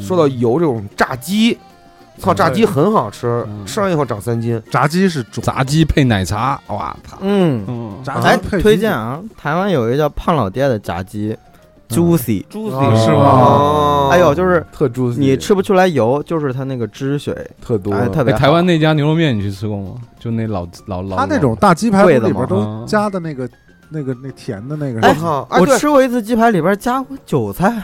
Speaker 9: 说到油这种炸鸡，操，炸鸡很好吃，
Speaker 7: 嗯
Speaker 9: 吃完以后长三斤。
Speaker 3: 炸鸡是重，
Speaker 7: 炸鸡配奶茶，哇操！
Speaker 4: 嗯，
Speaker 7: 嗯，
Speaker 3: 炸
Speaker 4: 哎，
Speaker 3: 鸡配
Speaker 4: 推荐啊，台湾有一个叫胖老爹的炸鸡，Juicy，
Speaker 9: 猪
Speaker 3: 啊是吗？
Speaker 9: 哦，
Speaker 4: 哎呦，就是
Speaker 6: 特猪，
Speaker 4: 你吃不出来油，就是它那个汁水，
Speaker 6: 特多，
Speaker 4: 哎，特
Speaker 7: 哎，
Speaker 4: 别好
Speaker 7: 台湾那家牛肉面你去吃过吗？就那老老老，
Speaker 3: 它那种大鸡排
Speaker 4: 贵
Speaker 3: 里
Speaker 4: 的
Speaker 3: 边
Speaker 4: 嘛
Speaker 3: 都
Speaker 7: 嗯
Speaker 3: 加的那个那个那甜的那个
Speaker 9: 我
Speaker 3: 什么，
Speaker 9: 操！啊哎
Speaker 4: 我
Speaker 9: 对
Speaker 4: 吃过一次鸡排，里边加过韭菜，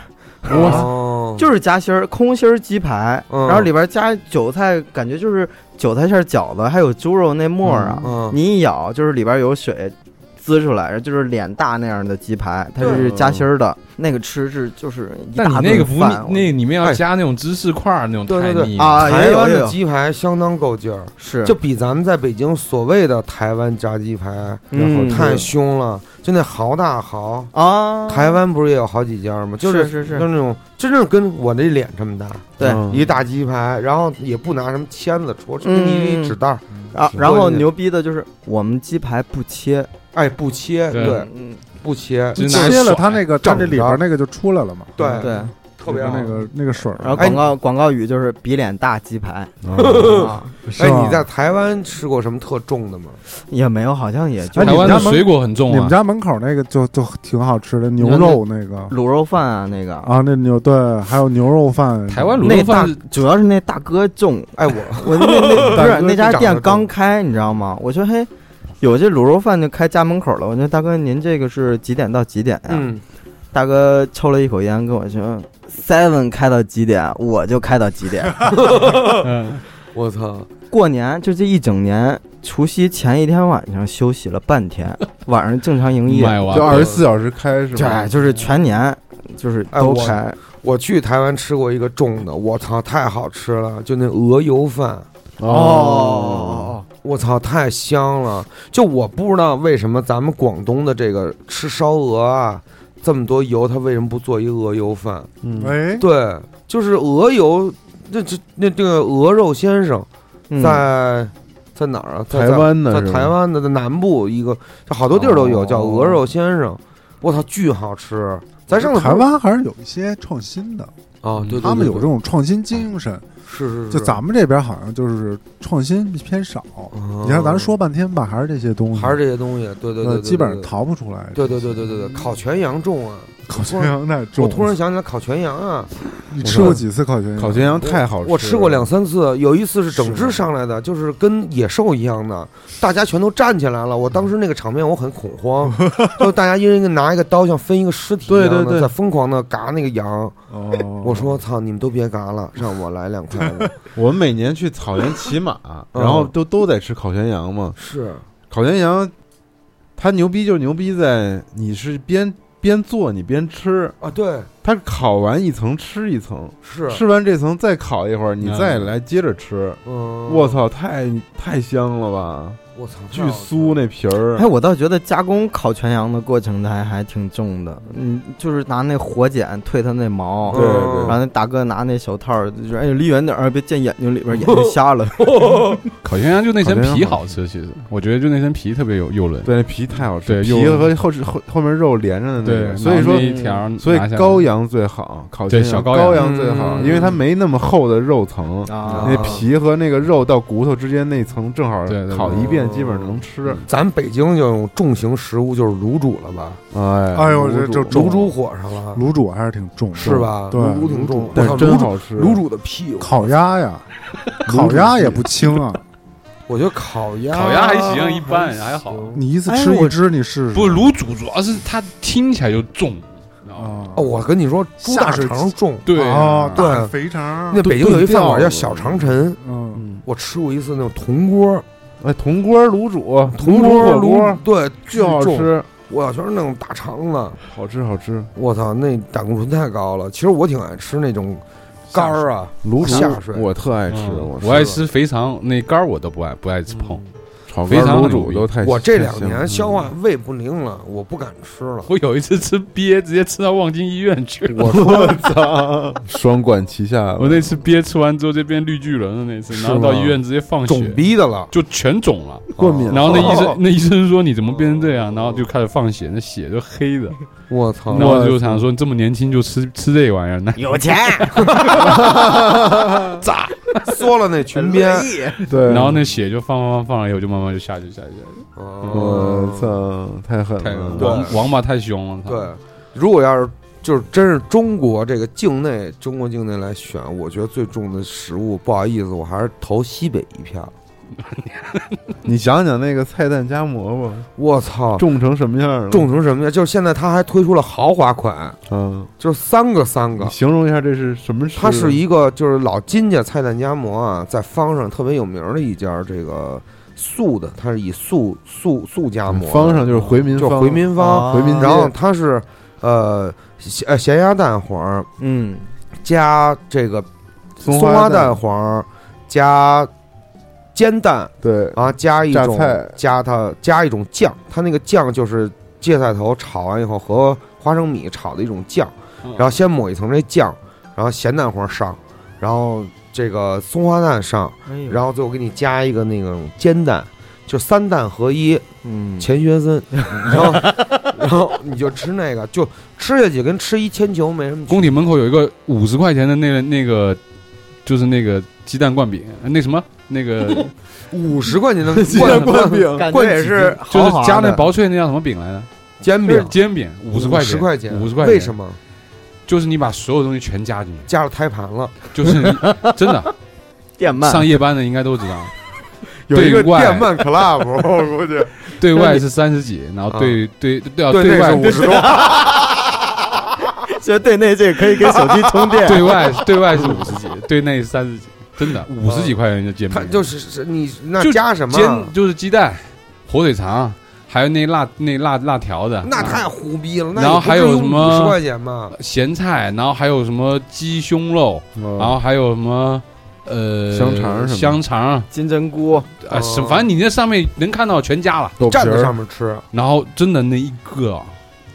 Speaker 9: 哦
Speaker 4: 就是夹心儿，空心儿鸡排，
Speaker 9: 嗯
Speaker 4: 然后里边加韭菜，感觉就是韭菜馅儿饺子，还有猪肉那沫儿啊，
Speaker 9: 嗯，
Speaker 4: 你一咬就是里边有水滋出来，就是脸大那样的鸡排，它
Speaker 9: 嗯
Speaker 4: 是夹心儿的，那个吃是就是一
Speaker 7: 但你
Speaker 4: 大
Speaker 7: 那个
Speaker 4: 顿
Speaker 7: 不
Speaker 4: 饭，哦我
Speaker 7: 那里面要
Speaker 9: 哎
Speaker 7: 加那种芝士块儿那种
Speaker 9: 对
Speaker 7: 太
Speaker 9: 对对
Speaker 7: 腻
Speaker 4: 啊
Speaker 7: 了
Speaker 9: 台湾
Speaker 4: 也有也
Speaker 9: 的
Speaker 4: 有
Speaker 9: 鸡排相当够劲儿，
Speaker 4: 是
Speaker 9: 就比咱们在北京所谓的台湾炸鸡排
Speaker 4: 嗯
Speaker 9: 太凶了，就那豪大豪。
Speaker 4: 啊，
Speaker 9: 台湾不是也有好几家吗？就是
Speaker 4: 是
Speaker 9: 就是
Speaker 4: 是，
Speaker 9: 那种真正跟我这脸这么大，
Speaker 4: 对
Speaker 6: 嗯
Speaker 9: 一大鸡排，然后也不拿什么签子戳，就给你
Speaker 4: 嗯
Speaker 9: 一纸袋儿，
Speaker 4: 啊，
Speaker 9: 是
Speaker 4: 然后牛逼的就是我们鸡排不切，
Speaker 9: 哎，不切，
Speaker 7: 对
Speaker 9: 对，
Speaker 4: 嗯
Speaker 9: 不切，
Speaker 7: 直接拿
Speaker 3: 切了它
Speaker 7: 甩
Speaker 3: 那个它
Speaker 9: 整
Speaker 3: 这里
Speaker 9: 着
Speaker 3: 边那个就出来了嘛，
Speaker 9: 对
Speaker 3: 嗯
Speaker 4: 对，
Speaker 9: 特别
Speaker 3: 里边
Speaker 9: 好
Speaker 3: 那。个那个水儿，啊
Speaker 4: 然后
Speaker 9: 哎
Speaker 4: 广告广告语就是比脸大鸡排
Speaker 6: 啊
Speaker 4: 啊，
Speaker 3: 是
Speaker 9: 哎，
Speaker 3: 吧
Speaker 9: 你在台湾吃过什么特重的吗？
Speaker 4: 也没有，好像也就
Speaker 3: 哎
Speaker 7: 台湾
Speaker 3: 你
Speaker 7: 的
Speaker 3: 们家门
Speaker 7: 水果很重
Speaker 3: 你
Speaker 7: 啊
Speaker 3: 们，家门口那个就就挺好吃的牛肉那个
Speaker 9: 嗯
Speaker 4: 卤肉饭啊那个。
Speaker 3: 啊，那牛对，还有牛肉饭，
Speaker 7: 台湾卤
Speaker 4: 那
Speaker 7: 肉
Speaker 4: 大
Speaker 7: 饭是
Speaker 4: 主要是那大哥重，
Speaker 9: 哎， 我
Speaker 4: 我那那不
Speaker 9: 大
Speaker 4: 是
Speaker 9: 哥
Speaker 4: 那家
Speaker 9: 长得
Speaker 4: 店
Speaker 9: 重
Speaker 4: 刚开，你知道吗？我说嘿，有这卤肉饭就开家门口了。我说大哥，您这个是几点到几点呀、
Speaker 9: 嗯，
Speaker 4: 大哥抽了一口烟，跟我说 Seven 开到几点，我就开到几点。
Speaker 7: 嗯
Speaker 9: 我操，
Speaker 1: 过年就这一整年，除夕前一天晚上休息了半天，晚上正常营业，
Speaker 7: 卖
Speaker 9: 啊
Speaker 7: 完
Speaker 6: 就
Speaker 7: 了
Speaker 6: 二十四小时开是吧
Speaker 1: 对，？就是全年就是
Speaker 9: 哎
Speaker 1: 都
Speaker 9: 我
Speaker 1: 开。
Speaker 9: 我去台湾吃过一个重的，我操，太好吃了，就那鹅油饭。哦
Speaker 1: 哦，
Speaker 9: 我操，太香了！就我不知道为什么咱们广东的这个吃烧鹅啊，这么多油，它为什么不做一鹅油饭？
Speaker 6: 嗯，
Speaker 4: 哎，
Speaker 9: 对，就是鹅油，那这那这个鹅肉先生
Speaker 1: 嗯
Speaker 9: 在、在哪儿啊？在
Speaker 6: 台湾的
Speaker 9: 在
Speaker 6: 是吧
Speaker 9: 台湾的在南部一个，这好多地儿都有、
Speaker 6: 哦
Speaker 9: 叫鹅肉先生，我操，巨好吃！咱上次
Speaker 4: 台湾还是有一些创新的，
Speaker 9: 啊，对对对
Speaker 4: 他们有这
Speaker 9: 种
Speaker 4: 种创新精神。
Speaker 9: 是是是，
Speaker 4: 就咱们这边好像就是创新偏少。
Speaker 9: 嗯，
Speaker 4: 你看咱说半天吧，还是这些
Speaker 6: 嗯
Speaker 4: 东西，
Speaker 9: 还是这些东西，对对对
Speaker 4: 呃
Speaker 9: 对，
Speaker 4: 基本上
Speaker 9: 对
Speaker 4: 逃不出来。
Speaker 9: 对对对对
Speaker 6: 嗯
Speaker 9: 对对，烤全羊重啊！
Speaker 4: 烤全羊太重
Speaker 9: 我
Speaker 4: 了。
Speaker 9: 突然想起来烤全羊啊，
Speaker 4: 你吃过几次烤全羊？
Speaker 6: 烤全羊太好吃了，
Speaker 9: 我吃过两三次，有一次是整
Speaker 4: 是
Speaker 9: 只
Speaker 4: 吗
Speaker 9: 上来的，就是跟野兽一样的，大家全都站起来了。我当时那个场面我很恐 慌，就大家一人一个拿一个刀，像分一个尸体一
Speaker 6: 对
Speaker 9: 样
Speaker 6: 对
Speaker 9: 的
Speaker 6: 对
Speaker 9: 在疯狂的嘎那个羊。
Speaker 4: 哦，
Speaker 9: 我说操，你们都别嘎了，让我来两筷子。
Speaker 6: 我们每年去草原骑 马，
Speaker 9: 嗯
Speaker 6: 然后都都在吃烤全羊嘛。
Speaker 9: 是，
Speaker 6: 烤全羊，它牛逼就牛逼在你是边边做你边吃，
Speaker 9: 啊，对，
Speaker 6: 它烤完一层吃一层，
Speaker 9: 是，
Speaker 6: 吃完这层再烤一会儿，你
Speaker 7: 嗯
Speaker 6: 再来接着吃。
Speaker 9: 嗯，
Speaker 6: 我，操，太太香了吧！
Speaker 9: 我操，
Speaker 6: 巨酥
Speaker 9: 那
Speaker 6: 那皮儿
Speaker 1: 哎，，我倒觉得加工烤全羊的过程还还挺重的，嗯，就是拿那火剪退它那毛，
Speaker 6: 对对
Speaker 1: 然后那大哥拿那小套儿，就说：“哎，离远点儿，别溅眼睛里边儿，眼睛瞎了。
Speaker 7: 烤全羊就那层
Speaker 6: 烤全羊
Speaker 7: 皮
Speaker 6: 好
Speaker 7: 好吃，其实我觉得就那层皮特别有诱人。
Speaker 6: 对，那皮太好吃，
Speaker 7: 对
Speaker 6: 皮
Speaker 7: 又
Speaker 6: 和后后后面肉连着的那个，
Speaker 7: 对，
Speaker 6: 所以
Speaker 7: 拿那
Speaker 6: 说
Speaker 7: 一条拿下来，
Speaker 6: 所以羔羊最好，烤全
Speaker 7: 对
Speaker 6: 羊
Speaker 7: 小羔
Speaker 6: 羔
Speaker 7: 羊
Speaker 6: 最好，
Speaker 9: 嗯
Speaker 6: 因为它没那么厚的肉层”，
Speaker 1: 啊
Speaker 6: 那，皮和那个肉到骨头之间那层正好
Speaker 7: 对对对
Speaker 6: 烤一遍，基本上能吃。
Speaker 9: 咱北京就有重型食物就是卤煮了吧？
Speaker 6: 哎
Speaker 4: 哎呦这这重
Speaker 9: 卤煮火上了，
Speaker 4: 卤煮还是挺重的，
Speaker 9: 是吧？
Speaker 4: 对，
Speaker 9: 卤煮挺重，
Speaker 6: 但
Speaker 9: 我操
Speaker 6: 哎真
Speaker 9: 卤煮
Speaker 6: 好吃。
Speaker 9: 卤煮的屁股，
Speaker 4: 烤鸭 呀，烤鸭也不轻啊，
Speaker 9: 我觉得烤鸭，哦
Speaker 7: 烤鸭还行一般还好
Speaker 4: 你一次吃一只，你试试。
Speaker 9: 哎
Speaker 7: 不卤煮主要是它听起来就重，你知道吗？
Speaker 4: 啊
Speaker 9: 哦，我跟你说，猪
Speaker 4: 下
Speaker 9: 大
Speaker 4: 水
Speaker 9: 肠重。
Speaker 7: 对
Speaker 3: 啊
Speaker 4: 哦，
Speaker 9: 对啊
Speaker 4: 大肥肠，
Speaker 9: 那北京有一饭馆叫小
Speaker 6: 炖
Speaker 9: 长城，
Speaker 4: 嗯，
Speaker 6: 嗯，
Speaker 9: 我吃过一次那种铜锅，
Speaker 6: 哎，铜锅卤煮，
Speaker 9: 铜
Speaker 6: 卤煮火
Speaker 9: 炉
Speaker 6: 锅，
Speaker 9: 对，巨
Speaker 6: 巨好
Speaker 9: 重。
Speaker 6: 吃，
Speaker 9: 我要全是那种大肠子，
Speaker 6: 好吃好吃。
Speaker 9: 我操，那胆固醇太高了。其实我挺爱吃那种肝儿啊，
Speaker 6: 卤
Speaker 9: 下水
Speaker 6: 煮我特爱吃，
Speaker 7: 嗯
Speaker 6: 我
Speaker 7: 我爱吃肥肠，那肝儿我都不爱，不爱吃碰。
Speaker 6: 炒
Speaker 7: 肥
Speaker 6: 肝
Speaker 7: 肠
Speaker 6: 卤
Speaker 7: 很
Speaker 6: 煮
Speaker 7: 有
Speaker 6: 都太。
Speaker 9: 我这
Speaker 6: 太
Speaker 9: 两
Speaker 6: 香
Speaker 9: 年
Speaker 6: 了
Speaker 9: 消化胃不灵了，我不敢吃了。
Speaker 7: 我有一次吃鳖，直接吃到望京医院去了。
Speaker 6: 我我操，双管齐下了。
Speaker 7: 我那次鳖吃完之后就变绿巨人了，那次，然后到医院直接放
Speaker 9: 肿
Speaker 7: 血，
Speaker 9: 逼的了，
Speaker 7: 就全肿 了。
Speaker 6: 过敏
Speaker 7: 然后那医
Speaker 9: 哦
Speaker 7: 生，那医生说你怎么变成这样？然后就开始放血，那血就黑 的。
Speaker 9: 我操
Speaker 6: 哦
Speaker 7: 然！后我就想说，你这么年轻就吃吃这玩意儿，那
Speaker 1: 有钱，
Speaker 9: 咋缩了那裙边？
Speaker 6: 哦对，
Speaker 7: 然后那血就放放放放了以后，就慢慢就下去下去。下去
Speaker 9: 哦
Speaker 6: 我
Speaker 9: 操！
Speaker 6: 操，太狠
Speaker 7: 太
Speaker 6: 了。
Speaker 9: 对
Speaker 7: 王王八太凶了，操
Speaker 9: 对，，如果要是就是真是中国这个境内，中国境内来选，我觉得最重的食物，不好意思，我还是投西北一票。
Speaker 6: 你想想那个菜蛋夹馍吧，
Speaker 9: 我操，
Speaker 6: 重成什么样了？
Speaker 9: 重成什么样？就是现在他还推出了豪华款，
Speaker 6: 嗯，
Speaker 9: 就是三个
Speaker 7: 啊
Speaker 9: 三
Speaker 6: 你
Speaker 9: 个。
Speaker 6: 形容一下这是什么吃的？
Speaker 9: 它是一个就是老金家菜蛋夹馍啊，在方上特别有名的一家这个素的，它是以素素素夹馍
Speaker 6: 嗯
Speaker 9: 的，
Speaker 6: 方上就是回民
Speaker 9: 就是
Speaker 6: 方，
Speaker 9: 回民方，
Speaker 1: 啊
Speaker 6: 回民街
Speaker 9: 然后它是呃咸呃咸鸭蛋黄，
Speaker 1: 嗯，
Speaker 9: 加这个
Speaker 6: 松
Speaker 9: 松
Speaker 6: 花
Speaker 9: 花
Speaker 6: 蛋
Speaker 9: 蛋黄，加煎蛋
Speaker 6: 对，
Speaker 9: 啊，加一种
Speaker 6: 榨菜
Speaker 9: 加它加一种酱，它那个酱就是芥菜头炒完以后和花生米炒的一种酱，然后先抹一层这酱，然后咸蛋黄上，然后这个松花蛋上，
Speaker 6: 嗯
Speaker 9: 然后最后给你加一个那种煎蛋。就三蛋合一，
Speaker 1: 嗯，
Speaker 9: 钱学森，然后，然后你就吃那个，就吃下去跟吃一铅球没什么区别。
Speaker 7: 工体门口有一个五十块钱的那个那个，就是那个鸡蛋灌饼，那什么那 个
Speaker 9: 五十块钱 的
Speaker 6: 鸡蛋灌饼，
Speaker 1: 感觉
Speaker 9: 灌
Speaker 1: 也
Speaker 9: 几
Speaker 1: 是
Speaker 9: 斤
Speaker 1: 豪
Speaker 7: 就是
Speaker 1: 华
Speaker 7: 加
Speaker 1: 的
Speaker 7: 那薄脆那叫什么饼来着？
Speaker 9: 煎
Speaker 7: 就是
Speaker 9: 饼，
Speaker 7: 煎饼，五十块钱，
Speaker 9: 十块钱，
Speaker 7: 五十块钱。
Speaker 9: 为什？么
Speaker 7: 就是你把所有东西全加进去，
Speaker 9: 加了胎盘了？
Speaker 7: 就是你真的，
Speaker 1: 电鳗
Speaker 7: 上夜班的应该都知道，
Speaker 9: 有一个
Speaker 7: 对外
Speaker 9: 电鳗 club，我估计
Speaker 7: 对外是三十几，然后对对对啊，
Speaker 9: 对那
Speaker 7: 外
Speaker 9: 是五十多，
Speaker 1: 其实对内这个可以给手机充电。
Speaker 7: 对外对外是五十几，对内是三十几，真的五十几块钱就煎饼
Speaker 9: 它
Speaker 7: 了，
Speaker 9: 啊就是是你那
Speaker 7: 就
Speaker 9: 加什么啊？
Speaker 7: 煎就是鸡蛋、火腿肠，还有那辣那辣辣条的，
Speaker 9: 那
Speaker 7: 啊
Speaker 9: 太胡逼了。那
Speaker 7: 然后还有什
Speaker 9: 五
Speaker 7: 么
Speaker 9: 十块钱嘛？
Speaker 7: 咸菜，然后还有什么鸡胸肉，
Speaker 9: 啊
Speaker 6: 然
Speaker 7: 然后还有什么呃
Speaker 6: 香肠什么
Speaker 7: 香肠
Speaker 4: 金针菇，
Speaker 7: 啊，什
Speaker 9: 哦
Speaker 7: 反正你那上面能看到全加了。
Speaker 6: 豆皮
Speaker 9: 站在上
Speaker 6: 儿，
Speaker 9: 面吃，
Speaker 7: 然后真的那一个啊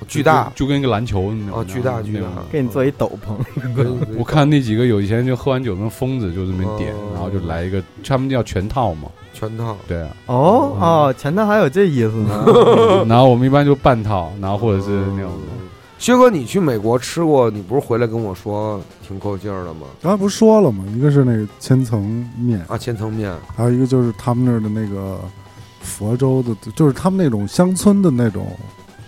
Speaker 9: 巨大
Speaker 7: 就就跟一个篮球那种
Speaker 9: 哦，巨大巨大。，
Speaker 4: 给你做一斗篷，
Speaker 9: 嗯可以可以
Speaker 7: 我看那几个有以前就喝完酒跟疯子就这么点
Speaker 9: 哦，
Speaker 3: 嗯
Speaker 7: 然后就来一个，他们叫全套嘛，
Speaker 9: 全套。
Speaker 7: 对啊。
Speaker 4: 哦哦，前头还有这意思 呢。
Speaker 3: 嗯
Speaker 7: 然后我们一般就半套，然后或者是那种
Speaker 9: 薛哥，你去美国吃过，你不是回来跟我说挺够劲儿的吗？
Speaker 3: 刚才不是说了吗？一个是那个千层面，
Speaker 9: 啊，千层面，
Speaker 3: 还有一个就是他们那儿的那个佛州的，就是他们那种乡村的那种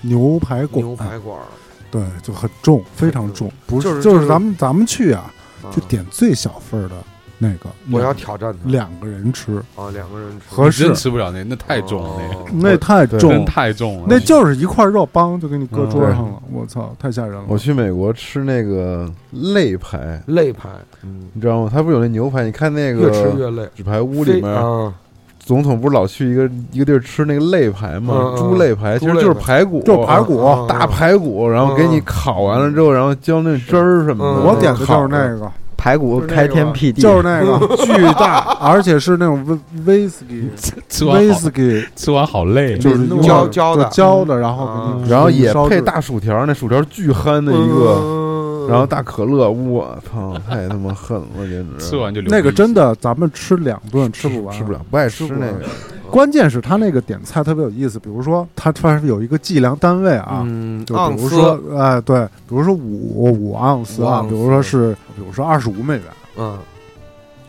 Speaker 3: 牛排馆，
Speaker 9: 牛排馆儿，
Speaker 3: 对，就很重，非常重，不是
Speaker 9: 就是
Speaker 3: 就是咱们咱们去啊，
Speaker 9: 啊
Speaker 3: 就点最小份儿的那个，
Speaker 9: 我要挑战他
Speaker 3: 两个人吃
Speaker 9: 啊，两个人吃
Speaker 3: 合
Speaker 7: 你真
Speaker 3: 适，
Speaker 7: 吃不了那，那太重了，那个
Speaker 9: 哦
Speaker 3: 那太
Speaker 6: 对
Speaker 3: 重
Speaker 7: 真
Speaker 3: 了，
Speaker 7: 太重了。
Speaker 3: 那就是一块肉，梆就给你搁
Speaker 7: 嗯
Speaker 3: 桌
Speaker 6: 对
Speaker 3: 上了，我操，太吓人了
Speaker 6: 我。去美国吃那个肋排，
Speaker 9: 肋排，嗯，
Speaker 6: 你知道吗？它不是有那牛排？你看那
Speaker 9: 越吃
Speaker 6: 个
Speaker 9: 越累。
Speaker 6: 纸牌屋里
Speaker 9: 非
Speaker 6: 面，
Speaker 9: 啊，
Speaker 6: 总统不是老去一个一个地儿吃那个肋排吗
Speaker 9: 嗯？嗯
Speaker 6: 猪肋排其
Speaker 9: 猪
Speaker 6: 实
Speaker 9: 肋
Speaker 6: 就是
Speaker 9: 排
Speaker 6: 排骨，
Speaker 3: 就是排骨
Speaker 9: 啊
Speaker 6: 大排骨，然后给你烤完了之后，然后浇那汁儿什么的。
Speaker 9: 嗯
Speaker 3: 我点的就
Speaker 6: 烤
Speaker 3: 是那个，
Speaker 4: 排骨开天辟地，
Speaker 3: 就是那个巨大，而且是那种威威士忌，
Speaker 7: 吃完
Speaker 3: 威
Speaker 7: 好
Speaker 3: 士忌
Speaker 7: 吃完好累，
Speaker 3: 就是
Speaker 9: 那
Speaker 3: 用
Speaker 9: 焦
Speaker 3: 就
Speaker 9: 焦的
Speaker 3: 焦的，然后给
Speaker 9: 嗯
Speaker 3: 你
Speaker 6: 然后也
Speaker 3: 烧
Speaker 6: 配
Speaker 3: 制
Speaker 6: 大薯条，那薯条巨憨的一个，
Speaker 9: 个
Speaker 6: 然后大可乐，我操，太他妈狠了，简直
Speaker 7: 吃完就流鼻
Speaker 3: 那个
Speaker 7: 血
Speaker 3: 真的，咱们吃两顿吃不完，
Speaker 6: 吃不了，。不爱吃
Speaker 3: 吃不
Speaker 6: 那
Speaker 3: 完
Speaker 6: 个。
Speaker 3: 关键是他那个点菜特别有意思，比如说他它是有一个计量单位啊，
Speaker 9: 嗯，
Speaker 3: 就
Speaker 9: 盎
Speaker 3: 比如
Speaker 9: 司
Speaker 3: 说，哎，对，比如说五五盎司啊，
Speaker 9: 五盎司
Speaker 3: 比如说是，比如说二十五美元，
Speaker 9: 嗯，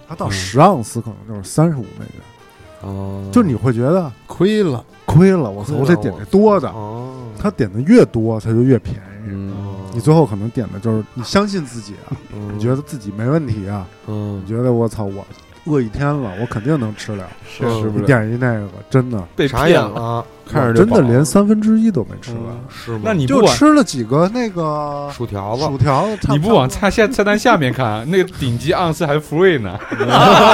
Speaker 3: 它到十盎司可能就是三十五美元，
Speaker 9: 哦，
Speaker 3: 就你会觉得
Speaker 6: 亏了，
Speaker 3: 亏了，我操，
Speaker 9: 亏了
Speaker 3: 我得点的多的，
Speaker 9: 哦，
Speaker 3: 他点的越多，他就越便宜。
Speaker 6: 嗯，
Speaker 3: 你最后可能点的就是你相信自己啊，
Speaker 9: 你
Speaker 3: 你觉得自己没问题啊，你
Speaker 9: 嗯
Speaker 3: 觉得我操我饿一天了，我肯定能吃了。
Speaker 6: 是
Speaker 9: 嗯
Speaker 6: 吃不
Speaker 3: 你
Speaker 6: 了。
Speaker 3: 点一那个真的，
Speaker 7: 被
Speaker 9: 傻
Speaker 7: 骗
Speaker 9: 眼
Speaker 7: 了。
Speaker 9: 了，嗯
Speaker 6: 看着就
Speaker 3: 真的
Speaker 6: 饱
Speaker 3: 连三分之一都没吃完，
Speaker 9: 是吗？
Speaker 7: 那你不
Speaker 3: 就
Speaker 7: 往
Speaker 3: 吃了几个那个
Speaker 9: 薯条子
Speaker 3: 薯条，差
Speaker 7: 你
Speaker 3: 不
Speaker 7: 不
Speaker 3: 多
Speaker 7: 往菜下菜单下面看，啊那个顶级盎司还 free 呢，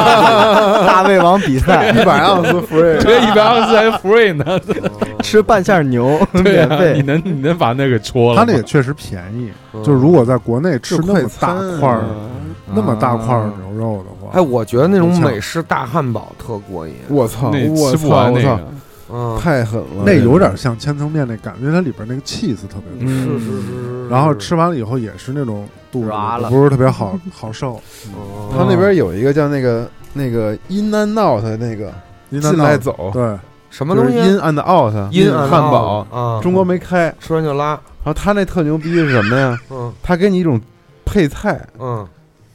Speaker 4: 大胃王比赛，
Speaker 6: 一百盎司 free，
Speaker 7: 对，一百盎司还 free 呢，
Speaker 9: 嗯
Speaker 4: 吃半下牛
Speaker 7: 对
Speaker 4: 免
Speaker 7: 啊，
Speaker 4: 费，
Speaker 7: 你能你能把那给戳
Speaker 3: 他
Speaker 7: 了吗？
Speaker 3: 那也确实便宜，
Speaker 9: 嗯
Speaker 3: 就是如果在国内吃那么大块儿、那么大块儿
Speaker 9: 啊
Speaker 3: 牛肉的话，
Speaker 9: 嗯哎，我觉得那种
Speaker 3: 很呛
Speaker 9: 美式大汉堡特过瘾，
Speaker 6: 我操，
Speaker 7: 那
Speaker 6: 我
Speaker 7: 吃不
Speaker 6: 操，
Speaker 7: 完
Speaker 6: 我
Speaker 7: 那
Speaker 6: 操，
Speaker 7: 个，
Speaker 9: 嗯，
Speaker 6: 太狠了，
Speaker 3: 那有点像千层面那感觉，因为它里边那个 cheese 特别多。
Speaker 9: 是
Speaker 7: 嗯，
Speaker 9: 是是是，
Speaker 3: 然后
Speaker 9: 是
Speaker 3: 吃完了以后也是那种肚子
Speaker 4: 拉了
Speaker 3: 不是特别好好受，
Speaker 9: 哦
Speaker 6: 他那边有一个叫那个那个 in and out 的那个
Speaker 3: 您
Speaker 6: 进来走，
Speaker 3: 对，
Speaker 9: 什么
Speaker 6: 就是
Speaker 9: 东西啊
Speaker 6: in and out，
Speaker 9: 阴
Speaker 6: 汉
Speaker 9: 暗
Speaker 6: 堡，
Speaker 9: 啊，
Speaker 6: 中国没开。
Speaker 9: 吃完就拉，
Speaker 6: 然后他那特牛逼是什么呀？
Speaker 9: 嗯
Speaker 6: 他给你一种配菜，
Speaker 9: 嗯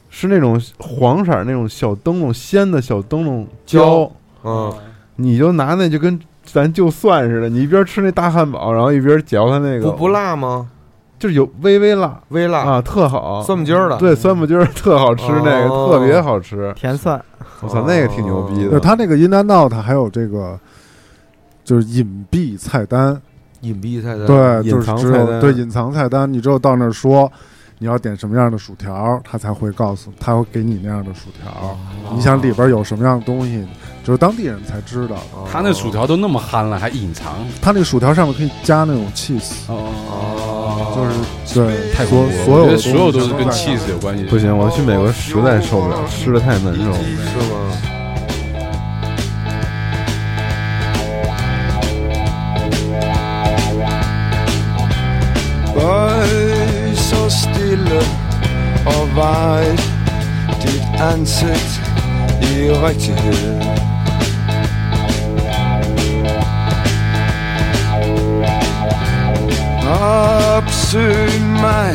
Speaker 6: 是那种黄色儿那种小灯笼鲜的小灯笼
Speaker 9: 椒
Speaker 6: 椒，
Speaker 9: 嗯，
Speaker 6: 你就拿那就跟咱就蒜似的，你一边吃那大汉堡，然后一边嚼它那个，
Speaker 9: 不不，辣吗？
Speaker 6: 就是有微微辣
Speaker 9: 微辣，
Speaker 6: 啊，特好，
Speaker 9: 蒜末尖儿的，
Speaker 6: 对，酸不筋儿特好吃，那个
Speaker 9: 哦
Speaker 6: 特别好吃，
Speaker 4: 甜蒜
Speaker 6: 我操，那个挺牛逼
Speaker 3: 对
Speaker 6: 的。
Speaker 3: 他那个 In and Out 还有这个就是隐蔽菜单，
Speaker 9: 嗯隐蔽菜单，
Speaker 3: 对，
Speaker 6: 隐
Speaker 3: 就是
Speaker 6: 藏
Speaker 3: 只
Speaker 6: 菜
Speaker 3: 有
Speaker 6: 单
Speaker 3: 对隐藏菜单，你只有到那儿说你要点什么样的薯条，他才会告诉，他会给你那样的薯条。你想里边有什么样的东西，只有当地人才知道。
Speaker 9: 哦，
Speaker 7: 他那薯条都那么憨了，还隐藏，
Speaker 3: 他那薯条上面可以加那种 cheese，
Speaker 7: 哦
Speaker 3: 就是对
Speaker 7: 太恐
Speaker 3: 所所有
Speaker 7: 怖了我觉得
Speaker 3: 的
Speaker 7: 所有都是
Speaker 3: 东西
Speaker 7: 跟
Speaker 3: 都在
Speaker 7: cheese 有关系。
Speaker 6: 不行，我去美国实在受不了，吃的太难受了。
Speaker 9: 是吗？
Speaker 11: Bøj så stille og vej dit ansigt i rigtighed. Opsøg mig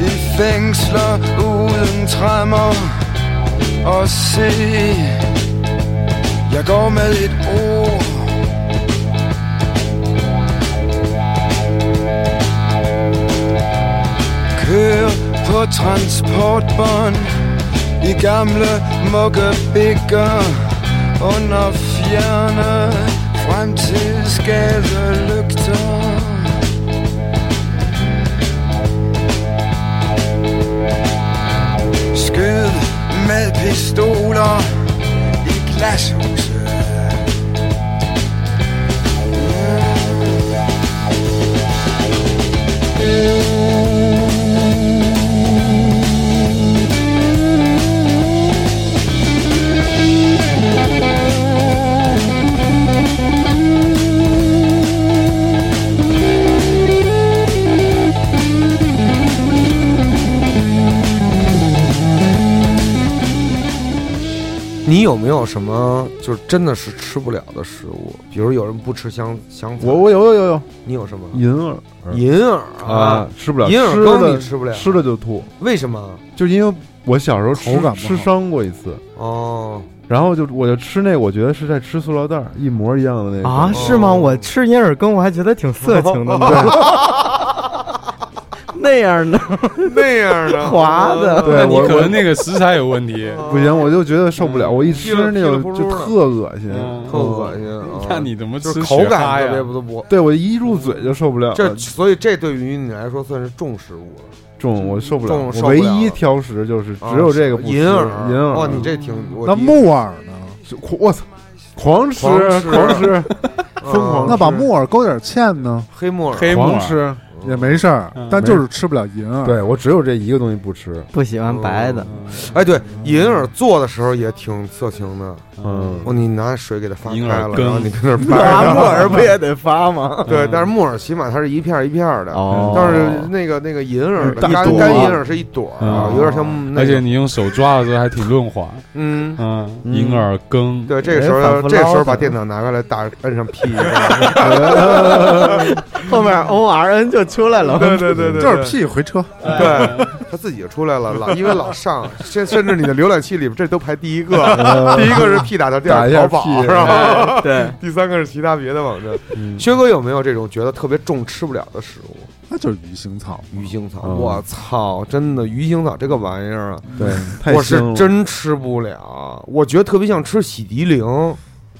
Speaker 11: i fængsler uden træmmer og se, jeg går med et ord. Kør på transportbånd I gamle mokkebikker Under fjerne fremtidsgadelygter Skyd med pistol
Speaker 9: 你有没有什么就是真的是吃不了的食物？比如有人不吃香香菜，
Speaker 6: 我我有有有有
Speaker 9: 你有什么？
Speaker 6: 银耳
Speaker 9: 银耳
Speaker 6: 啊，，吃不了，
Speaker 9: 银耳
Speaker 6: 吃
Speaker 9: 羹你
Speaker 6: 的
Speaker 9: 吃不了，
Speaker 6: 吃的就吐，
Speaker 9: 为什么？
Speaker 6: 就因为我小时候吃
Speaker 4: 口感不好
Speaker 6: 吃伤过一次，
Speaker 9: 哦，
Speaker 6: 然后就我就吃那，我觉得是在吃塑料袋儿，一模一样的那个
Speaker 1: 啊，
Speaker 9: 哦
Speaker 1: 是吗？我吃银耳羹，我还觉得挺色情 的呢。那样的
Speaker 9: 那样 的嗯
Speaker 1: 滑 的
Speaker 6: 对
Speaker 7: 那你
Speaker 6: 我
Speaker 7: 可能那个食材有问 题。
Speaker 6: 不行，我就觉得受不
Speaker 9: 嗯
Speaker 6: 了，我一吃
Speaker 9: 噼里
Speaker 6: 那
Speaker 9: 噼
Speaker 6: 种
Speaker 9: 里扑噜
Speaker 6: 就
Speaker 9: 的
Speaker 6: 特恶心。
Speaker 7: 嗯
Speaker 9: 特恶心啊。
Speaker 7: 那你怎么
Speaker 9: 就
Speaker 7: 吃
Speaker 9: 是口
Speaker 7: 雪
Speaker 9: 感
Speaker 7: 蛤
Speaker 9: 特别
Speaker 7: 呀？
Speaker 9: 不不，
Speaker 6: 对我一入嘴就受不了了，
Speaker 9: 这所以这对于你来说算是重食物了。
Speaker 6: 重我受不了。
Speaker 9: 重
Speaker 6: 我
Speaker 9: 受不
Speaker 6: 唯
Speaker 9: 了
Speaker 6: 一
Speaker 9: 了
Speaker 6: 挑食就是只
Speaker 9: 啊
Speaker 6: 有这个不吃
Speaker 9: 银耳，
Speaker 6: 银耳。啊
Speaker 9: 哇，你这挺我
Speaker 4: 那
Speaker 9: 第一
Speaker 4: 木耳呢？
Speaker 6: 我操，狂吃
Speaker 9: 狂吃
Speaker 6: 狂吃，疯
Speaker 9: 嗯
Speaker 6: 狂
Speaker 4: 那把木耳勾点芡呢，
Speaker 9: 黑木耳
Speaker 7: 黑木
Speaker 6: 狂
Speaker 7: 耳
Speaker 6: 吃。
Speaker 4: 也没事儿
Speaker 7: 嗯，
Speaker 4: 但就是吃不了银耳。
Speaker 6: 对我只有这一个东西不吃，
Speaker 1: 不喜欢白的，
Speaker 9: 哎，对，银耳做的时候也挺色情的。
Speaker 6: 嗯，
Speaker 9: 哦，你拿水给它发开
Speaker 7: 银耳
Speaker 9: 了，
Speaker 7: 羹
Speaker 9: 然后你跟那儿
Speaker 1: 拿
Speaker 9: 掰
Speaker 1: 木
Speaker 9: 着。
Speaker 1: 耳不也得发吗？
Speaker 9: 对，
Speaker 7: 嗯
Speaker 9: 但是木耳起码它是一片儿一片儿的，
Speaker 1: 哦
Speaker 9: 但是那个那个银耳的
Speaker 1: 一
Speaker 9: 干干
Speaker 1: 朵
Speaker 9: 银耳是一朵儿啊，
Speaker 7: 嗯
Speaker 9: 有点像那
Speaker 7: 而且
Speaker 9: 个
Speaker 7: 你用手抓的时候还挺润 滑。
Speaker 9: 嗯。
Speaker 7: 嗯，银耳羹。
Speaker 9: 对，这个时
Speaker 1: 哎反
Speaker 9: 候，
Speaker 1: 复
Speaker 9: 这个时
Speaker 1: 捞
Speaker 9: 候
Speaker 1: 的
Speaker 9: 把电脑拿过来，打摁上 P，
Speaker 1: 后面 O R N 就出来了。
Speaker 9: 对对对
Speaker 4: 就是屁回车，
Speaker 9: 对，他自己就出来了，老因为老上，甚甚至你的浏览器里边这都排第一 个，第一个是 P 打头，第
Speaker 6: 打
Speaker 9: 二
Speaker 6: 一
Speaker 9: 是
Speaker 6: 下
Speaker 9: 淘宝，
Speaker 6: P，
Speaker 9: 是吧？
Speaker 1: 对，
Speaker 9: 第三个是其他别的网站。
Speaker 6: 嗯
Speaker 9: 薛哥有没有这种觉得特别重吃不了的食物？
Speaker 4: 那就是鱼腥草。
Speaker 9: 鱼腥草，
Speaker 6: 嗯
Speaker 9: 我操，真的鱼腥草这个玩意儿啊，
Speaker 6: 对，太
Speaker 9: 我是
Speaker 6: 腥了，
Speaker 9: 真吃不了，我觉得特别像吃洗涤灵，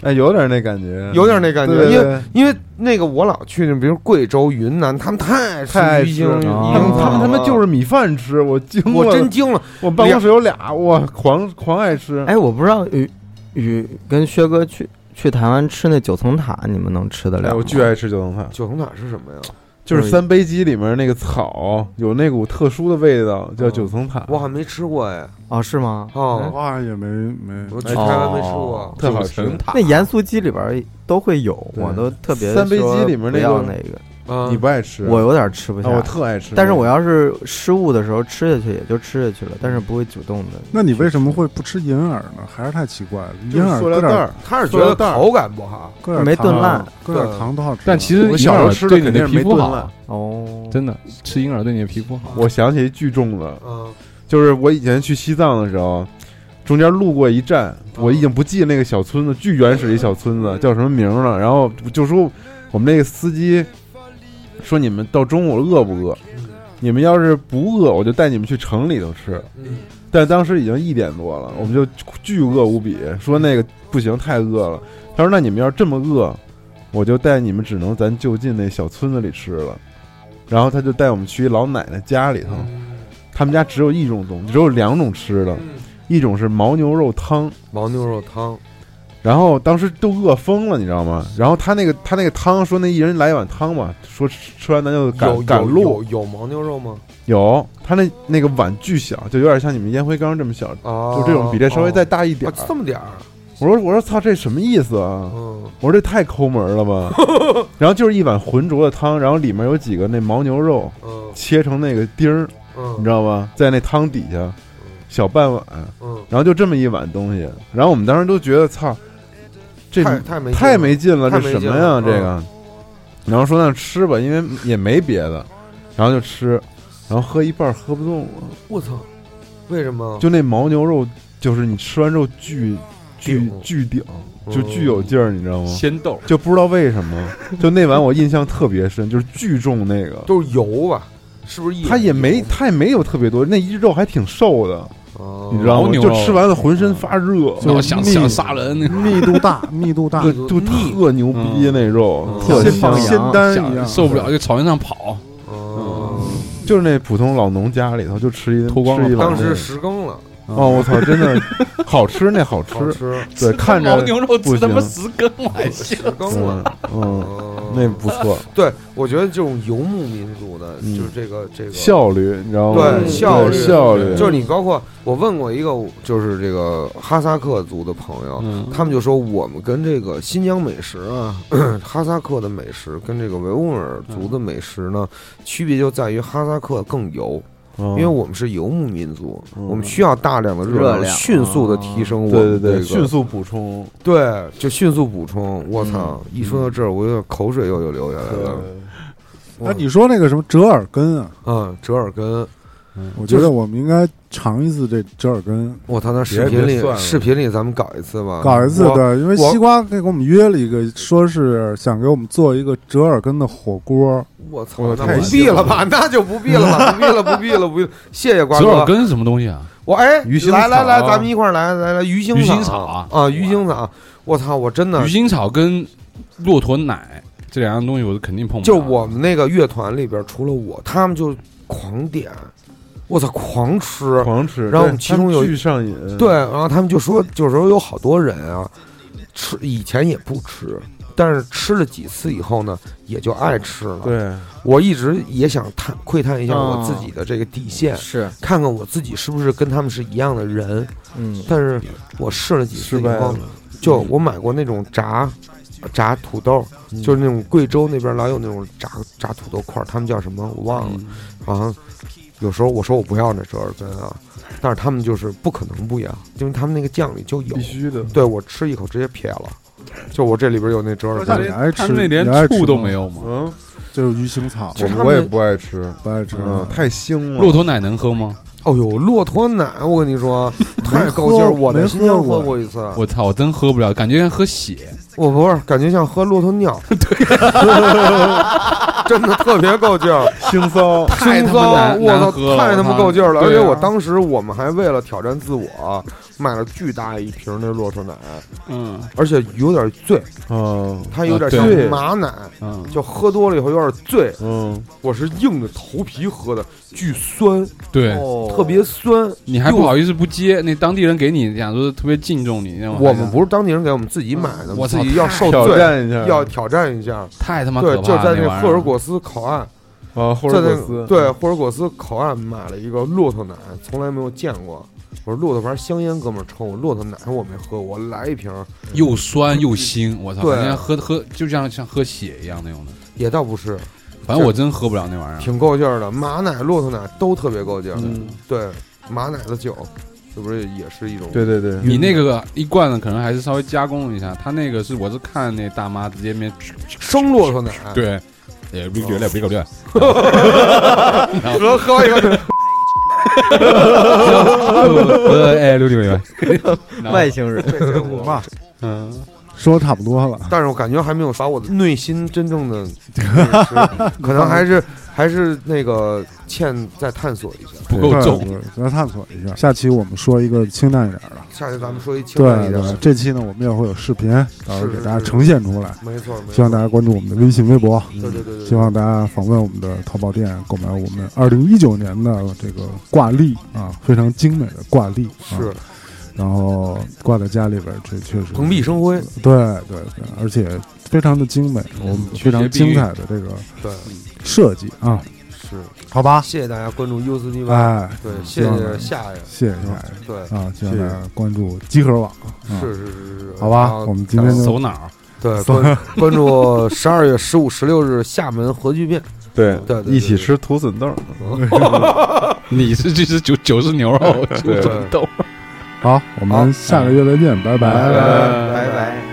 Speaker 6: 哎，有点那感觉，
Speaker 9: 有点那感觉，
Speaker 6: 对对
Speaker 9: 因为
Speaker 6: 对
Speaker 9: 因为那个我老去那，比如贵州、云南，他们太吃
Speaker 6: 太
Speaker 9: 鱼
Speaker 6: 吃
Speaker 9: 腥
Speaker 6: 了嗯
Speaker 9: 鱼
Speaker 6: 他
Speaker 1: 啊
Speaker 6: 们
Speaker 9: 腥草
Speaker 6: 他们他妈
Speaker 9: 了
Speaker 6: 就是米饭吃，我惊了，
Speaker 9: 我真惊了，
Speaker 6: 我们办公室有俩，我狂狂爱吃，
Speaker 1: 哎，我不知道雨雨跟薛哥去去台湾吃那九层塔，你们能吃得了吗？
Speaker 6: 哎我巨爱吃九层塔，
Speaker 9: 九层塔是什么呀？
Speaker 6: 就是三杯鸡里面那个草有那股特殊的味道，叫九层塔，哎
Speaker 9: 我好像没吃过哎，
Speaker 1: 哦，是吗？
Speaker 9: 哦，
Speaker 6: 嗯
Speaker 4: 哇，也没没
Speaker 9: 我去台湾没吃过，
Speaker 6: 特好吃
Speaker 7: 九。层塔
Speaker 1: 那盐酥鸡里边都会有，
Speaker 6: 对
Speaker 1: 我都特别
Speaker 6: 三杯鸡
Speaker 1: 说
Speaker 6: 里面
Speaker 1: 不
Speaker 6: 那
Speaker 1: 要
Speaker 6: 个
Speaker 1: 那个，
Speaker 9: 啊
Speaker 6: 你不爱吃，
Speaker 1: 我有点吃不
Speaker 6: 啊
Speaker 1: 下。
Speaker 6: 我特爱吃，
Speaker 1: 但是我要是失误的时候吃下去，也就吃下去了，但是不会主动的。
Speaker 4: 那你为什么会不吃银耳呢？还是太奇怪了，
Speaker 6: 就
Speaker 4: 银
Speaker 6: 是
Speaker 4: 耳
Speaker 6: 塑
Speaker 4: 搁
Speaker 6: 料袋
Speaker 4: 点
Speaker 6: 儿，
Speaker 9: 他是觉得口感不好，
Speaker 4: 搁点
Speaker 1: 没
Speaker 4: 糖
Speaker 1: 炖烂，
Speaker 4: 搁点糖多好吃啊。
Speaker 7: 但其实
Speaker 6: 我
Speaker 7: 银
Speaker 6: 小时候
Speaker 7: 耳
Speaker 6: 吃的
Speaker 7: 对你
Speaker 6: 肯定
Speaker 7: 的
Speaker 6: 是没
Speaker 7: 皮肤
Speaker 6: 炖
Speaker 7: 好
Speaker 6: 烂，
Speaker 1: 哦，
Speaker 7: 真的吃银耳对你的皮肤好。
Speaker 6: 我想起巨重了，
Speaker 9: 嗯，
Speaker 6: 就是我以前去西藏的时候，中间路过一站，我已经不记得那个小村子，巨原始一小村子叫什么名儿了。然后就说我们那个司机说你们到中午饿不饿？你们要是不饿，我就带你们去城里头吃。
Speaker 9: 嗯
Speaker 6: 但当时已经一点多了，我们就巨饿无比，说那个不行，太饿了。他说那你们要这么饿，我就带你们只能咱就近那小村子里吃了。然后他就带我们去一老奶奶家里头，
Speaker 9: 嗯
Speaker 6: 他们家只有一种东，只有两种吃的，一种是牦牛肉汤，
Speaker 9: 牦牛肉汤，
Speaker 6: 然后当时都饿疯了，你知道吗？然后他那个他那个汤说那一人来一碗汤嘛，说吃吃完咱就
Speaker 9: 有
Speaker 6: 赶赶路。
Speaker 9: 有有牦牛肉吗？
Speaker 6: 有他那那个碗巨小，就有点像你们烟灰缸这么小，
Speaker 9: 啊，
Speaker 6: 就这种比这稍微再大一点
Speaker 9: 啊
Speaker 6: 儿。
Speaker 9: 这么点儿，
Speaker 6: 我说我说操，这什么意思啊？
Speaker 9: 嗯，
Speaker 6: 我说这太抠门了 吧。然后就是一碗浑浊的汤，然后里面有几个那牦牛肉
Speaker 9: 嗯
Speaker 6: 切成那个丁儿，你
Speaker 9: 嗯
Speaker 6: 知道吗？在那汤底下小半碗，
Speaker 9: 嗯，
Speaker 6: 然后就这么一碗东西，然后我们当时都觉得操，这
Speaker 9: 太太没劲
Speaker 6: 太
Speaker 9: 了
Speaker 6: 没劲了，
Speaker 9: 太
Speaker 6: 这
Speaker 9: 没
Speaker 6: 什
Speaker 9: 劲
Speaker 6: 么
Speaker 9: 了嗯
Speaker 6: 呀这个？然后说那吃吧，因为也没别的，然后就吃，然后喝一半儿喝不动了，
Speaker 9: 我操，为什么？
Speaker 6: 就那牦牛肉，就是你吃完之后巨巨
Speaker 9: 顶
Speaker 6: 巨顶，就
Speaker 9: 嗯
Speaker 6: 巨有劲儿，你知道吗？
Speaker 7: 鲜豆，
Speaker 6: 就不知道为什么，就那碗我印象特别深，就是巨重那个，
Speaker 9: 都是油吧？是不是一碗油？
Speaker 6: 它也没它也没有特别多，那一肉还挺瘦的，
Speaker 9: 哦，
Speaker 6: 你知道吗？
Speaker 7: 牦牛
Speaker 6: 就
Speaker 7: 肉嗯
Speaker 6: 吃完了浑身发热，
Speaker 4: 就是
Speaker 7: 我想
Speaker 4: 腻
Speaker 7: 想杀人，
Speaker 4: 密度大，密度大
Speaker 6: 就，就特牛逼
Speaker 7: 嗯
Speaker 6: 那肉
Speaker 9: 嗯，
Speaker 6: 特
Speaker 4: 像
Speaker 6: 香
Speaker 1: 放，
Speaker 4: 仙
Speaker 1: 羊
Speaker 4: 丹一
Speaker 7: 想
Speaker 4: 样，
Speaker 7: 受不了就草原上跑。
Speaker 6: 嗯
Speaker 9: 哦，
Speaker 6: 就是那普通老农家里头就吃一
Speaker 7: 脱光了
Speaker 6: 吃一碗
Speaker 9: 嗯当
Speaker 6: 那
Speaker 9: 时
Speaker 6: 个
Speaker 9: 十更了，
Speaker 6: 哦，我操，真的好吃，那好吃，
Speaker 9: 好吃，
Speaker 6: 对，看着
Speaker 7: 牦牛肉
Speaker 6: 不
Speaker 7: 吃他妈
Speaker 6: 行，
Speaker 7: 十 根我还信。
Speaker 9: 十更
Speaker 6: 嗯
Speaker 9: 了。
Speaker 6: 嗯，
Speaker 9: 哦
Speaker 6: 那不错，
Speaker 9: 对，我觉得这种游牧民族的，
Speaker 6: 嗯
Speaker 9: 就是这个这个
Speaker 6: 效率你知道吗？
Speaker 9: 对
Speaker 6: 哦对
Speaker 9: 效率
Speaker 6: 效率，
Speaker 9: 就是你包括我问过一个就是这个哈萨克族的朋友，
Speaker 7: 嗯
Speaker 9: 他们就说我们跟这个新疆美食啊， 哈萨克的
Speaker 6: 嗯
Speaker 9: 美食跟这个维吾尔族的美食呢，区别就在于哈萨克更油，
Speaker 6: 因
Speaker 9: 因为我们是游牧民族，
Speaker 6: 嗯啊
Speaker 9: 我们需要大量的
Speaker 4: 热
Speaker 9: 量，
Speaker 4: 量
Speaker 9: 迅速的提升我
Speaker 6: 对对
Speaker 9: 们这
Speaker 6: 对，
Speaker 9: 个
Speaker 6: 迅速补充，
Speaker 9: 对，就迅速补充。我操！
Speaker 6: 嗯
Speaker 9: 一说到这儿，我有点口水又又流下来了。
Speaker 3: 那啊你说那个什么折耳根啊？
Speaker 9: 嗯，折耳根，
Speaker 6: 嗯
Speaker 3: 我觉得我们应该尝一次这折耳根，
Speaker 9: 我操！那视
Speaker 6: 别
Speaker 9: 频
Speaker 6: 别
Speaker 9: 里
Speaker 6: 算了
Speaker 9: 视频里咱们搞一次吧，
Speaker 3: 搞一次
Speaker 9: 我
Speaker 3: 对，因为
Speaker 9: 我
Speaker 3: 西瓜给我们约了一个，说是想给我们做一个折耳根的火锅。
Speaker 9: 我操，
Speaker 6: 我
Speaker 9: 那
Speaker 6: 太
Speaker 9: 不
Speaker 6: 信
Speaker 9: 必了
Speaker 6: 了
Speaker 9: 吧？那就不必了吧？不必了，不必了，不必了。谢谢瓜
Speaker 7: 折耳
Speaker 9: 哥。
Speaker 7: 根是什么东西啊？
Speaker 9: 我哎，
Speaker 6: 鱼腥
Speaker 9: 来来来，
Speaker 6: 草
Speaker 9: 咱们一块儿来来来，鱼腥
Speaker 7: 鱼腥
Speaker 9: 草
Speaker 7: 草
Speaker 9: 啊，鱼腥草。我操，我真的
Speaker 7: 鱼腥草跟骆驼奶这两样东西，我肯定碰不
Speaker 9: 就
Speaker 7: 着。
Speaker 9: 是我们那个乐团里边，除了我，他们就狂点，我操，狂吃。
Speaker 6: 狂吃。
Speaker 9: 然
Speaker 6: 对
Speaker 9: 后我们其中有
Speaker 6: 他们巨上瘾，
Speaker 9: 对，，然后他们就说，有时候有好多人啊，吃以前也不吃，但是吃了几次以后呢，也就爱吃了。，
Speaker 6: 对，
Speaker 9: 我一直也想探窥探一下我
Speaker 4: 哦
Speaker 9: 自己的这个底线，
Speaker 4: 是，
Speaker 9: 看看我自己是不是跟他们是一样的人。
Speaker 4: 嗯，
Speaker 9: 但是我试了几次
Speaker 6: 失
Speaker 9: 以
Speaker 6: 败
Speaker 9: 后
Speaker 6: 了，，
Speaker 9: 就我买过那种炸炸土豆，
Speaker 6: 嗯
Speaker 9: 就是那种贵州那边老有那种炸炸土豆块儿，他们叫什么我忘
Speaker 7: 嗯
Speaker 6: 嗯
Speaker 9: 了。好像有时候我说我不要那折耳根啊，但是他们就是不可能不要，因为他们那个酱里就有
Speaker 6: 必。须的。
Speaker 9: 对我吃一口直接撇了，就我这里边有那折耳
Speaker 3: 他
Speaker 9: 根
Speaker 3: 那。你爱吃
Speaker 7: 他那连
Speaker 3: 你爱吃
Speaker 7: 醋都
Speaker 3: 吗
Speaker 7: 没有吗？
Speaker 6: 嗯，
Speaker 3: 就是鱼腥草，
Speaker 9: 就
Speaker 6: 我
Speaker 9: 是
Speaker 6: 们
Speaker 9: 他
Speaker 6: 我也
Speaker 9: 们
Speaker 6: 不爱吃，
Speaker 3: 不爱吃。
Speaker 6: 嗯，太腥了。
Speaker 7: 骆驼奶能喝吗？
Speaker 9: 哦呦，骆驼奶，我跟你 说太够劲儿，
Speaker 3: 没喝
Speaker 9: 我在
Speaker 3: 没
Speaker 9: 新疆
Speaker 3: 喝过
Speaker 9: 喝过一次，
Speaker 7: 我操，我真喝不了，感觉像喝血。
Speaker 9: 我不是感觉像喝骆驼 尿， 真的特别够劲儿。
Speaker 6: 腥骚，
Speaker 9: 轻
Speaker 7: 太他
Speaker 9: 松，
Speaker 7: 妈难
Speaker 9: 我
Speaker 7: 难喝
Speaker 9: 操，
Speaker 7: 了
Speaker 9: 太他妈
Speaker 7: 我操
Speaker 9: 够劲儿了！而
Speaker 7: 对
Speaker 9: 且
Speaker 7: 啊
Speaker 9: 我当时我们还为了挑战自我，买了巨大一瓶那骆驼奶，
Speaker 7: 嗯
Speaker 9: 而且有点醉，
Speaker 6: 嗯
Speaker 9: 它有点
Speaker 7: 啊
Speaker 9: 像
Speaker 6: 对
Speaker 9: 马奶，
Speaker 7: 嗯，
Speaker 9: 就喝多了以后有点醉。
Speaker 6: 嗯，
Speaker 9: 我是硬着头皮喝的，巨酸，
Speaker 7: 对，
Speaker 9: 特别酸。
Speaker 7: 你还不好意思不接，那当地人给你讲说特别敬重你，那种
Speaker 9: 我们不是当地人给我们自己买的，
Speaker 7: 哎我
Speaker 9: 自
Speaker 7: 操
Speaker 9: 己要受
Speaker 6: 挑
Speaker 9: 罪，
Speaker 6: 战一下，
Speaker 9: 要挑战一下。
Speaker 7: 太他妈
Speaker 9: 对
Speaker 7: 可，怕
Speaker 9: 就
Speaker 7: 了
Speaker 9: 在
Speaker 7: 那玩意
Speaker 9: 霍
Speaker 7: 儿
Speaker 9: 尔果斯口岸，
Speaker 6: 啊，或
Speaker 9: 在
Speaker 6: 者
Speaker 9: 那
Speaker 6: 果丝，
Speaker 3: 嗯
Speaker 9: 对霍尔果斯口岸买了一个骆驼奶，从来没有见过。我说骆驼牌香烟，哥们儿抽我骆驼奶我没喝过，我来一瓶儿
Speaker 7: 又酸又腥，我操，
Speaker 9: 对
Speaker 7: 感觉喝喝就像像喝血一样那种的。
Speaker 9: 也倒不是，
Speaker 7: 反正我真喝不了那玩意儿。
Speaker 9: 挺够劲儿的。马奶、骆驼奶都特别够劲儿，
Speaker 6: 嗯
Speaker 9: 对，马奶的酒，这不是也是一种？
Speaker 6: 对对对，
Speaker 7: 你那个一罐的可能还是稍微加工了一下，他那个是我是看那大妈直接面哦
Speaker 9: 生骆驼奶，
Speaker 7: 对，也不觉得不觉得，
Speaker 9: 喝喝完以后，
Speaker 7: 呃哎六六六，
Speaker 4: 外星人，
Speaker 9: 这 节目嘛
Speaker 7: 嗯，
Speaker 3: 说差不多了，
Speaker 9: 但是我感觉还没有把我的内心真正 的可能还是还是那个欠再探索一下。
Speaker 7: 不够重，
Speaker 3: 对，对来探索一下。下期我们说一个清淡一点的。
Speaker 9: 下去咱们说一清
Speaker 3: 对
Speaker 9: 淡一点
Speaker 3: 对
Speaker 9: 的，，
Speaker 3: 这期呢我们也会有视频，到时候
Speaker 9: 是
Speaker 3: 给
Speaker 9: 是
Speaker 3: 大家
Speaker 9: 是
Speaker 3: 呈现出来。
Speaker 9: 没错没
Speaker 3: 希
Speaker 9: 错嗯
Speaker 3: 望，大家关注我们的微信、微博，
Speaker 9: 对对对对，对
Speaker 3: 希望大家访问我们的淘宝店购买我们二零一九年的这个挂历啊，非常精美的挂历。啊
Speaker 9: 是，
Speaker 3: 然后挂在家里边儿，这确实
Speaker 9: 蓬荜生辉。
Speaker 3: 对对对，而且非常的精美，我们
Speaker 9: 嗯
Speaker 3: 非常精彩的这个
Speaker 9: 对，
Speaker 3: 设计啊，
Speaker 9: 是，
Speaker 3: 好吧，
Speaker 9: 谢谢大家关注 U 四 D 八，
Speaker 3: 哎，
Speaker 9: 对，谢
Speaker 3: 希望
Speaker 9: 谢夏爷，
Speaker 3: 谢谢大
Speaker 9: 对，
Speaker 3: 家啊，希望大
Speaker 9: 嗯谢谢
Speaker 3: 家关注集合网，啊
Speaker 9: 是是是是，
Speaker 3: 好吧
Speaker 9: 然后
Speaker 3: 我们今天就
Speaker 7: 走哪儿？
Speaker 9: 对关关注十二月十五、十六日厦门核聚变，
Speaker 6: 对
Speaker 9: 对对
Speaker 6: 一起吃土笋豆，
Speaker 7: 你是这是九九是 牛肉，九
Speaker 6: 对
Speaker 7: 是豆，
Speaker 3: 好，我
Speaker 9: 好
Speaker 3: 们下个月再见，拜拜
Speaker 9: 拜
Speaker 4: 拜拜。